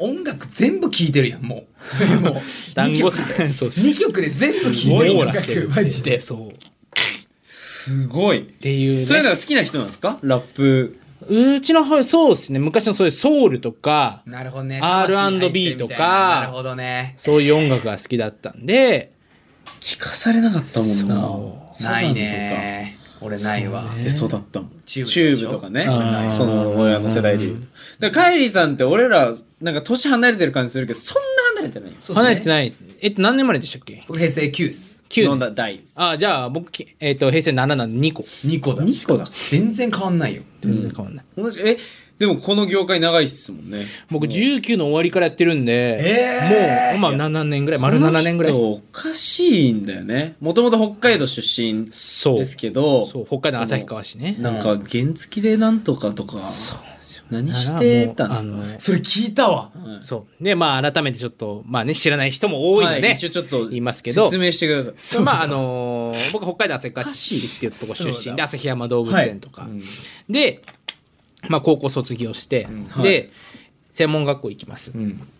Speaker 2: 音楽全部聴いてるやん、もう。それ
Speaker 10: [laughs]
Speaker 2: もう。
Speaker 10: 団子さん、 [laughs] そう。
Speaker 2: 2曲で全部聴いてる
Speaker 10: 網
Speaker 2: 音
Speaker 10: 羅して
Speaker 2: 楽
Speaker 10: る。
Speaker 2: マジで。
Speaker 10: そう。っ
Speaker 1: すごい
Speaker 10: ていう、ね。
Speaker 1: そういうのが好きな人なんですかラップ
Speaker 10: うちの母親、そうですね。昔のそういうソウルとか、
Speaker 2: なるほどね。
Speaker 10: R&B
Speaker 2: 魂入ってるみたいな
Speaker 10: とか
Speaker 2: なるほどね。
Speaker 10: そういう音楽が好きだったんで、
Speaker 1: 聞かされなかったもんなサ
Speaker 2: な
Speaker 1: ザン
Speaker 2: い
Speaker 1: とか
Speaker 2: ね。俺ないわ。
Speaker 1: で育ったもん
Speaker 2: チ
Speaker 1: チ
Speaker 2: ュ
Speaker 1: ュ
Speaker 2: ーブでしょ
Speaker 1: ーブとかね
Speaker 10: あー
Speaker 1: その親の世代でいうとだからカイリーさんって俺らなんか年離れてる感じするけどそんな離れてないよ
Speaker 2: そうっすね
Speaker 10: 離れてない。えっと、何年生まれでしたっけ
Speaker 2: 僕平成9っす。
Speaker 1: 飲ん
Speaker 10: ?9 年。
Speaker 1: だ代です
Speaker 10: あ、じゃあ僕、きえっと、平成7なんで2個。
Speaker 2: 2個だ。
Speaker 1: 2個だ
Speaker 2: 全然変わんないよ。
Speaker 10: 全然変わんない。
Speaker 1: 同じえでもこの業界長いっすもんね
Speaker 10: 僕19の終わりからやってるん
Speaker 2: え
Speaker 10: で、もう、まあ7年ぐらい、丸7年ぐら
Speaker 1: こ
Speaker 10: い。
Speaker 1: の人おかしいんだよねもともと北海道出身で
Speaker 10: そう。
Speaker 1: すけど
Speaker 10: そう、北海道旭川市ね。
Speaker 1: なんか原付でなんとかとか
Speaker 10: そうなんですよ。
Speaker 1: 何してたんです
Speaker 10: だ
Speaker 1: か
Speaker 10: らもう
Speaker 2: それ聞いたわ。
Speaker 10: あのそう。で、まあ、改めてちょっと、まあね、知らない人も多いので、
Speaker 1: はい一応ちょっと
Speaker 10: 言いますけど
Speaker 1: 説明してください
Speaker 10: まああのー僕北海道旭川市っていうとこ出身で旭山動物園とか、
Speaker 1: はいうん
Speaker 10: で、まあ、高校卒業して、
Speaker 1: はい
Speaker 10: で専門学校行きます、っ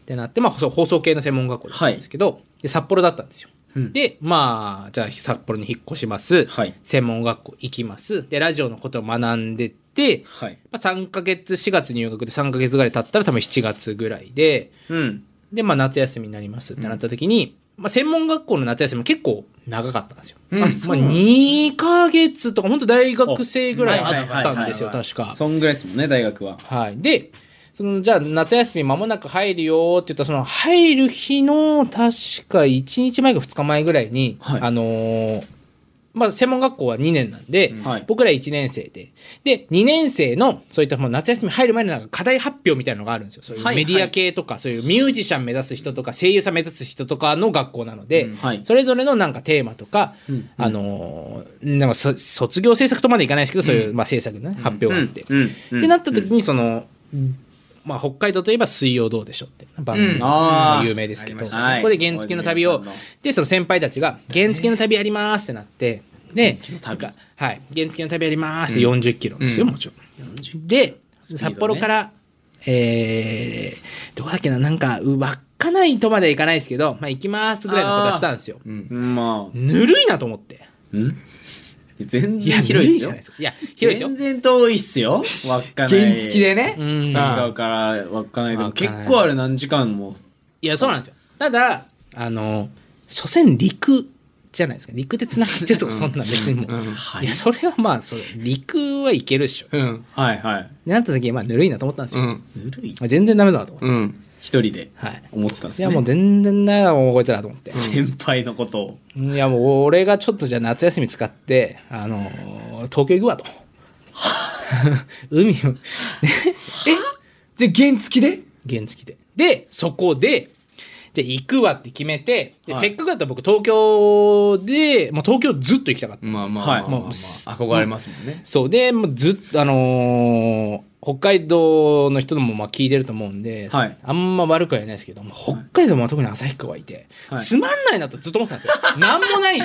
Speaker 10: てなって、まあ、そう放送系の専門学校だったんですけど、で札幌だったんですよ、
Speaker 1: うん
Speaker 10: でまあじゃあ札幌に引っ越します、
Speaker 1: はい
Speaker 10: 専門学校行きますでラジオのことを学んでて、
Speaker 1: はい
Speaker 10: まあ、3ヶ月4月入学で3ヶ月ぐらい経ったら多分7月ぐらいで
Speaker 1: うん
Speaker 10: で、まあ、夏休みになりますってなった時に、まあ、専門学校の夏休みも結構長かったんですよ。
Speaker 2: ん
Speaker 10: まあ、2ヶ月とか、本当大学生ぐらい
Speaker 1: お
Speaker 10: あったんですよ、
Speaker 1: はいはいはいはい
Speaker 10: 確か。
Speaker 1: そんぐらいですもんね大学は
Speaker 10: はい。で、その、じゃあ、夏休み間もなく入るよって言ったら、その、入る日の、確か1日前か2日前ぐらいに、
Speaker 1: はい
Speaker 10: あのーまあ、専門学校は2年なんで、
Speaker 1: はい
Speaker 10: 僕ら1年生で。で、2年生の、そういったもう夏休み入る前のなんか課題発表みたいなのがあるんですよ。そういう
Speaker 1: はい
Speaker 10: メディア系とか、そういうミュージシャン目指す人とか、声優さん目指す人とかの学校なので、
Speaker 1: はい
Speaker 10: それぞれのなんかテーマとか、
Speaker 1: ん
Speaker 10: あのーなんかそ卒業制作とまでいかないですけど、そういう、まあ、制作の、ね、発表があって。
Speaker 1: うんうんうん
Speaker 10: ってなった時に、その、まあ、北海道といえば水曜どうでしょうって番組
Speaker 2: うん
Speaker 1: あ
Speaker 10: が
Speaker 1: ー
Speaker 10: 有名ですけど、
Speaker 1: ありまし
Speaker 10: そ
Speaker 1: たね
Speaker 10: こで原付の旅
Speaker 1: はい
Speaker 10: をでその先輩たちが「原付の旅やります」ってなってで
Speaker 1: 付の旅
Speaker 10: なんかはい「原付の旅やります」って40キロですよ、もちろん。
Speaker 1: ピ
Speaker 10: で
Speaker 1: ードね
Speaker 10: 札幌から、えー、どこだっけななんかう稚内とまでは行かないですけど、まあ、行きますぐらいのことやってたんですよ。
Speaker 1: うんまあ
Speaker 10: ぬるいなと思って。
Speaker 1: うん全
Speaker 10: いや、
Speaker 1: 然広い
Speaker 10: [laughs]
Speaker 1: です
Speaker 10: ぬるいじゃ
Speaker 1: よ
Speaker 10: ないですか。いや、広いですよ
Speaker 1: 全。然遠いっすよ稚内
Speaker 2: 原付でね。
Speaker 10: うん
Speaker 1: 佐川から稚内でも
Speaker 10: 稚内
Speaker 1: 結構あれ何時間も
Speaker 10: いや、そうなんですよ。ただ、あの、所詮陸じゃないですか。陸で繋がってるとか、そんな別にもう。いや、それはまあ、そう陸はいけるっしょ。って
Speaker 2: うん。
Speaker 1: はいはい
Speaker 10: なった時、まあ、ぬるいなと思ったんです
Speaker 2: う
Speaker 10: よ。
Speaker 2: ん。
Speaker 1: ぬるい
Speaker 10: 全然ダメだなと思って。
Speaker 2: うん。
Speaker 1: 一人で
Speaker 10: はい。
Speaker 1: 思ってたんで
Speaker 10: い
Speaker 1: す
Speaker 10: や、もう
Speaker 1: ね
Speaker 10: 全然ダメだ、もうこいつらと思って。
Speaker 1: 先輩のことを
Speaker 10: いや、もう俺がちょっとじゃあ夏休み使って、あの東京行くわと。 [laughs] 海を、ね、
Speaker 2: で、原付で
Speaker 10: 原付で。で、そこで、じゃあ行くわって決めて、で
Speaker 1: はい
Speaker 10: せっかくだったら僕東京で、もう東京ずっと行きたかった。
Speaker 2: まあま
Speaker 1: はい
Speaker 2: まあまあ
Speaker 10: もう
Speaker 2: 憧れますもんね。
Speaker 10: そうでもうずっとあのー北海道の人もまあ聞いてると思うんで、
Speaker 1: はい
Speaker 10: あんま悪くは言えないですけど、もう北海道も特に旭川いて、
Speaker 1: はい
Speaker 10: つまんないなとずっと思ってたんです
Speaker 1: [laughs]
Speaker 10: よ。なんもないし、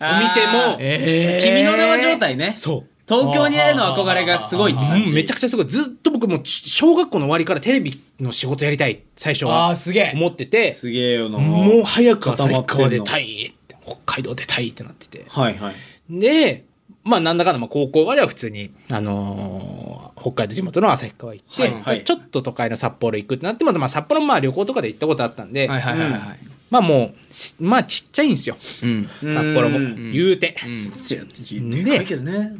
Speaker 10: お店も、
Speaker 1: 君の名は状態ね。
Speaker 10: そう。
Speaker 1: 東京にいるの憧れがすごいって感
Speaker 10: もう
Speaker 1: じ。
Speaker 10: めちゃくちゃすごい。ずっと僕もうち小学校の終わりからテレビの仕事やりたい、最初
Speaker 11: あ
Speaker 10: は
Speaker 11: あ、すげえ。
Speaker 10: 思ってて、
Speaker 1: すげえよな。
Speaker 10: もう早く旭
Speaker 1: 固ま
Speaker 10: 川
Speaker 1: ってん
Speaker 10: 出
Speaker 1: の
Speaker 10: たいって、北海道出たいってなってて。
Speaker 1: はいはい。
Speaker 10: で、まあ、なんだかんだ、まあ、高校までは普通に、あのー北海道地元の旭川行って、
Speaker 1: はいはい
Speaker 10: ちょっと都会の札幌行くってなって、まあ、まあ、札幌もまあ旅行とかで行ったことあったんで、
Speaker 11: はいはいはいはい。
Speaker 10: まあもうし、まあちっちゃいんですよ、
Speaker 11: うん。
Speaker 10: 札幌も
Speaker 1: うん。
Speaker 10: 言うて。
Speaker 11: うん。
Speaker 1: でかいけどね。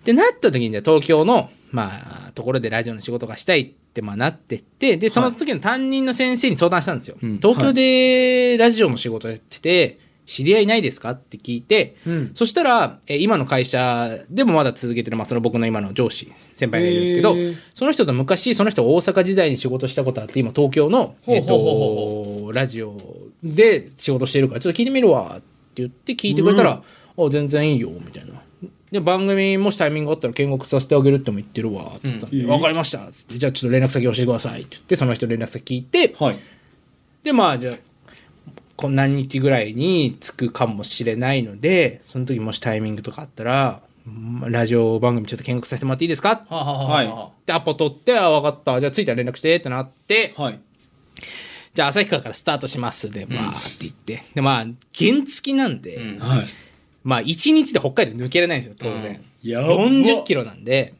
Speaker 10: ってなった時に、じゃあ東京の、まあ、ところでラジオの仕事がしたいって、まあなってって、で、その時の担任の先生に相談したんですよ。
Speaker 11: うん
Speaker 10: 東京でラジオの仕事やってて、知り合いないですかって聞いて、
Speaker 1: うん。
Speaker 10: そしたら、えー今の会社でもまだ続けてる、まあ、その僕の今の上司、先輩がいるんですけど、
Speaker 1: へー
Speaker 10: その人と昔、その人が大阪時代に仕事したことあって、今東京の、
Speaker 11: ほう
Speaker 10: え
Speaker 11: ほうほう
Speaker 10: っと、ラジオで仕事してるから、ちょっと聞いてみるわって言って聞いてくれたら、あ、全然いいよ、みたいな。で、番組もしタイミングがあったら見学させてあげるっても言ってるわ、って言ったんで、わ、かりました、つって、じゃあちょっと連絡先教えてください、って言って、その人の連絡先聞いて、
Speaker 1: はい。
Speaker 10: でまあじゃあこう何日ぐらいに着くかもしれないのでその時もしタイミングとかあったらうんラジオ番組ちょっと見学させてもらっていいですか
Speaker 11: はあはあはあはあ
Speaker 1: は
Speaker 10: ってアポ取って「あ分かったじゃあ着いたら連絡して」ってなって
Speaker 1: い。はい。
Speaker 10: 「じゃあ旭川からスタートします」でまあって言ってでまあ原付きなんで、
Speaker 11: ん
Speaker 1: は
Speaker 10: まあ1日で北海道抜けられないんですよ当然。
Speaker 1: い。や
Speaker 10: 40キロなんで、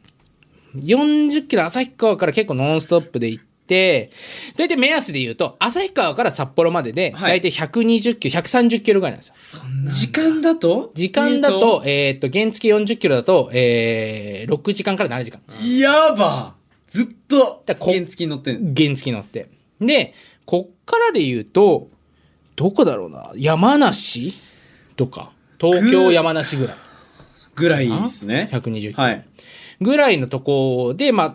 Speaker 10: 40キロ旭川から結構ノンストップで行って、大体目安で言うと、旭川から札幌までで、
Speaker 1: はい
Speaker 10: 大体120キロ、130キロぐらいなんですよ。
Speaker 1: 時間だと
Speaker 10: 時間だと、えーっと、原付40キロだと、えー、6時間から7時間。
Speaker 1: やばずっと
Speaker 10: だからこ
Speaker 1: 原付に乗ってんの
Speaker 10: 原付乗って。で、こっからで言うと、どこだろうな、山梨とか、東
Speaker 1: ぐ
Speaker 10: 京
Speaker 1: ー
Speaker 10: 山梨ぐらい。
Speaker 1: ぐらいですね。
Speaker 10: 120キロ。
Speaker 1: はい。
Speaker 10: ぐらいのとこで、まあ、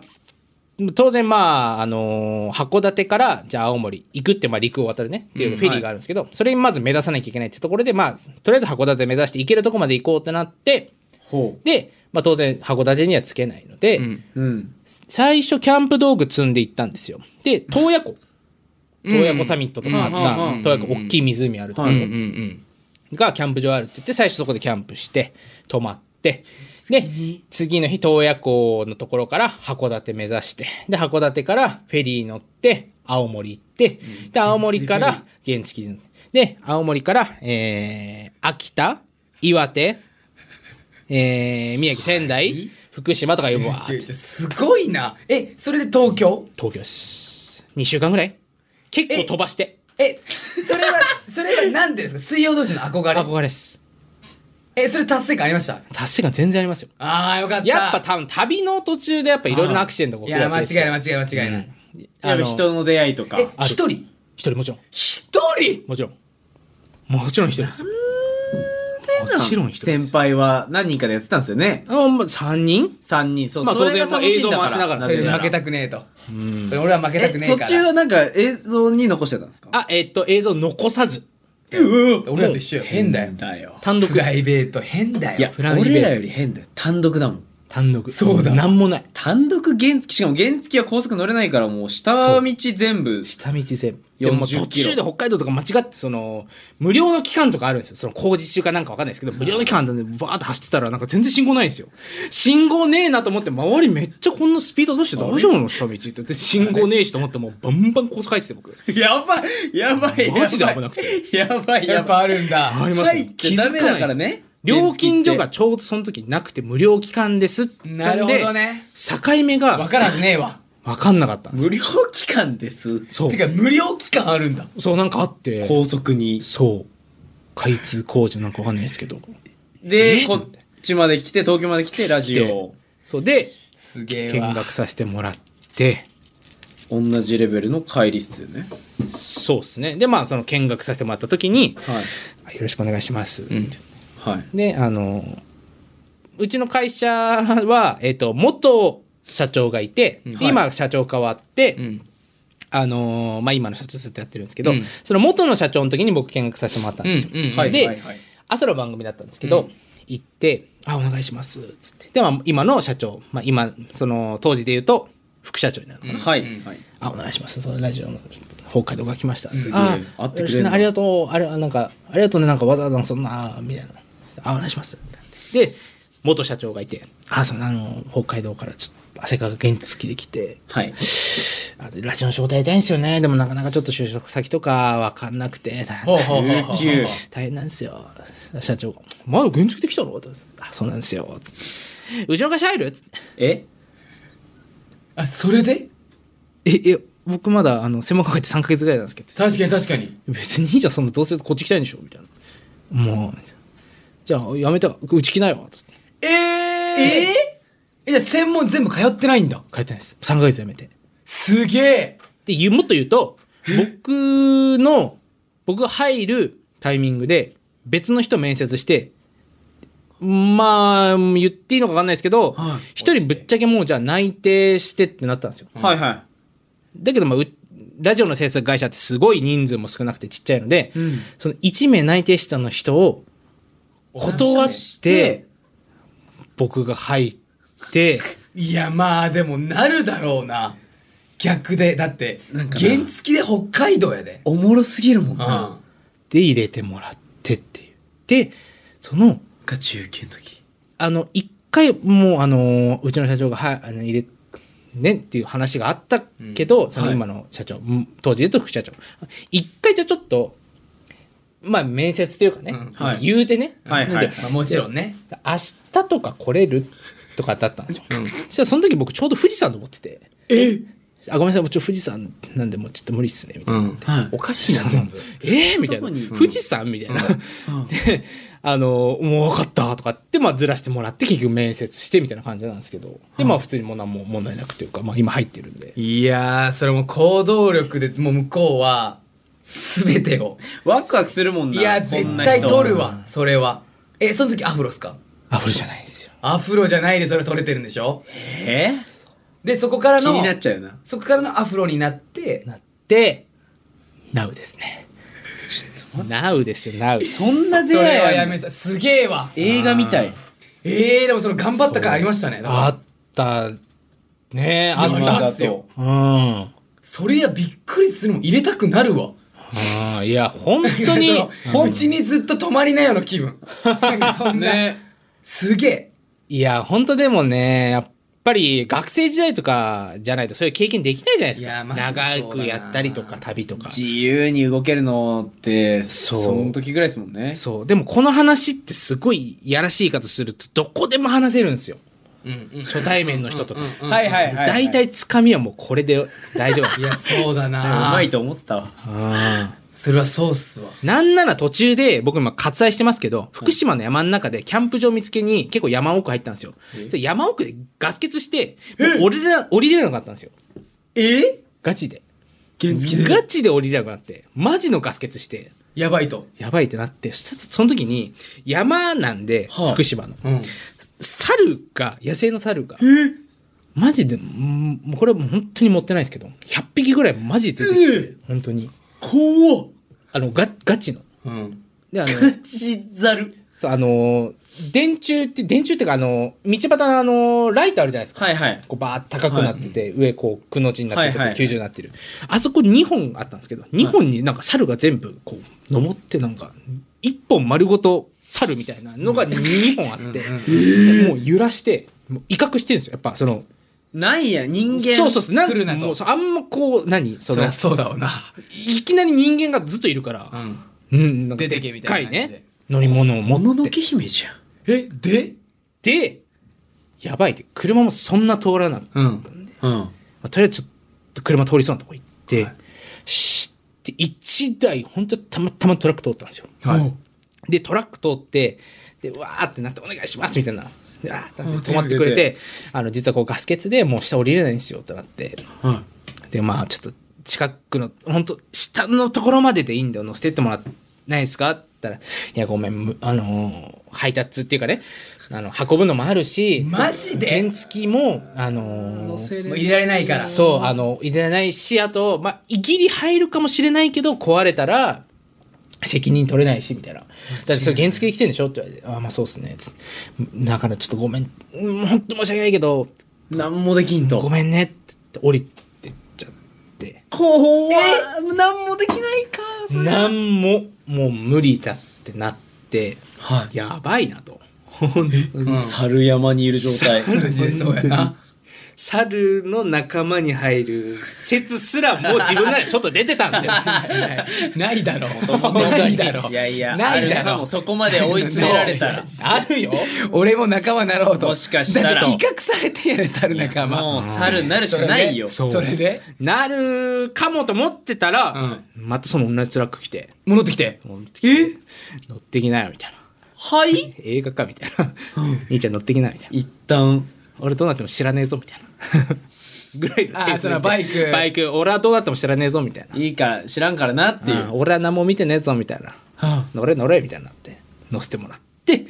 Speaker 10: 当然まあ、あのー函館から、じゃあ青森行くって、まあ陸を渡るね、っていうフェリーがあるんですけど、それにまず目指さなきゃいけないってところで、まあ、とりあえず函館目指して行けるとこまで行こうってなって、
Speaker 1: ほ
Speaker 10: で、まあ当然函館にはつけないので、
Speaker 11: うん
Speaker 1: う。うん。
Speaker 10: 最初キャンプ道具積んで行ったんですよ。で、洞爺湖。洞爺湖サミットとかあった、洞爺湖大きい湖あるとこ
Speaker 11: う
Speaker 10: ろ
Speaker 11: んうんうん。
Speaker 10: がキャンプ場あるって言って、最初そこでキャンプして、泊まって、で、次の日、洞爺湖のところから函館目指して、で、函館からフェリー乗って、青森行って、で、青森から原付で、で、青森から、えー、秋田、岩手、えー、宮城、仙台、福島とか呼ぶわーって、
Speaker 2: すごいなえそれで東京
Speaker 10: 東京です。2週間ぐらい結構飛ばして、
Speaker 2: えそれ
Speaker 10: [laughs]
Speaker 2: はそれは何ていうんですか水曜同士の憧れ
Speaker 10: 憧れです。
Speaker 2: えそれ達成感ありました
Speaker 10: 達成感全然ありますよ。
Speaker 2: あーよかった
Speaker 10: やっぱ多分旅の途中でやっぱいろいろなアクシデントが
Speaker 2: い
Speaker 10: 起きる
Speaker 2: や
Speaker 10: わ
Speaker 2: 間違
Speaker 10: けです
Speaker 2: い
Speaker 10: よ
Speaker 2: ない間違い間違いない
Speaker 1: やっぱ人の出会いとか。
Speaker 2: え一人
Speaker 10: 一人もちろん
Speaker 2: 一人
Speaker 10: もちろんもちろん一人ですもちろん一人です
Speaker 1: 先輩は何人かでやってたんですよね。
Speaker 10: あまあ3人
Speaker 1: 三人。そう、
Speaker 10: まあ
Speaker 1: それが楽しいんだ
Speaker 10: 当然まあ
Speaker 1: か
Speaker 10: 映像回しな
Speaker 1: ら。
Speaker 10: がら
Speaker 1: な
Speaker 2: それ
Speaker 1: ぜ
Speaker 2: に
Speaker 1: な
Speaker 2: 負
Speaker 1: ら
Speaker 2: けたくねえとそれ俺は負けたくねえ
Speaker 1: え
Speaker 2: から
Speaker 1: 途中はなんか映像に残してたんですか
Speaker 10: あえっと映像残さず
Speaker 2: 俺らと一緒よ変だよ
Speaker 1: だよ。
Speaker 10: 単独
Speaker 2: プライベート変だよ
Speaker 1: いや、
Speaker 10: フランス
Speaker 1: 俺らより変だよ。単独だもん。
Speaker 10: 単独
Speaker 2: そうだ
Speaker 10: なんもない
Speaker 1: 単独原付しかも原付は高速乗れないからもう下道全部
Speaker 10: 下道線
Speaker 1: 40
Speaker 10: でももう
Speaker 1: キロ
Speaker 10: 途中で北海道とか間違ってその無料の期間とかあるんですよその工事中かなんかわかんないですけど無料の期間でバーって走ってたらなんか全然信号ないんですよ信号ねえなと思って周りめっちゃこんなスピード出して大丈夫なの下道ってで信号ねえしと思ってもうバンバンコース書いてて僕
Speaker 1: やばいやばい
Speaker 10: マジで危なくて
Speaker 1: やばい
Speaker 2: や
Speaker 1: や
Speaker 2: っ
Speaker 1: ば
Speaker 2: ぱあるんだ
Speaker 10: あり
Speaker 1: い
Speaker 10: ます
Speaker 1: 入ってダメだからね
Speaker 10: 料金所
Speaker 1: 原付
Speaker 10: が
Speaker 1: って
Speaker 10: ちょうどその時なくて無料期間ですってんで
Speaker 2: なるほどね
Speaker 10: 境目が
Speaker 2: 分からずねえわ
Speaker 10: わかんなかったんです
Speaker 1: 無
Speaker 10: よ
Speaker 1: 料期間です
Speaker 10: そ
Speaker 2: てか
Speaker 10: う
Speaker 2: 無料期間あるんだ
Speaker 10: そうなんかあって
Speaker 1: 高速に
Speaker 10: そう開通工事なんかわかんないですけど
Speaker 1: で
Speaker 10: え
Speaker 1: こっちまで来て東京まで来てラジオ
Speaker 10: そうです
Speaker 2: げえ
Speaker 10: 見
Speaker 2: わ
Speaker 10: 学させてもらって
Speaker 1: 同じレベルの帰りっすよね
Speaker 10: そうですねでまあその見学させてもらった時に
Speaker 1: はい
Speaker 10: 「あよろしくお願いします」
Speaker 1: はい
Speaker 10: であのうちの会社は、えっと元社長がいて、で今社長変わって、あのーまあ、今の社長ずっとやってるんですけど、
Speaker 11: うん
Speaker 10: その元の社長の時に僕見学させてもらったんですよ。
Speaker 11: うんうんうん
Speaker 10: で、
Speaker 1: はい
Speaker 10: 朝の番組だったんですけど、行ってあ、お願いします。つって。で、まあ、今の社長、まあ、今、その、当時で言うと、副社長になるのかな。
Speaker 1: はい。
Speaker 10: あ、お願いします。そのラジオの、ちょっと北海道が来ました。
Speaker 2: すげえ
Speaker 10: あ、よ
Speaker 2: 会
Speaker 10: ろ
Speaker 2: っ
Speaker 10: して
Speaker 2: くれんの
Speaker 10: くねありがとう。あれ、なんか、ありがとうね。なんかわざわざそんな、あみたいな。あ、お願いします。で、元社長がいて、あ、その、あの、北海道からちょっと、汗かが原付きで来て、
Speaker 1: はい。
Speaker 10: あでラジオの仕事やりたいんですよね。でもなかなかちょっと就職先とかわかんなくて、大変
Speaker 2: 有給
Speaker 10: 大変なんですよ。社長が、まだ原付できたのってあ、そうなんですよ。つってうちの会社入るつって
Speaker 1: え
Speaker 2: あそれで
Speaker 10: え、え、僕まだ、あの、専門家入って3ヶ月ぐらいなんですけど。
Speaker 2: 確かに確かに
Speaker 10: 別にいいじゃん、そんな、どうせこっち来たいんでしょみたいな。もう、じゃあ、やめた、うち来ないわ。つって
Speaker 2: えー、ええじゃあ専門全部通ってないんだ
Speaker 10: 帰ってないです。3ヶ月やめて。
Speaker 2: すげえ
Speaker 10: で、言うもっと言うと、僕の、僕が入るタイミングで、別の人面接して、まあ、言っていいのか分かんないですけど
Speaker 2: はい、
Speaker 10: 一、人ぶっちゃけもうじゃあ内定してってなったんですよ。
Speaker 1: はいはい。
Speaker 10: だけど、まあ、うラジオの制作会社ってすごい人数も少なくてちっちゃいので、
Speaker 2: ん
Speaker 10: その1名内定したの人を断って、僕が入って、
Speaker 2: いやまあでもなるだろうな逆でだって原付で北海道やで
Speaker 1: おもろすぎるもんな。
Speaker 2: あ
Speaker 10: で入れてもらってっていう。で、その、
Speaker 2: が中継の時
Speaker 10: あの、一回、もう、あの、うちの社長が、はい、あの、入れ、ねっていう話があったけど、その今の社長、うん当時で言うと副社長。一回じゃちょっと、まあ、面接というかね、
Speaker 2: うん
Speaker 1: はい
Speaker 10: 言うてね、
Speaker 1: はいはい
Speaker 10: なんで
Speaker 2: まあもちろんね
Speaker 10: 明日とか来れるとかだったんですよ。そしたらその時僕ちょうど富士山登ってて。えあ、ごめんなさい、もうちょっと富士山なんでもうちょっと無理っすね、みたいな。
Speaker 1: はい。
Speaker 2: おかしいな全部
Speaker 10: えーみたい
Speaker 1: ど
Speaker 10: な
Speaker 1: こに。
Speaker 10: 富士山みたいな。で、あの、もう分かったとかって、まあずらしてもらって、結局面接してみたいな感じなんですけど。で、まあ普通にもう何も問題なくというか、まあ今入ってるんで。
Speaker 2: いやーそれも行動力でもう向こうは全てを
Speaker 1: ワクワクするもん
Speaker 2: い
Speaker 1: な。
Speaker 2: や
Speaker 1: こん
Speaker 2: 絶
Speaker 1: な
Speaker 2: 対
Speaker 1: 人
Speaker 2: 取る。わそれはえその時アフロっすか
Speaker 10: あ、フルじゃないんですよ。
Speaker 2: アフロじゃないでそれ取れてるんでしょ
Speaker 1: え
Speaker 2: でそこから
Speaker 1: ー気
Speaker 2: の
Speaker 1: になっちゃうな。
Speaker 2: そこからのアフロになって
Speaker 10: なって、ナウですね。ナウですよ、ナウ。
Speaker 1: そんな
Speaker 2: そ
Speaker 1: 出会
Speaker 2: れ
Speaker 1: い
Speaker 2: は
Speaker 1: ある
Speaker 2: やめさすげえわ
Speaker 1: 映画みたい。
Speaker 2: えー、でもその頑張った感ありましたねだから
Speaker 10: あった、ねあ
Speaker 2: あ
Speaker 10: っ
Speaker 2: り
Speaker 10: た。
Speaker 2: ますよ
Speaker 10: うん。
Speaker 2: それやびっくりするもん入れたくなるわ
Speaker 10: あーいや、本当
Speaker 2: [laughs] そ
Speaker 10: に
Speaker 2: の、うちにずっと泊まりなよの
Speaker 1: [laughs]
Speaker 2: 気分なんかそんな、すげえ
Speaker 10: いや、本当でもね、やっぱり学生時代とかじゃないとそういう経験できないじゃないです
Speaker 2: いや
Speaker 10: か。
Speaker 2: マジでそうだな
Speaker 10: 長くやったりとか、旅とか。
Speaker 1: 自由に動けるのって、
Speaker 10: そう
Speaker 1: その時ぐらいですもんね。
Speaker 10: そう。でもこの話ってすごいやらしい言い方すると、どこでも話せるんですよ。
Speaker 2: うんうん
Speaker 10: 初対面の人とか。
Speaker 1: はいはいはいはい。
Speaker 10: 大体つかみはもうこれで大丈夫なんです
Speaker 2: [laughs] い
Speaker 10: よ。
Speaker 2: やそうだ
Speaker 1: う
Speaker 2: な
Speaker 1: まいと思ったわ。
Speaker 2: それはそうっすわ
Speaker 10: なんなら途中で、僕今割愛してますけど、福島の山の中でキャンプ場見つけに結構山奥入ったんですよ。で山奥でガス欠して、もう降りれな降りれなかったんですよ。
Speaker 2: え
Speaker 10: ガチで。
Speaker 2: 原付で
Speaker 10: ガチで降りれなくなって、マジのガス欠して、
Speaker 2: やばいと、
Speaker 10: やばいってなって、そその時に山なんで、
Speaker 2: はあ
Speaker 10: 福島の。
Speaker 2: うん、
Speaker 10: 猿が、野生の猿が、マジで、うんもうこれはもう本当に持ってないですけど、100匹ぐらいマジで出てきて、本当に。
Speaker 2: 怖っ
Speaker 10: あの、ガガチの。
Speaker 2: うん
Speaker 10: で、あ
Speaker 2: [laughs]
Speaker 10: の、
Speaker 1: ちざる。
Speaker 10: そうあのー電柱って電柱っていうかあのー道端のあのーライトあるじゃないですか、
Speaker 1: はいはい。
Speaker 10: こうバーッと高くなってて、上こうくの字になってて、
Speaker 1: はいはいはい
Speaker 10: 90になってるあそこ2本あったんですけど2本になんか猿が全部こう登ってなんか1本丸ごと猿みたいなのが2本あってもう揺らしてもう威嚇してるんですよやっぱその
Speaker 1: なんや、人間。
Speaker 10: そうそうそうなん
Speaker 2: 来るなと
Speaker 10: もうそうあんまこう何そ
Speaker 2: そり
Speaker 10: の
Speaker 2: ゃそうだわな、
Speaker 10: いきなり人間がずっといるから、
Speaker 2: ん、
Speaker 10: うん、なんか
Speaker 2: 出てけみたいな
Speaker 10: でっ
Speaker 2: 感じ
Speaker 10: か
Speaker 2: で
Speaker 10: いね乗り物を持って
Speaker 1: もののけ姫じゃん。
Speaker 2: えで
Speaker 10: で、やばいって、車もそんな通らなかったんで、ま
Speaker 1: うん。
Speaker 10: あ、とりあえずちょっと車通りそうなとこ行って、シーって1台、本当たまたまトラック通ったんですよ。
Speaker 2: はい
Speaker 10: で、トラック通って、で、わーってなって、お願いしますみたいな。でわーってなって止まってくれて、あの、実はこうガス欠でもう下降りれないんですよってなって。で、まあ、ちょっと近くの、本当下のところまででいいんだよ、乗せてってもらえないですかって言ったら、いや、ごめん、むあのー配達っていうかね、あの、運ぶのもあるし、
Speaker 2: マジで
Speaker 10: 原付も、あのー
Speaker 2: もう入れられないから
Speaker 10: そう、あの、入れないし、あと、まあ、ギリ入るかもしれないけど、壊れたら、責任取れないし、みたいな。だってそれ原付で来てんでしょって言われて、ああ、まあそうっすね。つってだからちょっとごめん、うんほんと申し訳ないけど、
Speaker 1: 何もできんと。
Speaker 10: ごめんねって言って降りてっちゃって。
Speaker 1: 怖っ何もできないかそれ
Speaker 10: なんも、もう無理だってなって、やばいなと。
Speaker 1: 猿山にいる状態
Speaker 2: そうやな
Speaker 10: 猿の仲間に入る説すらもう自分の中でちょっと出てたんです
Speaker 2: [laughs]
Speaker 10: よ。
Speaker 2: ないだろう
Speaker 10: ないだろ。
Speaker 1: いやいや
Speaker 10: ないだ
Speaker 1: あるか
Speaker 10: ろ
Speaker 1: も。そこまで追い詰められたら
Speaker 10: あるよ。
Speaker 2: 俺も仲間なろうと
Speaker 1: もしかしたら
Speaker 2: だって威嚇されてんやで猿仲間
Speaker 1: もう猿になるしかないよ
Speaker 2: それで
Speaker 10: なるかもと思ってたら、またその同じトラック来て、
Speaker 2: 戻ってきて
Speaker 10: 乗ってきて乗ってきなよみたいな。
Speaker 1: はい
Speaker 10: [laughs] 映画かみたいな。兄ちゃん乗ってきなよみたいな。
Speaker 1: 一旦
Speaker 10: 俺どうなっても知らねえぞみたいな。 [laughs] ぐらいの
Speaker 2: あーそれはバイク
Speaker 10: バイク。俺はどうなっても知らねえぞみたいな。
Speaker 1: いいから知らんからなっていう
Speaker 10: うん俺は何も見てねえぞみたいな。乗れ乗れみたいになって、乗せてもらって、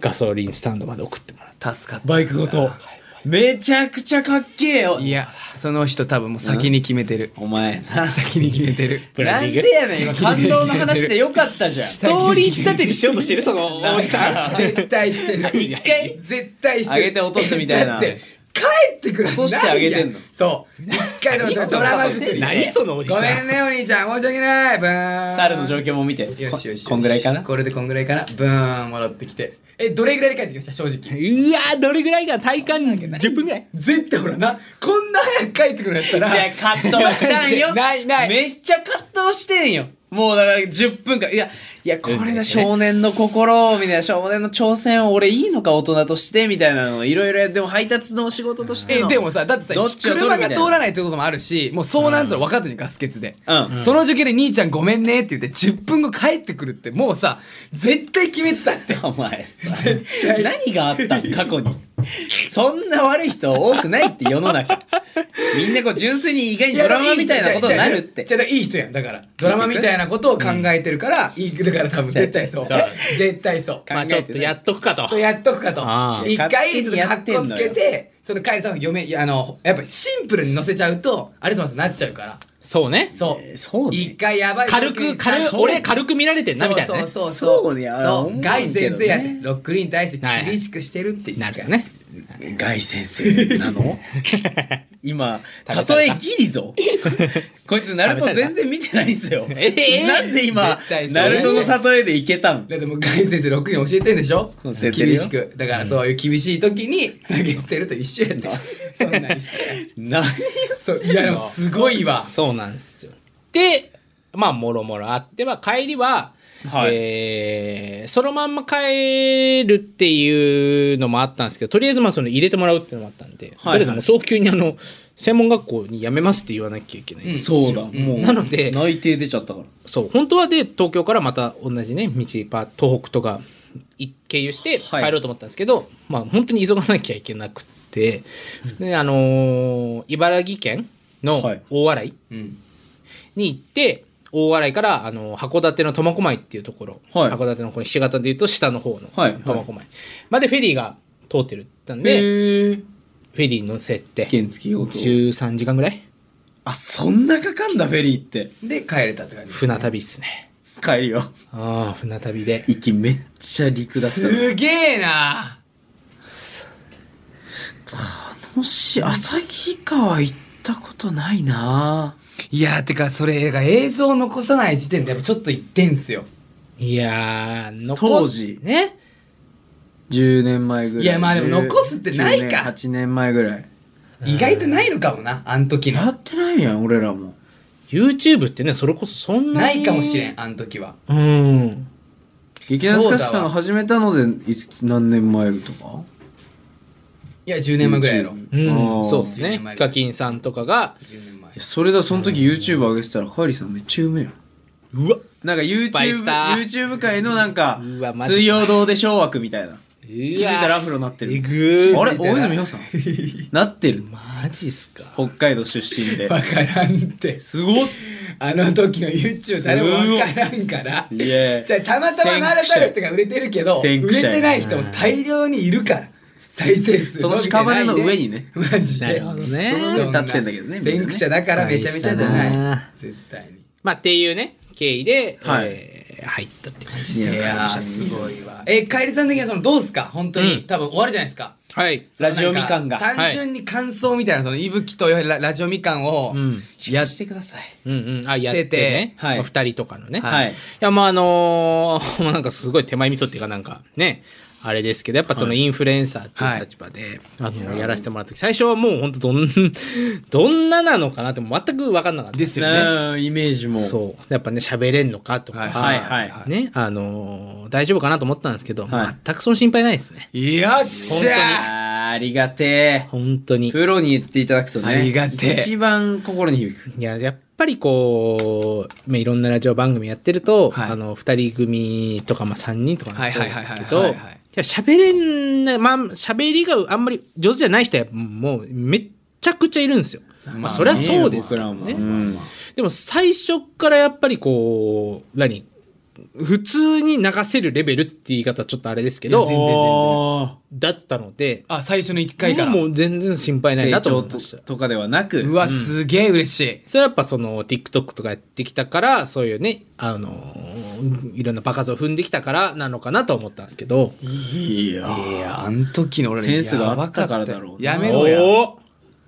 Speaker 10: ガソリンスタンドまで送ってもらった。助かった。
Speaker 1: バイクごとめちゃくちゃかっけえよ
Speaker 2: いやその人多分もう先に決めてる
Speaker 1: お前な
Speaker 2: 先に決めてる
Speaker 10: ブラ
Speaker 1: な
Speaker 10: ジ
Speaker 1: ん
Speaker 10: ル
Speaker 1: でやねん今感動の話でよかったじゃん
Speaker 10: ストーリー仕立てにしようとしてるそ [laughs] のおじさん。
Speaker 2: 絶対してる
Speaker 1: 一回
Speaker 2: 絶対してる
Speaker 1: 上げて落とすみたいな
Speaker 2: だって帰ってくる
Speaker 1: 落として上げてんの
Speaker 2: ないやそう一回でもそれドラマ作り
Speaker 10: 何そのおじさ
Speaker 2: ご
Speaker 10: ん。
Speaker 2: めんねお兄ちゃん申し訳ないブーン
Speaker 1: 猿の状況も見て
Speaker 2: よしよしよし
Speaker 1: こんぐらいかな
Speaker 2: これでこんぐらいかなブーン戻ってきてえどれぐらいで帰ってきました正直
Speaker 10: うわーどれぐらいが体感10分ぐらい
Speaker 2: 絶対ほらなこんな早く帰ってくるんやったら
Speaker 1: じゃあ葛藤したんよ
Speaker 2: [laughs] ないない
Speaker 1: めっちゃ葛藤してんよもうだから10分間いやいやこれな少年の心みたいな少年の挑戦を俺いいのか大人としてみたいなのいろいろやってでも配達のお仕事として
Speaker 2: え
Speaker 1: の
Speaker 2: でもさだってさ
Speaker 1: どっちを取るみた
Speaker 2: 車
Speaker 1: いな
Speaker 2: が通らないってこともあるしもうそうなんと分かったじゃんガス欠で、
Speaker 1: うん
Speaker 2: その状況で兄ちゃんごめんねって言って10分後帰ってくるってもうさ絶対決めてたって
Speaker 1: お前さ何があったん過去にそんな悪い人多くないって世の中みんなこう純粋に意外にドラマみたいなことになるって
Speaker 2: じゃあいい人やんだからドラマみたいなことを考えてるから、いいだから多分絶対そう
Speaker 10: じゃあ
Speaker 2: [laughs] 絶対そう
Speaker 1: 考
Speaker 10: まあちょっとやっとくかと。
Speaker 2: そうやっとくかと
Speaker 10: あー
Speaker 2: 一回ちょっと
Speaker 1: 勝手に
Speaker 2: 格
Speaker 1: やって
Speaker 2: 好
Speaker 1: ん
Speaker 2: つ
Speaker 1: のよ
Speaker 2: けてその帰りさんの嫁いやあのやっぱシンプルに乗せちゃうとあれとますなっちゃうから
Speaker 10: そうね。
Speaker 2: そう、
Speaker 1: そう
Speaker 2: 一
Speaker 1: ね
Speaker 2: 回やばい
Speaker 10: 軽く、軽く、俺軽く見られてんなみたいなね。
Speaker 2: そうそう
Speaker 1: そ
Speaker 2: そうう
Speaker 1: ねあれ
Speaker 2: そ
Speaker 1: 思う
Speaker 2: うガイ先生や
Speaker 1: けど
Speaker 2: ね
Speaker 1: ね
Speaker 2: ロックリーに対して厳しくしてるって
Speaker 10: なるほどね。
Speaker 1: ガイ先生な [laughs] の今、たとえギリ [laughs] ぞ。こいつ、ナルト全然見てないんですよ。
Speaker 10: ええ
Speaker 1: なんで今
Speaker 2: 絶対、そう
Speaker 1: ナルトの例えでいけたん
Speaker 2: だってもうガイ先生ロックリーに教えてんでしょ
Speaker 1: 教えてるよ
Speaker 2: 厳しくだからそういう厳しい時に投げ捨てると一緒やねそんな一緒や
Speaker 1: 何
Speaker 2: [laughs] そういやでもすごいわ
Speaker 10: そうなんですよ。で、まあ、もろもろあっては、帰りは、
Speaker 1: はい
Speaker 10: えーそのまんま帰るっていうのもあったんですけど、とりあえずまあその入れてもらうっていうのもあったんで、
Speaker 1: はいはい
Speaker 10: だけどもう早急にあの、専門学校に辞めますって言わなきゃいけないんですよ。
Speaker 1: そうだ、もう。
Speaker 10: なので
Speaker 1: 内定出ちゃったから。
Speaker 10: そう、本当はで、東京からまた同じね、道、パ東北とかい経由して
Speaker 1: はい
Speaker 10: 帰ろうと思ったんですけど、まあ、本当に急がなきゃいけなくて、で、あのー茨城県の
Speaker 1: はい
Speaker 10: 大洗
Speaker 2: うん
Speaker 10: に行って、大洗から、あのー函館の苫小牧っていうところ、
Speaker 1: はい
Speaker 10: 函館のこの菱形でいうと下の方の
Speaker 1: はいはい
Speaker 10: 苫小牧までフェリーが通ってるったんで、
Speaker 1: へえ。
Speaker 10: フェリー乗せて、
Speaker 1: 原付用と。
Speaker 10: 13時間ぐらい
Speaker 1: あ、そんなかかんだ、フェリーって。
Speaker 2: で帰れたって感じ
Speaker 10: 船旅っすね。
Speaker 1: 帰りよ。
Speaker 10: ああ、船旅で。
Speaker 1: 息めっちゃ陸だった。
Speaker 2: すげえな
Speaker 1: もし、旭川行ったことないない
Speaker 2: やてかそれが映像残さない時点でやっぱちょっと言ってんすよ
Speaker 10: いやー、残す
Speaker 1: 当時
Speaker 10: ね。
Speaker 1: 10年前ぐらい。
Speaker 2: いやまあでも残すってな
Speaker 1: 10
Speaker 2: いか
Speaker 1: 年8年前ぐらい。
Speaker 2: 意外とないのかもなあん時
Speaker 1: や
Speaker 2: の
Speaker 1: ってないやん、俺らも。
Speaker 10: YouTube ってね、それこそそんな
Speaker 2: ないかもしれ
Speaker 10: ん。
Speaker 2: んあん時は
Speaker 10: うん。
Speaker 1: 劇団スカッシュさんが始めたのでいつ何年前とか
Speaker 2: いや10年前ぐらいやろ
Speaker 1: うん
Speaker 10: うん、そうです
Speaker 2: 10
Speaker 10: ね
Speaker 2: 年。前
Speaker 10: ヒカキンさんとかが、
Speaker 2: 10年前 [laughs]
Speaker 1: それだその時 YouTube 上げてたらカーリーさんめっちゃ有名やん
Speaker 10: うわ
Speaker 1: なんか
Speaker 10: 失敗し
Speaker 1: YouTube,
Speaker 10: た
Speaker 1: YouTube 界のなんか
Speaker 10: うわマジか
Speaker 1: 水曜堂で小枠みたいな気
Speaker 10: 気
Speaker 1: づいたらアフロになってる
Speaker 10: えぐー
Speaker 1: あれ大泉洋
Speaker 10: [laughs]
Speaker 1: さんなってる
Speaker 10: マジっすか。
Speaker 1: 北海道出身で
Speaker 2: わからんって
Speaker 1: すごっ
Speaker 2: あの時の YouTube 誰もわからんから
Speaker 1: いや
Speaker 2: じゃあたまたまナラタル人が売れてるけど
Speaker 1: 先
Speaker 2: 売
Speaker 1: 駆者
Speaker 2: れてない人も大量にいるから再生数
Speaker 1: その屍の上に
Speaker 2: ね
Speaker 1: ね
Speaker 2: マジ
Speaker 10: な
Speaker 2: で
Speaker 10: るほどね
Speaker 1: その上に立ってんだけどねみんなね
Speaker 2: 先駆者だからめちゃめちゃじゃ
Speaker 10: 大した
Speaker 2: な
Speaker 10: ない
Speaker 2: 絶対に
Speaker 10: まあっていうね、経緯で、
Speaker 1: はい
Speaker 10: えー入ったって感じです
Speaker 2: い
Speaker 10: ね。
Speaker 2: やーすごいわえカエルさん的にはそのどうですか本当に、
Speaker 10: うん
Speaker 2: 多分終わるじゃないですか
Speaker 10: はい。
Speaker 1: ラジオみかんが
Speaker 2: なんか単純に感想みたいなそのいぶきとよララジオみかんを
Speaker 10: うん。
Speaker 2: やってください、
Speaker 10: うんうん。あ、やって
Speaker 2: 出て
Speaker 10: ね。
Speaker 1: はい
Speaker 10: まあ二人とかのね。
Speaker 1: はい
Speaker 10: いや、まあ、あのー [laughs] まあなんかすごい手前味噌っていうかなんかね、あれですけど、やっぱそのインフルエンサーっていう立場で、あの、やらせてもらった時、最初はもう本当どん、 [laughs] どんななのかなって全く分かんなかった。です
Speaker 1: なあイメージも。
Speaker 10: そう。やっぱね、喋れんのかとか、
Speaker 1: はいはいは
Speaker 10: ね、あのー大丈夫かなと思ったんですけど、
Speaker 1: はい
Speaker 10: 全くその心配ないですね。
Speaker 2: よっしゃ
Speaker 1: あーありがて
Speaker 10: 本当
Speaker 1: え。
Speaker 10: に。
Speaker 1: プロに言っていただくとね。
Speaker 2: ありがてえ
Speaker 1: 一番心に響く。
Speaker 10: いや、やっぱりこう、まあ、いろんなラジオ番組やってると、
Speaker 2: はい
Speaker 10: あの、二人組とか、まあ、三人とかの
Speaker 2: はい
Speaker 10: 人
Speaker 2: はい
Speaker 10: で
Speaker 2: はいは
Speaker 10: す
Speaker 2: い
Speaker 10: け
Speaker 2: は
Speaker 10: ど、
Speaker 2: い
Speaker 10: い
Speaker 2: はい
Speaker 10: や喋れんな、まあ、喋りがあんまり上手じゃない人は、もう、めっちゃくちゃいるんですよ。まあ、
Speaker 2: まあ
Speaker 10: そりゃそうですけど
Speaker 1: 僕ら
Speaker 10: ね。
Speaker 1: もうん
Speaker 10: でも、最初からやっぱりこう、何普通に流せるレベルって言い方ちょっとあれですけど、
Speaker 2: いや全然全然
Speaker 10: だったので、
Speaker 2: あ最初の1回から
Speaker 10: もう全然心配ない
Speaker 1: 成
Speaker 10: なと
Speaker 1: 長
Speaker 10: 思い
Speaker 1: と
Speaker 10: ました。
Speaker 1: とかではなく。
Speaker 2: うわすげえ嬉しい、
Speaker 10: それはやっぱその TikTok とかやってきたからそういうねあのーいろんな場数を踏んできたからなのかなと思ったんですけど
Speaker 1: いやー
Speaker 2: いやあん時の俺
Speaker 1: センスがあった
Speaker 2: やば
Speaker 1: から
Speaker 2: よ
Speaker 1: だろうな
Speaker 2: やめろや
Speaker 10: お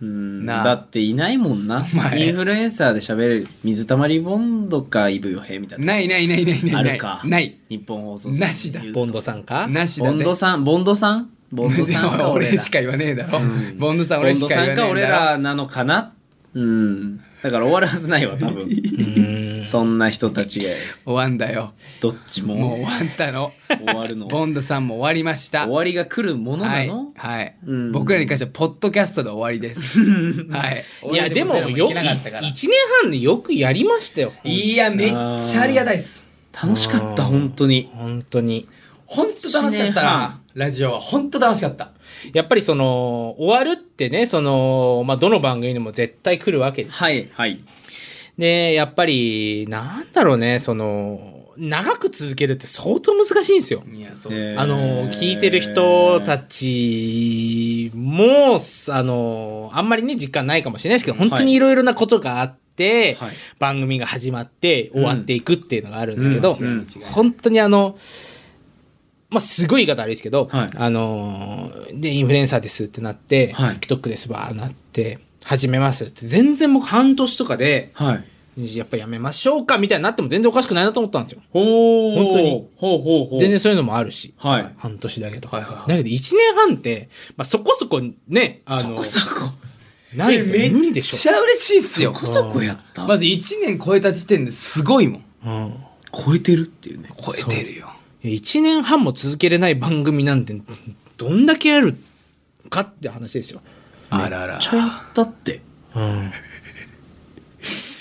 Speaker 1: うん
Speaker 2: なあ
Speaker 1: だっていないもんな
Speaker 2: 前
Speaker 1: インフルエンサーで喋れる水溜りボンドかイブヨヘみたいな
Speaker 2: ないないないないないない
Speaker 1: あるか
Speaker 2: ない
Speaker 1: 日本放送
Speaker 2: なしだ
Speaker 10: ーボンドさんか
Speaker 2: なしだ
Speaker 1: ボ
Speaker 2: ね
Speaker 1: ンドさんボンドさんボンドさんか俺
Speaker 2: [laughs] 俺
Speaker 1: ら
Speaker 2: しか言わねえだろ、
Speaker 1: ん
Speaker 2: ボンドさん
Speaker 1: ボ
Speaker 2: 俺
Speaker 1: ン
Speaker 2: し
Speaker 1: ド
Speaker 2: か言わ
Speaker 1: さ
Speaker 2: ねえ
Speaker 1: んか俺
Speaker 2: だろ
Speaker 1: らなのかなうんだから終わるはずないわ多
Speaker 2: [laughs]
Speaker 1: 分
Speaker 10: うん
Speaker 1: そんな人たちが
Speaker 2: 終わんだよ
Speaker 1: どっち
Speaker 2: もう終
Speaker 1: も
Speaker 2: わったの
Speaker 1: 終わるの
Speaker 2: ボ
Speaker 1: 終
Speaker 2: ンドさんも終わりました
Speaker 1: わりが来るもの
Speaker 2: は
Speaker 1: ないの、
Speaker 2: はい、
Speaker 1: うん
Speaker 2: 僕らに関してはポッドキャストで終わりです
Speaker 1: [laughs]
Speaker 2: はい
Speaker 10: いやでも
Speaker 2: 俺ら
Speaker 10: よ
Speaker 2: 行けなかったから
Speaker 10: 1年半でよくやりましたよ
Speaker 2: いやめっちゃありがたいです
Speaker 1: 楽しかった本当に
Speaker 10: 本当に
Speaker 2: 本当楽しかったなラジオは本当楽しかった
Speaker 10: やっぱりその終わるってねその、まあ、どの番組でも絶対来るわけです
Speaker 1: はいはい
Speaker 10: でやっぱりなんだろうねその長く続けるって相当難しいんですよ
Speaker 2: いやそ
Speaker 1: えー
Speaker 10: あの聞いてる人たちもあのあんまりね実感ないかもしれないですけど本当にいろいろなことがあっ
Speaker 1: は
Speaker 10: て、
Speaker 1: い
Speaker 10: 番組が始まって終わっていくっていうのがあるんですけど、
Speaker 1: うんうん
Speaker 10: 本当にあのまあすごい言い方悪いですけど、
Speaker 1: はい
Speaker 10: あのでインフルエンサーですってなって、
Speaker 1: はい
Speaker 10: TikTok ですばーなって始めますって全然僕半年とかで
Speaker 1: はい
Speaker 10: やっぱやめましょうかみたいになっても全然おかしくないなと思ったんですよ。
Speaker 1: ほ
Speaker 10: 本当に
Speaker 1: ほうほうほう
Speaker 10: 全然そういうのもあるし。
Speaker 1: はい
Speaker 10: 半年だけとか。
Speaker 2: はいはいはい
Speaker 10: だけど1年半って、まあ、そこそこね、あの、
Speaker 2: こ
Speaker 10: ないと
Speaker 2: え
Speaker 10: 無理で
Speaker 2: めっ
Speaker 10: し
Speaker 2: ちゃ嬉しいっすよ
Speaker 1: こそこやった
Speaker 2: まず1年超えた時点ですごいもん
Speaker 10: ょ。うん。
Speaker 1: 超えてるっていうね
Speaker 2: 超えてるよ
Speaker 10: 1年半も続けれない番組なんて、どんだけやるかって話ですよ。
Speaker 2: あらあら
Speaker 1: めっちゃやったって
Speaker 10: うん。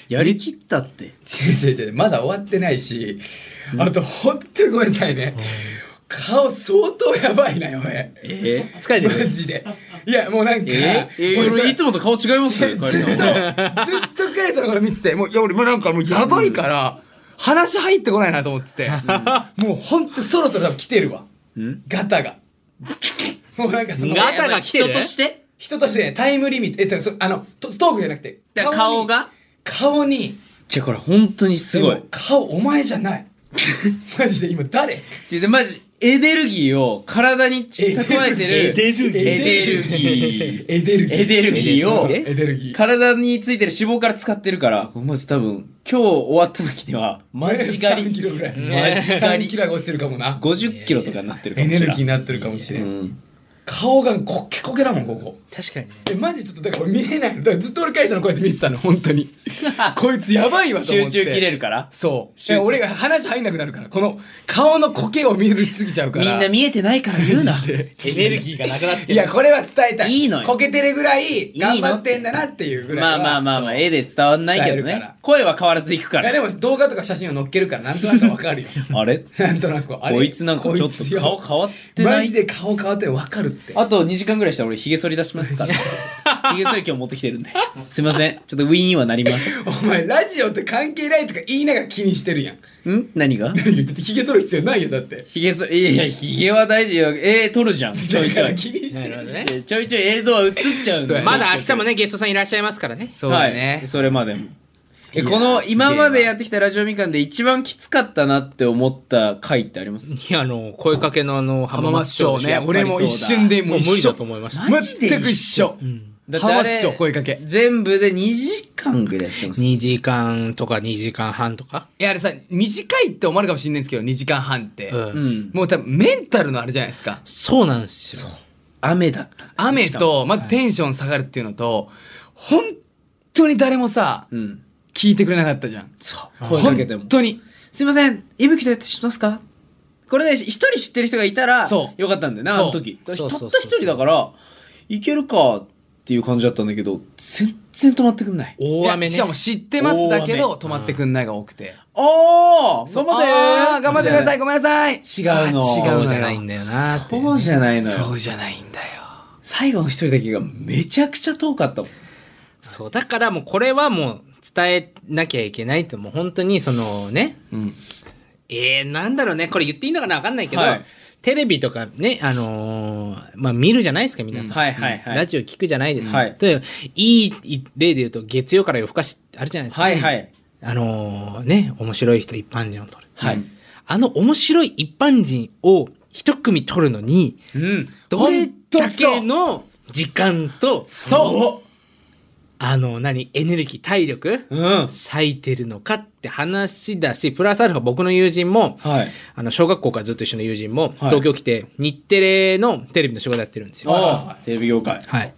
Speaker 1: やりきったって
Speaker 2: 違う違う違うまだ終わってないしあと本当にごめんなさいね顔相当やばいなよ俺
Speaker 1: ええ
Speaker 10: 疲れて
Speaker 2: マ
Speaker 10: る。
Speaker 2: ジでいやもうなんか
Speaker 1: ええ
Speaker 2: もう
Speaker 1: 俺いつもと顔違います
Speaker 2: ず
Speaker 1: よ
Speaker 2: っと
Speaker 1: カエ
Speaker 2: ず
Speaker 1: ルさ
Speaker 2: っ
Speaker 1: ん
Speaker 2: とカエルさんのこと見ててもういや俺もうなんかもうやばいから話入ってこないなと思っててもう本当そろそろ多分来てるわ
Speaker 1: ん
Speaker 2: ガタがもうなんかその
Speaker 10: ガタが来てる
Speaker 1: 人として
Speaker 2: 人としてねタイムリミットえっとそあのトトークじゃなくて
Speaker 1: だから顔
Speaker 2: に
Speaker 1: が
Speaker 2: 顔に
Speaker 1: じゃあこれ本当にすご
Speaker 2: で
Speaker 1: い
Speaker 2: も顔お前じゃないマジで今誰
Speaker 1: ちょでマジエネルギーを体に蓄えてる
Speaker 2: エネルギー
Speaker 1: エネルギー
Speaker 2: エネルギー
Speaker 1: エネルギーを
Speaker 2: エネルギー
Speaker 1: 体についてる脂肪から使ってるからマジ多分今日終わった時にはマジ
Speaker 2: [laughs]
Speaker 1: 狩
Speaker 2: 3キ
Speaker 1: り
Speaker 2: ロぐらい
Speaker 1: マジ狩
Speaker 2: 3
Speaker 1: り
Speaker 2: キロは越してるかもな
Speaker 1: 50キロとかになってるか
Speaker 2: エ
Speaker 1: もし
Speaker 2: ネ
Speaker 1: れ
Speaker 2: ル
Speaker 1: な
Speaker 2: ギーに
Speaker 1: い
Speaker 2: なってるかもしれ
Speaker 1: うんん
Speaker 2: 顔がこけこけだもんここ
Speaker 10: 確かにね。
Speaker 2: えマジちょっとだから見えないのだからずっと俺カエルさんのこうやって見てたの本当
Speaker 1: [laughs]
Speaker 2: にこいつやばいわと思
Speaker 1: 集
Speaker 2: って
Speaker 1: 中切れるから
Speaker 2: そう
Speaker 1: 集中
Speaker 2: え俺が話入んなくなるからこの顔のこけを見るしすぎちゃうか
Speaker 1: みん
Speaker 2: ら
Speaker 1: な見えてないから言うな
Speaker 2: マジで
Speaker 10: エネルギーがなくなって
Speaker 2: いやこれは伝えたい
Speaker 1: いいのよ
Speaker 2: こけてるぐらい
Speaker 1: の
Speaker 2: 頑張ってんだなっていうぐらい
Speaker 1: ま
Speaker 2: は
Speaker 1: あまあまあまあ、
Speaker 2: そう
Speaker 1: 絵で伝わんないけど
Speaker 2: 伝えるから
Speaker 1: ね。声は変わらずいくか
Speaker 2: い
Speaker 1: [laughs]
Speaker 2: や
Speaker 1: ら。
Speaker 2: でも動画とか写真を載っけるからなんとなく
Speaker 1: [laughs]
Speaker 2: わかるよ
Speaker 1: あれ
Speaker 2: なんとなくあれ
Speaker 1: こいつなんかちょっ
Speaker 2: こいつ
Speaker 1: と
Speaker 2: よ
Speaker 1: 顔変わってな
Speaker 2: マ
Speaker 1: い
Speaker 2: ジで顔変わってるわかるって
Speaker 1: あと2時間ぐらいしたら俺髭剃り出しますから。 [laughs] 髭剃り今日持ってきてるんで。すいません。ちょっとウィーンはなり [laughs] ます。
Speaker 2: お前ラジオって関係ないとか言いながら気にしてるやん [laughs] だ
Speaker 1: ん何が
Speaker 2: ってひげ剃る必要ないよだって
Speaker 1: 髭剃り、いやいや、髭は大事よ。絵撮るじゃん。ちょ
Speaker 2: だ
Speaker 1: いち
Speaker 2: か
Speaker 1: ょ
Speaker 2: ら
Speaker 1: [laughs] い。
Speaker 2: 気にしてる
Speaker 10: ね
Speaker 1: ちょいちょいちょい映像は映っちゃうん
Speaker 2: そう
Speaker 1: で。
Speaker 2: やね
Speaker 10: まだ明日もね、ゲストさんいらっしゃいますからね。
Speaker 2: そうだ
Speaker 1: は
Speaker 2: ね
Speaker 1: い。それまでも。えこの今までやってきたラジオみかんで一番きつかったなって思った回ってあります
Speaker 10: いや、あの、声かけのあの、浜
Speaker 2: 浜松
Speaker 10: 松
Speaker 2: 町
Speaker 10: 町
Speaker 2: ね
Speaker 10: ね。
Speaker 2: 俺も一瞬でも
Speaker 10: も
Speaker 2: う
Speaker 10: う
Speaker 2: 一緒
Speaker 10: 無理だと思いました。
Speaker 2: 全く一緒。
Speaker 1: だって
Speaker 2: 浜
Speaker 1: あ
Speaker 2: 松
Speaker 1: れ
Speaker 2: 町声かけ。
Speaker 1: 全部で2時間ぐらいやってます。
Speaker 10: 2時間とか2時間半とか。
Speaker 2: いや、あれさ、短いって思われるかもしれないんですけど、2時間半って。
Speaker 10: うん
Speaker 1: うん。
Speaker 2: もう多分メンタルのあれじゃないですか。
Speaker 10: そうなんですよ。
Speaker 1: 雨だった。
Speaker 2: 雨と、まずテンション下がるっていうのと、本当に誰もさ、
Speaker 1: うん。
Speaker 2: 聞いてくれなかったじゃん。
Speaker 1: そう。声かけても
Speaker 2: 本。当に。
Speaker 1: すいません、いぶきとやって知ってますかこれね、一人知ってる人がいたら、
Speaker 2: そう
Speaker 1: よかったんだよな、あ
Speaker 2: そう
Speaker 1: の時。たった
Speaker 10: そうそうそう
Speaker 1: 一人だから、いけるかっていう感じだったんだけど、全然止まってくんない。
Speaker 10: 大
Speaker 2: い
Speaker 10: 雨
Speaker 2: や
Speaker 10: ね。
Speaker 2: しかも知ってますだけど、止まってくんないが多くて。
Speaker 1: おー
Speaker 2: そう
Speaker 1: 頑張って
Speaker 2: あー頑張ってください、ごめんなさい。
Speaker 1: 違うの。
Speaker 2: あー違
Speaker 10: そうう
Speaker 2: の
Speaker 10: じ
Speaker 2: よ
Speaker 10: ゃないんだよなっていうね。
Speaker 1: そうじゃないの
Speaker 2: そ
Speaker 1: よ
Speaker 2: う。じゃないんだよ。
Speaker 1: 最後の一人だけがめちゃくちゃ遠かったもん。
Speaker 10: そう、だからもうこれはもう伝えなきゃいけないと、もう本当にそのね、
Speaker 2: うん
Speaker 10: えー、なんだろうね、これ言っていいのかなわかんないけど、
Speaker 1: はい
Speaker 10: テレビとかね、あのーまあ見るじゃないですか、皆さん。
Speaker 1: うんはいはいはい
Speaker 10: ラジオ聞くじゃないですか。
Speaker 1: はい
Speaker 10: でいい例で言うと、月曜から夜更かしあるじゃないですか。
Speaker 1: はいはい。
Speaker 10: あのーね、面白い人一般人を取る。
Speaker 1: はい。
Speaker 10: あの面白い一般人を一組取るのに、
Speaker 1: うん。
Speaker 10: どれだけの時間と、
Speaker 2: そう
Speaker 10: あの、何、エネルギー、体力、
Speaker 1: うん。
Speaker 10: 咲いてるのかって話だし、プラスアルファ僕の友人も、
Speaker 1: はい。
Speaker 10: あの、小学校からずっと一緒の友人も、
Speaker 1: はい
Speaker 10: 東京来て、日テレのテレビの仕事やってるんですよ。
Speaker 1: あーテレビ業界。
Speaker 10: はい。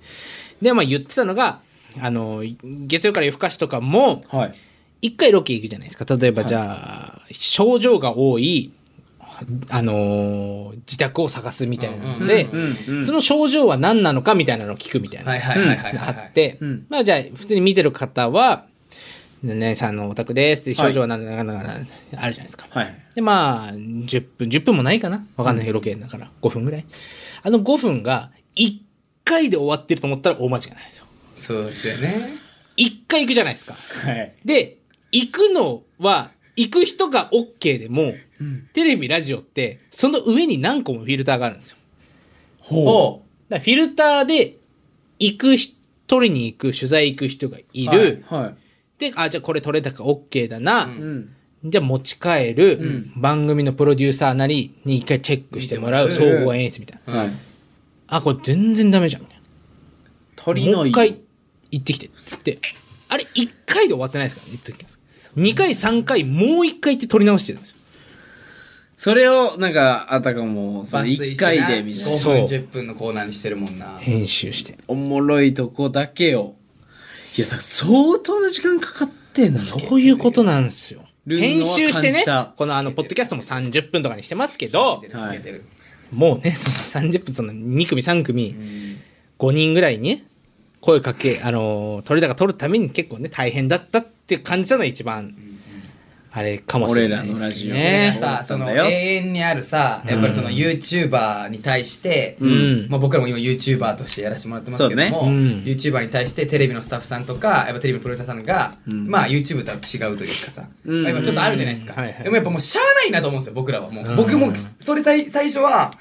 Speaker 10: で、まあ言ってたのが、あの、月曜から夜更かしとかも、
Speaker 1: はい。
Speaker 10: 一回ロケ行くじゃないですか。例えばじゃあ、症状が多い、あのー自宅を探すみたいなので、
Speaker 1: うんうん
Speaker 10: その症状は何なのかみたいなのを聞くみたいな。
Speaker 2: はいはいはいはい
Speaker 10: が
Speaker 2: は
Speaker 10: あ
Speaker 2: い。
Speaker 10: って、
Speaker 1: うん
Speaker 10: まあじゃあ普通に見てる方は「ねねさんのお宅です」って症状はなんだかんだかんだあるじゃないですか。
Speaker 1: はい。
Speaker 10: でまあ10分10分もないかなわかんないけどロケだから5分ぐらいあの5分が1回で終わってると思ったら大間違いないですよ
Speaker 2: そうですよね。
Speaker 10: 1回行くじゃないですか
Speaker 1: はい。
Speaker 10: で行くのは行く人が OK でも、テレビラジオってその上に何個もフィルターがあるんですよ
Speaker 2: ほ
Speaker 10: だからフィルターで行く人取りに行く取材行く人がいる、
Speaker 1: は
Speaker 10: で、あ、じゃあこれ取れたから OK だな。
Speaker 1: い。うん。
Speaker 10: じゃあ持ち帰る、番組のプロデューサーなりに一回チェックしてもらう、
Speaker 1: 見てもらう
Speaker 10: 総合演出みたいな。
Speaker 1: はい。
Speaker 10: あ、これ全然ダメじゃん。みたい
Speaker 1: 鳥
Speaker 10: なも
Speaker 1: の
Speaker 10: う一
Speaker 1: い
Speaker 10: 回行ってきてって言って。あれ、一回で終わってないですからね、言っときます。二回、三回、もう一回行って取り直してるんですよ。
Speaker 1: それを、なんか、あたかも、その一回で、みたいな。
Speaker 2: 5
Speaker 10: そう
Speaker 2: 分10分のコーナーにしてるもんな。
Speaker 10: 編集して。
Speaker 1: おもろいとこだけを。いや、だから相当な時間かかってんの。
Speaker 10: そういうことなんですよ。
Speaker 1: ルー
Speaker 10: 編
Speaker 1: ルを
Speaker 10: 集してね
Speaker 1: 感じた、
Speaker 10: このあの、ポッドキャストも30分とかにしてますけど、
Speaker 1: は
Speaker 2: はいい、
Speaker 10: もうね、その30分、その2組、3組、5人ぐらいにね声かけ、あのー、取れ高取るために結構ね、大変だったって感じたのが一番、あれかもしれないです、
Speaker 1: 俺
Speaker 10: ね。
Speaker 1: らのラジオ
Speaker 2: ね
Speaker 10: ね。
Speaker 2: さ
Speaker 1: そ
Speaker 2: そう
Speaker 1: だ
Speaker 2: の
Speaker 1: ったんだよ
Speaker 2: 永遠にあるさやっぱりその YouTuber に対して、
Speaker 10: ん
Speaker 2: まあ、僕らも今 YouTuber としてやらせてもらってますけど
Speaker 1: そ
Speaker 2: も、
Speaker 10: うねうん
Speaker 2: YouTuber に対してテレビのスタッフさんとかやっぱテレビのプロデューサーさんが、
Speaker 1: ん
Speaker 2: まあ YouTube とは違うというかさ、
Speaker 1: うん
Speaker 2: まあ今ちょっとあるじゃないですか、
Speaker 10: うんはいはい
Speaker 2: でもやっぱもうしゃあないなと思うんですよ僕らはもう、
Speaker 10: うん
Speaker 2: 僕もそれ最最初は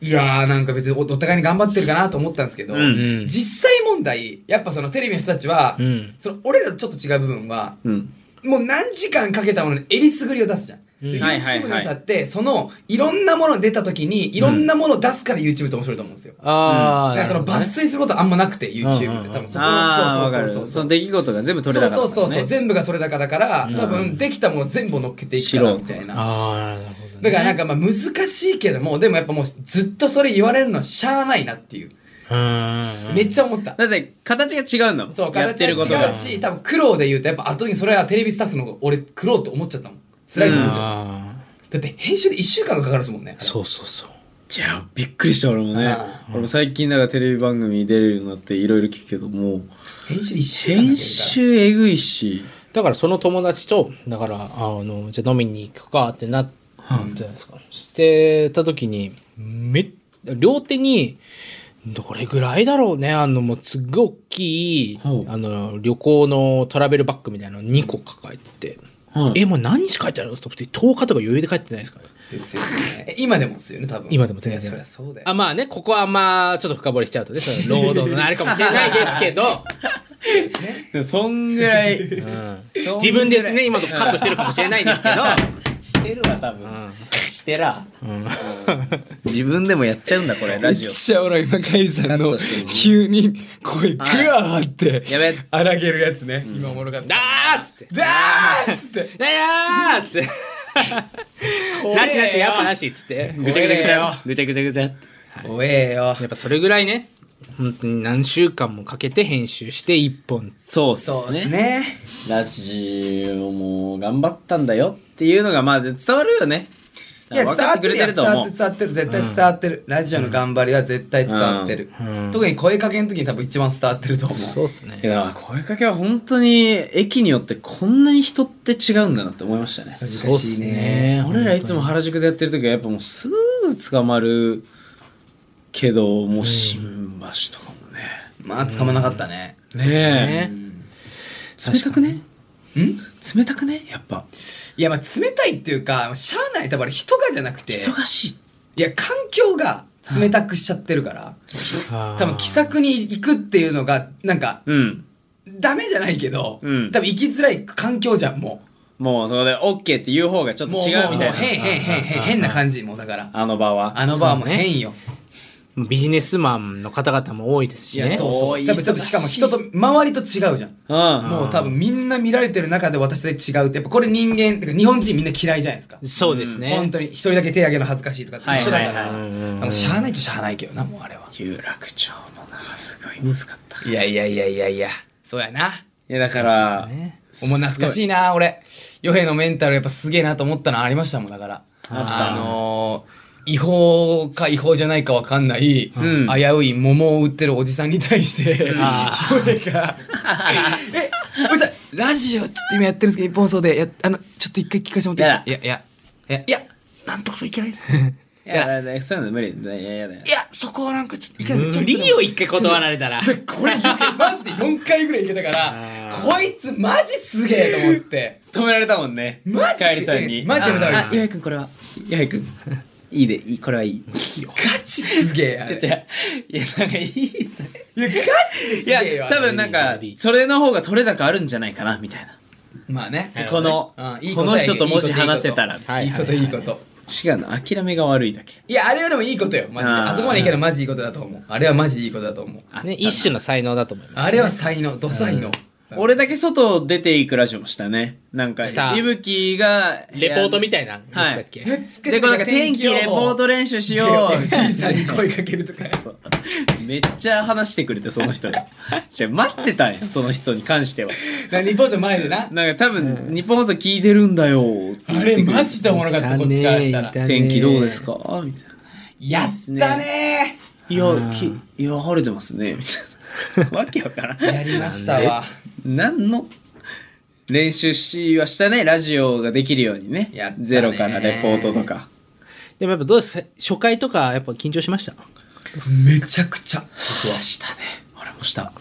Speaker 2: いやーなんか別におお互いに頑張ってるかなと思ったんですけど、
Speaker 1: うん
Speaker 10: うん
Speaker 2: 実際問題やっぱそのテレビの人たちは、
Speaker 10: うん。
Speaker 2: その俺らとちょっと違う部分は
Speaker 1: うん。
Speaker 2: もう何時間かけたものにえりすぐりを出すじゃん。
Speaker 10: ん
Speaker 2: YouTube の良さって、その、いろんなもの出た時に、いろんなものを出すから YouTube って面白いと思うんですよ。
Speaker 10: ああ、
Speaker 2: だからその抜粋することあんまなくて、YouTube って。多分そこ
Speaker 1: ああ、わか
Speaker 2: そう
Speaker 1: る。
Speaker 2: そうそう
Speaker 1: そ
Speaker 2: そう。
Speaker 1: の出来事が全部取れたから
Speaker 2: そ
Speaker 1: ね。
Speaker 2: うそうそう。全部が取れ高だから、多分できたもの全部を乗っけていくからみたいな。
Speaker 10: ああ、なるほどね。
Speaker 2: だからなんかまあ難しいけども、でもやっぱもうずっとそれ言われるのはしゃあないなっていう。
Speaker 10: うんうん
Speaker 2: めっちゃ思った。
Speaker 1: だって、形が違うんだもん。
Speaker 2: そう、
Speaker 1: やって
Speaker 2: 形
Speaker 1: ること
Speaker 2: は違
Speaker 1: が
Speaker 2: う。し、多分苦労で言うと、やっぱ後にそれはテレビスタッフの方が俺苦労と思っちゃったもん。辛いと思っちゃった。
Speaker 10: あ
Speaker 2: だって編集で1週間がかかるんですもんね
Speaker 10: あ、そうそうそう。
Speaker 1: いや、びっくりした、俺もね。俺も最近、だからテレビ番組に出れるようになって、いろいろ聞くけど、もう、
Speaker 2: 編集で1週間かけるか
Speaker 1: 編
Speaker 2: ら
Speaker 1: 集えぐいし。
Speaker 10: だからその友達と、だから、あの、じゃあ飲みに行くかってなったんじゃないですか。してた時に、めっ、両手に、どれぐらいだろうね、あの、もうすっごい大きい、
Speaker 1: ほう
Speaker 10: あの、旅行のトラベルバッグみたいなの2個抱えてて、
Speaker 1: はい
Speaker 10: え、もう何日帰ってあるのと思って、10日とか余裕で帰ってないですからね。
Speaker 2: ですよねえ今でもですよね多分
Speaker 10: 今でも全然
Speaker 2: いやそりゃそうだよ
Speaker 10: あ、まあね、ここはあんま、ちょっと深掘りしちゃうとね、その、労働のあれかもしれないですけど、
Speaker 1: でそんぐらい。
Speaker 10: 自分でね、今のカットしてるかもしれないんですけど、
Speaker 1: してるわ、多分。してら。自分でもやっちゃうんだ、これ、ラジオ。
Speaker 2: シャオラ今カイさん
Speaker 1: カッ
Speaker 2: の
Speaker 1: トしてる
Speaker 2: 急に声グワーって
Speaker 1: やべ。
Speaker 2: 荒げるやつね、今おもろかった
Speaker 10: だーっつって、
Speaker 2: だーっつって
Speaker 10: だーっつって、なしなし、やっぱなしっつって、ぐちゃぐちゃぐちゃ、ぐちゃぐちゃぐちゃって。
Speaker 2: 怖えよ
Speaker 10: やっぱそれぐらいね、本当に何週間もかけて編集して一本。
Speaker 1: そうっす
Speaker 2: そうです
Speaker 1: ね。
Speaker 2: ね
Speaker 1: ラジオも頑張ったんだよっていうのが、まあ、伝わるよね。
Speaker 2: いや伝
Speaker 1: 分か
Speaker 2: わ
Speaker 1: っ
Speaker 2: って
Speaker 1: く
Speaker 2: てる
Speaker 1: れてる
Speaker 2: よ伝
Speaker 1: と
Speaker 2: わ
Speaker 1: 思
Speaker 2: っ
Speaker 1: う
Speaker 2: て。伝わってる絶対伝わってる、ラジオの頑張りは絶対伝わってる、特に声かけの時に多分一番伝わってると思う
Speaker 10: そうっすね。
Speaker 1: いや、声かけは本当に駅によってこんなに人って違うんだなって思いましたね。
Speaker 10: そうっすね。
Speaker 1: 俺らいつも原宿でやってる時はやっぱもうすぐ捕まるけどもう新橋とかもね、
Speaker 2: まあ捕まなかったね、
Speaker 1: ねえ、冷たくね
Speaker 2: ん
Speaker 1: 冷たくねやっぱ
Speaker 2: いやまあ冷たいっていうかしゃあない多分あれ人がじゃなくて
Speaker 1: 忙しい
Speaker 2: いや環境が冷たくしちゃってるから多分気さくに行くっていうのがなんか
Speaker 1: うん
Speaker 2: ダメじゃないけど、
Speaker 1: うん
Speaker 2: 多分行きづらい環境じゃんも
Speaker 1: もうそこで OK って言う方がちょ
Speaker 2: う
Speaker 1: っと
Speaker 2: もう
Speaker 1: 違うみた
Speaker 2: もうもう
Speaker 1: いな
Speaker 2: 変変変変変な感じもうだから
Speaker 1: あの場は
Speaker 2: あの場はもう変よ、
Speaker 10: ビジネスマンの方々も多いです
Speaker 2: い
Speaker 10: し
Speaker 2: や
Speaker 10: ね。
Speaker 2: そうそ
Speaker 1: 多
Speaker 2: う
Speaker 1: い
Speaker 2: 多分ちょっとしかも人と周りと違うじゃん
Speaker 1: うん
Speaker 2: もう多分みんな見られてる中で私で違うってやっぱこれ人間てか日本人みんな嫌いじゃないですか
Speaker 10: そうです
Speaker 2: 本
Speaker 10: ね。
Speaker 2: 当に一人だけ手挙げるの恥ずかしいとかって一緒だ
Speaker 1: は
Speaker 2: から、
Speaker 1: いはい
Speaker 2: あのしゃあないっちゃしゃあないけどなもうあれは
Speaker 1: 有楽町もなすごい難かったい
Speaker 2: いやいやいやいやいやそうやな
Speaker 1: やだから
Speaker 2: お前懐かしいな俺ヨヘのメンタルやっぱすげえなと思ったのありましたもんだからあのー違法か違法じゃないかわかんない、
Speaker 1: ん
Speaker 2: 危うい桃を売ってるおじさんに対して、俺 [laughs] が「えごめんなさいラジオちょっと今やってるんですけど一本放送でやあのちょっと一回聞かせてもらっていいですか?」いやいやいやいやなんとかそういけないです
Speaker 1: いやだそういうの無理だいやいやだよ
Speaker 2: いやそこはなんかちょっといけない
Speaker 10: 無理よ、一回断られたら。
Speaker 2: これマジで4回ぐらいいけたからこいつマジすげえと思って。
Speaker 1: 止められたもんね
Speaker 2: マジ
Speaker 1: 帰りさんに
Speaker 2: マジやめた方がいい
Speaker 1: ああやいくんこれはやいくんいいでいいこれはいい
Speaker 2: [laughs] ガチすげえあれ。
Speaker 1: じゃいやなんかいい
Speaker 2: いや、ガチです
Speaker 1: い
Speaker 2: げえよ
Speaker 1: や多分なんかそれの方が取れ高あるんじゃないかなみたいな
Speaker 2: まあね。
Speaker 1: この
Speaker 2: うんいい
Speaker 1: こ
Speaker 2: と
Speaker 1: の人ともし話せたら
Speaker 2: いいこといいこと、いいこと。
Speaker 1: 違うの諦めが悪いだけ
Speaker 2: いや、あれよりもいいことよ、マジで。
Speaker 1: あー
Speaker 2: あそこまでいけたらマジいいことだと思う。あれはマジいいことだと思う。
Speaker 10: ね、一種の才能だと思います。
Speaker 2: あれは才能、ド才能。
Speaker 1: 俺だけ外出ていくラジオもしたねなんか
Speaker 10: した
Speaker 1: いぶきが
Speaker 10: レポートみたいな。
Speaker 1: はい
Speaker 10: だっけ
Speaker 2: 懐かしい
Speaker 1: でこうなんか天気レポート
Speaker 2: レ
Speaker 1: 練習し
Speaker 2: ポ
Speaker 1: よ
Speaker 2: ー
Speaker 1: う
Speaker 2: トおじいさんに声かけるとか。
Speaker 1: [laughs] めっちゃ話してくれてその人がじゃあ待ってたんよその人に関しては
Speaker 2: な日本じゃ前でな。
Speaker 1: なんか多分日本放送聞いてるんだよって言
Speaker 2: あ
Speaker 1: ってく
Speaker 2: れ
Speaker 1: て
Speaker 2: マジでおもろかった、こっちからしたら
Speaker 10: いた。ね
Speaker 1: 天気どうですかみたいな
Speaker 2: やったね
Speaker 1: いや、きいや晴れてますね、みたいな。わけわからん。
Speaker 2: やりましたわ。
Speaker 1: 何の練習しはしたね、ラジオができるようにね。
Speaker 2: やったね
Speaker 1: ゼロからレポートとか。
Speaker 10: でもやっぱどうです初回とかやっぱ緊張しました
Speaker 2: めちゃくちゃ。
Speaker 1: したね。俺もした。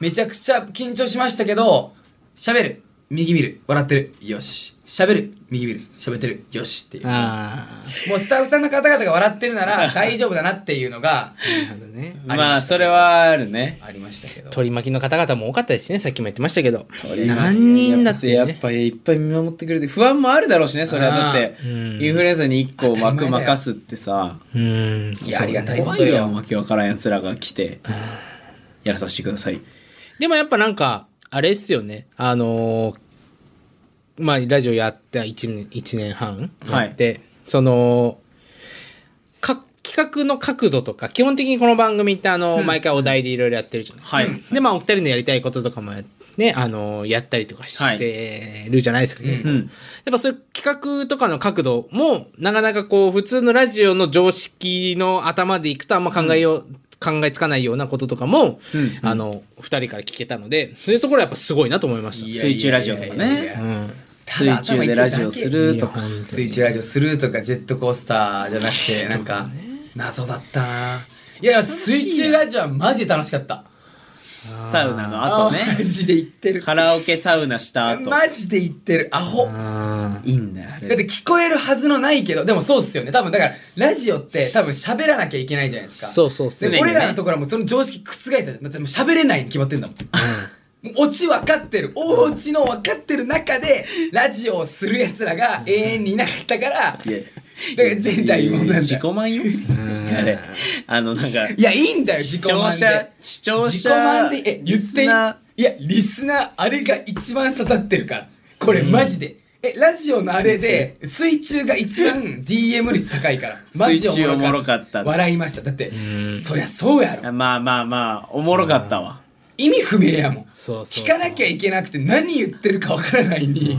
Speaker 2: めちゃくちゃ緊張しましたけど、喋る、右見る、笑ってる、よし。喋る、右見る、喋ってる、よしっていう。
Speaker 10: あ
Speaker 2: もうスタッフさんの方々が笑ってる
Speaker 1: [laughs]
Speaker 2: なら大丈夫だなっていうのが
Speaker 10: あ。なるほどね。
Speaker 1: まあ、それはあるね。
Speaker 2: ありましたけど。
Speaker 10: 取り巻きの方々も多かったですしね、さっきも言ってましたけど。何人だって、ね、
Speaker 1: やっぱりいっぱい見守ってくれて、不安もあるだろうしね、それは。だって、
Speaker 10: うん
Speaker 1: インフルエンザに1個
Speaker 2: 当たり前だ
Speaker 1: 幕
Speaker 2: よ
Speaker 1: 任すってさ、
Speaker 10: うん。
Speaker 2: いや、ありがたいこ
Speaker 1: 怖
Speaker 2: と
Speaker 1: いよ、
Speaker 2: よ。
Speaker 1: わけわからん奴らが来て、やらさせてください。
Speaker 10: でもやっぱなんか、あれっすよね。あのーまあ、ラジオやって1年、一年半
Speaker 1: はい
Speaker 10: やって、その、か、企画の角度とか、基本的にこの番組ってあの、毎回お題でいろいろやってるじゃないですか。
Speaker 1: はい。
Speaker 10: で、まあ、お二人のやりたいこととかもや、ね、あのーやったりとかしてるじゃないですか、結構
Speaker 1: うん。
Speaker 10: やっぱそういう企画とかの角度も、なかなかこう、普通のラジオの常識の頭でいくとあんま考えよう、考えつかないようなこととかも、あの、二人から聞けたので、そういうところはやっぱすごいなと思いました。
Speaker 1: 水中ラジオとかね。
Speaker 10: うん。
Speaker 2: ただ
Speaker 1: 水中でラジオするとか。
Speaker 2: 水中ラジオするとか、ジェットコースターじゃなくて、なんか、謎だったな。いや、水中ラジオはマジで楽しかった。
Speaker 1: サウナの後ね
Speaker 2: [laughs] マジで言ってる
Speaker 1: カラオケサウナした後
Speaker 2: マジで言ってるアホ
Speaker 12: いいんだよあ
Speaker 2: だっ
Speaker 12: れ
Speaker 2: て聞こえるはずのないけどでもそうっすよね多分だからラジオって多分喋らなきゃいけないじゃないですか
Speaker 10: そうそう
Speaker 2: で
Speaker 10: そう。
Speaker 1: 常にね
Speaker 2: 俺らのところはもうその常識覆しただってもう喋れないに決まってんだもん、もうオチ分かってるおうちの分かってる中でラジオをするやつらが永遠にいなかったからだから前代未聞なんだ
Speaker 1: 自
Speaker 2: よ
Speaker 1: 己満よあれあのなんか
Speaker 2: いやいいんだよ自
Speaker 1: 視
Speaker 2: 己
Speaker 1: 聴
Speaker 2: 満
Speaker 1: 者
Speaker 2: で
Speaker 1: 視聴
Speaker 2: 自己
Speaker 1: 者
Speaker 2: 満でえ言
Speaker 1: リ
Speaker 2: ってい
Speaker 1: スナ
Speaker 2: いやリスナーあれが一番刺さってるからこれマジで、えラジオのあれで水中が一番 DM 率高いからマジお
Speaker 1: 水中おも
Speaker 2: も
Speaker 1: ろ
Speaker 2: ろ
Speaker 1: か
Speaker 2: か
Speaker 1: っ
Speaker 2: ったた笑いましただってそりゃそうやろ
Speaker 1: ーまあまあまあおもろかったわ
Speaker 2: 意味不明やもん
Speaker 10: そうそう
Speaker 2: 聞
Speaker 10: そ
Speaker 2: か
Speaker 10: う
Speaker 2: なきゃいけなくて何言ってるかわからないに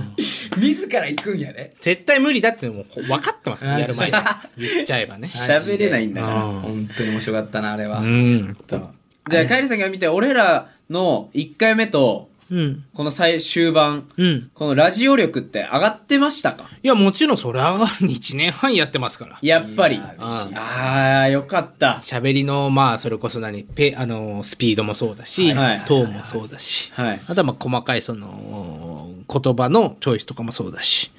Speaker 2: 自ら行くんやね
Speaker 10: 絶対無理だってもう分かってますからやる前 [laughs] に。言っちゃえば [laughs] ね。
Speaker 1: 喋れないんだから
Speaker 2: 本当に面白かったなあれは、
Speaker 10: うん。
Speaker 1: じゃあ、カエルさんが見て、俺らの1回目と、
Speaker 10: うん。
Speaker 1: この最終盤、
Speaker 10: うん。
Speaker 1: このラジオ力って上がってましたか
Speaker 10: いや、もちろんそれ上がるに1年半やってますから。
Speaker 1: やっぱり。
Speaker 10: ああ
Speaker 1: ああ、よかった。
Speaker 10: 喋りの、まあ、それこそ何、ペ、あの、スピードもそうだ
Speaker 1: は
Speaker 10: し、
Speaker 1: いはい
Speaker 10: トーンもそうだし、
Speaker 1: はい
Speaker 10: あとはまあ、細かいその、言葉のチョイスとかもそうだし、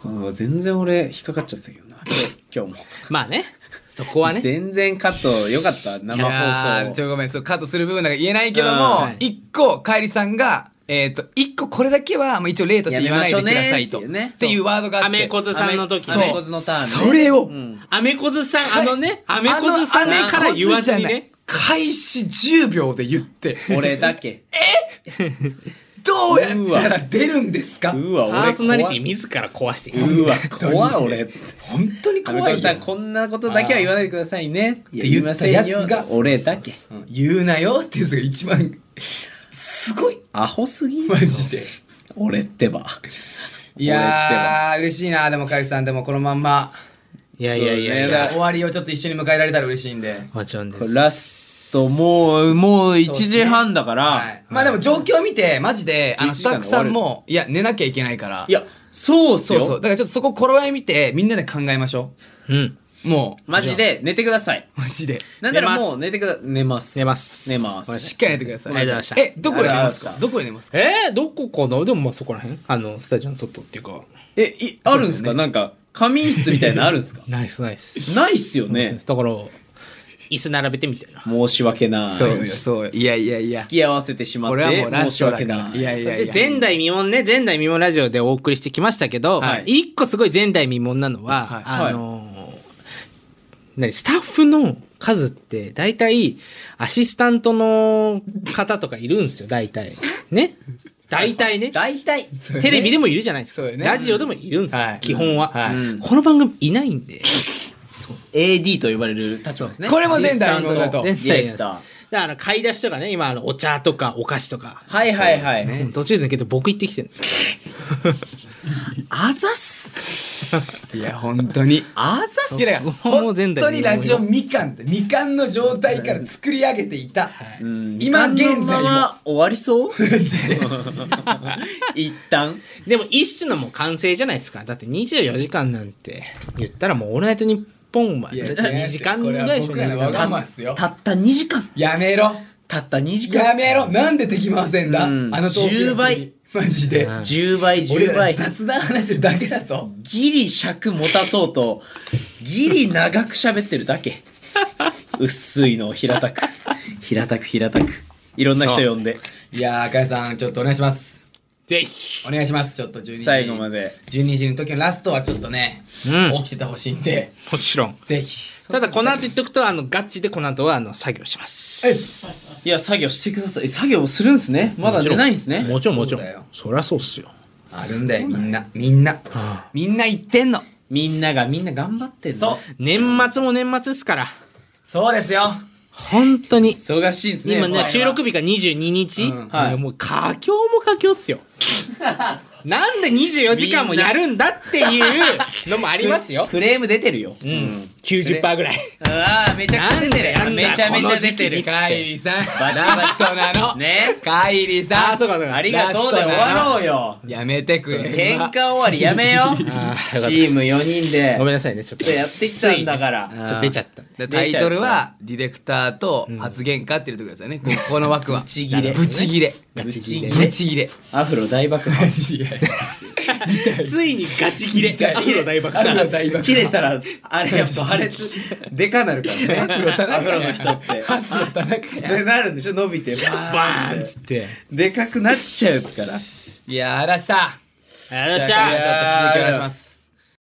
Speaker 1: この全然俺、引っかかっちゃったけどな。 [laughs] 今日も。
Speaker 10: まあね、そこはね、
Speaker 1: 全然カット、よかった。
Speaker 2: い
Speaker 1: 生
Speaker 2: や
Speaker 1: 放
Speaker 2: ーち
Speaker 1: 送。
Speaker 2: ょごめんそうカットする部分だから言えないけど
Speaker 1: うん
Speaker 2: も
Speaker 1: はい
Speaker 2: 一個かえりさんがえっ、と一個これだけはもう一応例として言わないでくださいと
Speaker 1: やめましょうねっていう
Speaker 2: っ
Speaker 1: ね
Speaker 2: ていうワードがあって
Speaker 10: アメコズさんの時
Speaker 1: アメ
Speaker 10: ね
Speaker 1: コ、ズのターンね。
Speaker 2: それを、
Speaker 1: うん。
Speaker 10: アメコズさん、あのね、アメコズさ
Speaker 2: あの
Speaker 10: んから言わずに
Speaker 2: アメコズじ
Speaker 10: ね
Speaker 2: ゃない、開始10秒で言って
Speaker 1: 俺だけ。
Speaker 2: どうやったら出るんですか
Speaker 1: うわ、
Speaker 10: パ
Speaker 1: 俺怖い。
Speaker 10: ーソナリティ自ら壊していく。
Speaker 1: うわ、怖い俺。
Speaker 2: 本当に
Speaker 1: アメ
Speaker 2: 怖
Speaker 1: コズ
Speaker 2: い
Speaker 1: さ
Speaker 2: よ
Speaker 1: ん、こんなことだけは言わないでくださいね。って
Speaker 2: って言ったやつが
Speaker 1: 俺だけ。
Speaker 2: そうそうそう言うなよってやつが一番すごい
Speaker 1: アホすぎ
Speaker 2: マジで
Speaker 1: [laughs] 俺ってば。
Speaker 2: いやー嬉しいなでもかりさんでもこのまんま
Speaker 10: いやいやいやい
Speaker 1: そうね
Speaker 10: や、
Speaker 2: 終わりをちょっと一緒に迎えられたら嬉しいんで
Speaker 10: もちろんで
Speaker 1: これ
Speaker 10: す。
Speaker 1: ラストもう、もう1時半だから、
Speaker 2: はいまあでも状況を見てマジであの
Speaker 1: 11
Speaker 2: スタッフさんもいや寝なきゃいけないから
Speaker 1: いや、そうっす
Speaker 2: そう
Speaker 1: よ。
Speaker 2: そうだからちょっとそこ頃合い見てみんなで考えましょ
Speaker 10: うん。
Speaker 2: うもう
Speaker 1: マジで寝てください。
Speaker 2: マジで
Speaker 1: なんなら
Speaker 10: 寝ます
Speaker 1: もう寝てくだ、寝ます。
Speaker 10: 寝ます
Speaker 1: 寝ま
Speaker 2: し
Speaker 1: す
Speaker 2: っ。かり寝てください
Speaker 10: ありがとうございました
Speaker 2: えどこで寝ますかどこで寝ますか
Speaker 10: えー、どこかなでもまあそこら辺あの、スタジオの外っていうか。
Speaker 1: え、いあるんですかなんか、仮眠室みたいなのあるんです
Speaker 2: [laughs]
Speaker 1: か
Speaker 10: ナイスナイス。
Speaker 1: ないっすよね。
Speaker 10: だから、椅子並べてみたいな。
Speaker 1: 申し訳ない。
Speaker 2: そう
Speaker 1: 付
Speaker 2: よそうよいやいやいや
Speaker 1: き合わせてしま
Speaker 2: これは
Speaker 1: って
Speaker 2: もうラ
Speaker 1: 申
Speaker 2: ス
Speaker 1: し
Speaker 2: トだか
Speaker 1: 訳
Speaker 2: ら
Speaker 1: ない。
Speaker 2: いやいやい
Speaker 10: で
Speaker 2: や
Speaker 10: 前代未聞ね前代未聞ラジオでお送りしてきましたけど、
Speaker 1: はい
Speaker 10: 一個すごい前代未聞なのは、
Speaker 2: はい
Speaker 10: あのー何スタッフの数って大体アシスタントの方とかいるんですよ大体ね大体
Speaker 2: [laughs]
Speaker 10: ね
Speaker 1: 大体。
Speaker 2: そうよね
Speaker 10: テレビでもいるじゃないですか、
Speaker 2: そうよね
Speaker 10: ラジオでもいるんですよ、
Speaker 2: はい
Speaker 10: 基本は、
Speaker 2: はい
Speaker 1: うん
Speaker 10: この番組いないんで
Speaker 1: AD と呼ばれる立場
Speaker 10: [laughs]
Speaker 1: ですね。
Speaker 2: これも前代未聞だと
Speaker 1: ディレクタ
Speaker 10: だから買い出しとかね今あのお茶とかお菓子とか、
Speaker 1: ー。はいはいはい。
Speaker 10: 途中で抜けど僕行ってきてる
Speaker 1: あざっす。
Speaker 2: いや本当に
Speaker 1: あざっす。
Speaker 2: いやいや
Speaker 10: もう
Speaker 2: 本
Speaker 10: 前代未聞
Speaker 2: 当にラジオみかんってみかんの状態から作り上げていた、
Speaker 1: うん
Speaker 2: 今現
Speaker 1: こ
Speaker 2: 在
Speaker 1: の
Speaker 2: も
Speaker 1: ま
Speaker 2: [laughs]
Speaker 1: ま終わりそう一旦。
Speaker 10: でも一種のもう完成じゃないですか。だって24時間なんて言ったらもうオールナイトニッポンはい
Speaker 2: や
Speaker 10: 絶対2時間ぐらいでしょ
Speaker 2: これは僕らのわがままっすよ
Speaker 1: たった2時間。
Speaker 2: やめろ
Speaker 1: たった2時間。
Speaker 2: やめろなんで敵回せんだ、
Speaker 1: うん
Speaker 2: あの東京
Speaker 1: 10倍
Speaker 2: マジで
Speaker 1: 10倍、
Speaker 2: 俺
Speaker 1: 10
Speaker 2: ら
Speaker 1: 倍。
Speaker 2: 雑談話してるだけだぞ
Speaker 1: ギリ尺持たそうと、ギリ長く喋ってるだけ。薄いのを平たく。平たく平たく。いろんな人呼んで、
Speaker 2: いやーあかりさんちょっとお願いします
Speaker 10: ぜひ。
Speaker 2: お願いしますちょっと12時
Speaker 1: 最後まで。
Speaker 2: 12時の時のラストはちょっとね、
Speaker 10: うん
Speaker 2: 起きててほしいんで
Speaker 10: もちろん。
Speaker 2: ぜひ
Speaker 10: ただこの後言っとくと、あの、ガチでこの後はあの作業します。
Speaker 1: いや、作業してください。作業するんすね。まだ寝ないんすね。
Speaker 10: もちろんもちろ
Speaker 2: そうだ
Speaker 10: ん
Speaker 2: よ。
Speaker 10: そりゃそうっすよ。
Speaker 2: あるんだよみんなみんなみんな言ってんの
Speaker 1: みんながみんな頑張ってんの
Speaker 2: そう
Speaker 10: 年末も年末ですから。
Speaker 2: そうですよ
Speaker 10: 本当に。
Speaker 1: 忙しいんすね。
Speaker 10: 今
Speaker 1: もう
Speaker 10: ね、収録日が22日。
Speaker 2: うん
Speaker 10: はいもう佳境も佳境っすよ。なんで24時間もやるんだっていうのもありま
Speaker 1: [laughs]
Speaker 10: すよ。
Speaker 1: フレーム出てるよ。
Speaker 10: うん、90%ぐらい。
Speaker 1: ああ、めちゃくちゃ出てる。
Speaker 10: なんだ
Speaker 1: めちゃめちゃ出てる。
Speaker 10: この時期に
Speaker 2: カイリーさん
Speaker 1: バチバチ
Speaker 2: ラストな
Speaker 10: [laughs]
Speaker 2: の
Speaker 1: ね。
Speaker 2: カイリーさん
Speaker 10: うかそう
Speaker 1: ありがとうで終わろうよ。
Speaker 2: やめてくれ
Speaker 1: 喧嘩終わりやめよう。チーム4人で
Speaker 10: ご。めんなさいね、ちょっと。
Speaker 1: ちょっとやってきたんだか
Speaker 10: ちょ
Speaker 1: ら。
Speaker 10: っと出ちゃった。
Speaker 2: でタイトルはディレクターと発言家っていうところですよね、ここの枠はブチ
Speaker 1: ギレ
Speaker 2: ブチギレ
Speaker 10: ガチギレ
Speaker 2: ブチギレ
Speaker 1: アフロ大爆発。 [laughs]
Speaker 10: ついにガチ切れ。ガチ切れ大爆
Speaker 2: アフロ大爆
Speaker 1: 切れたら、あれやっぱ破裂、でかなるからね。
Speaker 2: アフロ田中や
Speaker 1: の人って。
Speaker 2: アフロ田中や
Speaker 1: でなるんでしょ伸びて。バーン
Speaker 10: バーンっつって。
Speaker 1: でかくなっちゃうから。
Speaker 2: いやーあらした
Speaker 10: よっし
Speaker 2: じゃあ
Speaker 10: ゃ
Speaker 2: ちょっと続きお願いします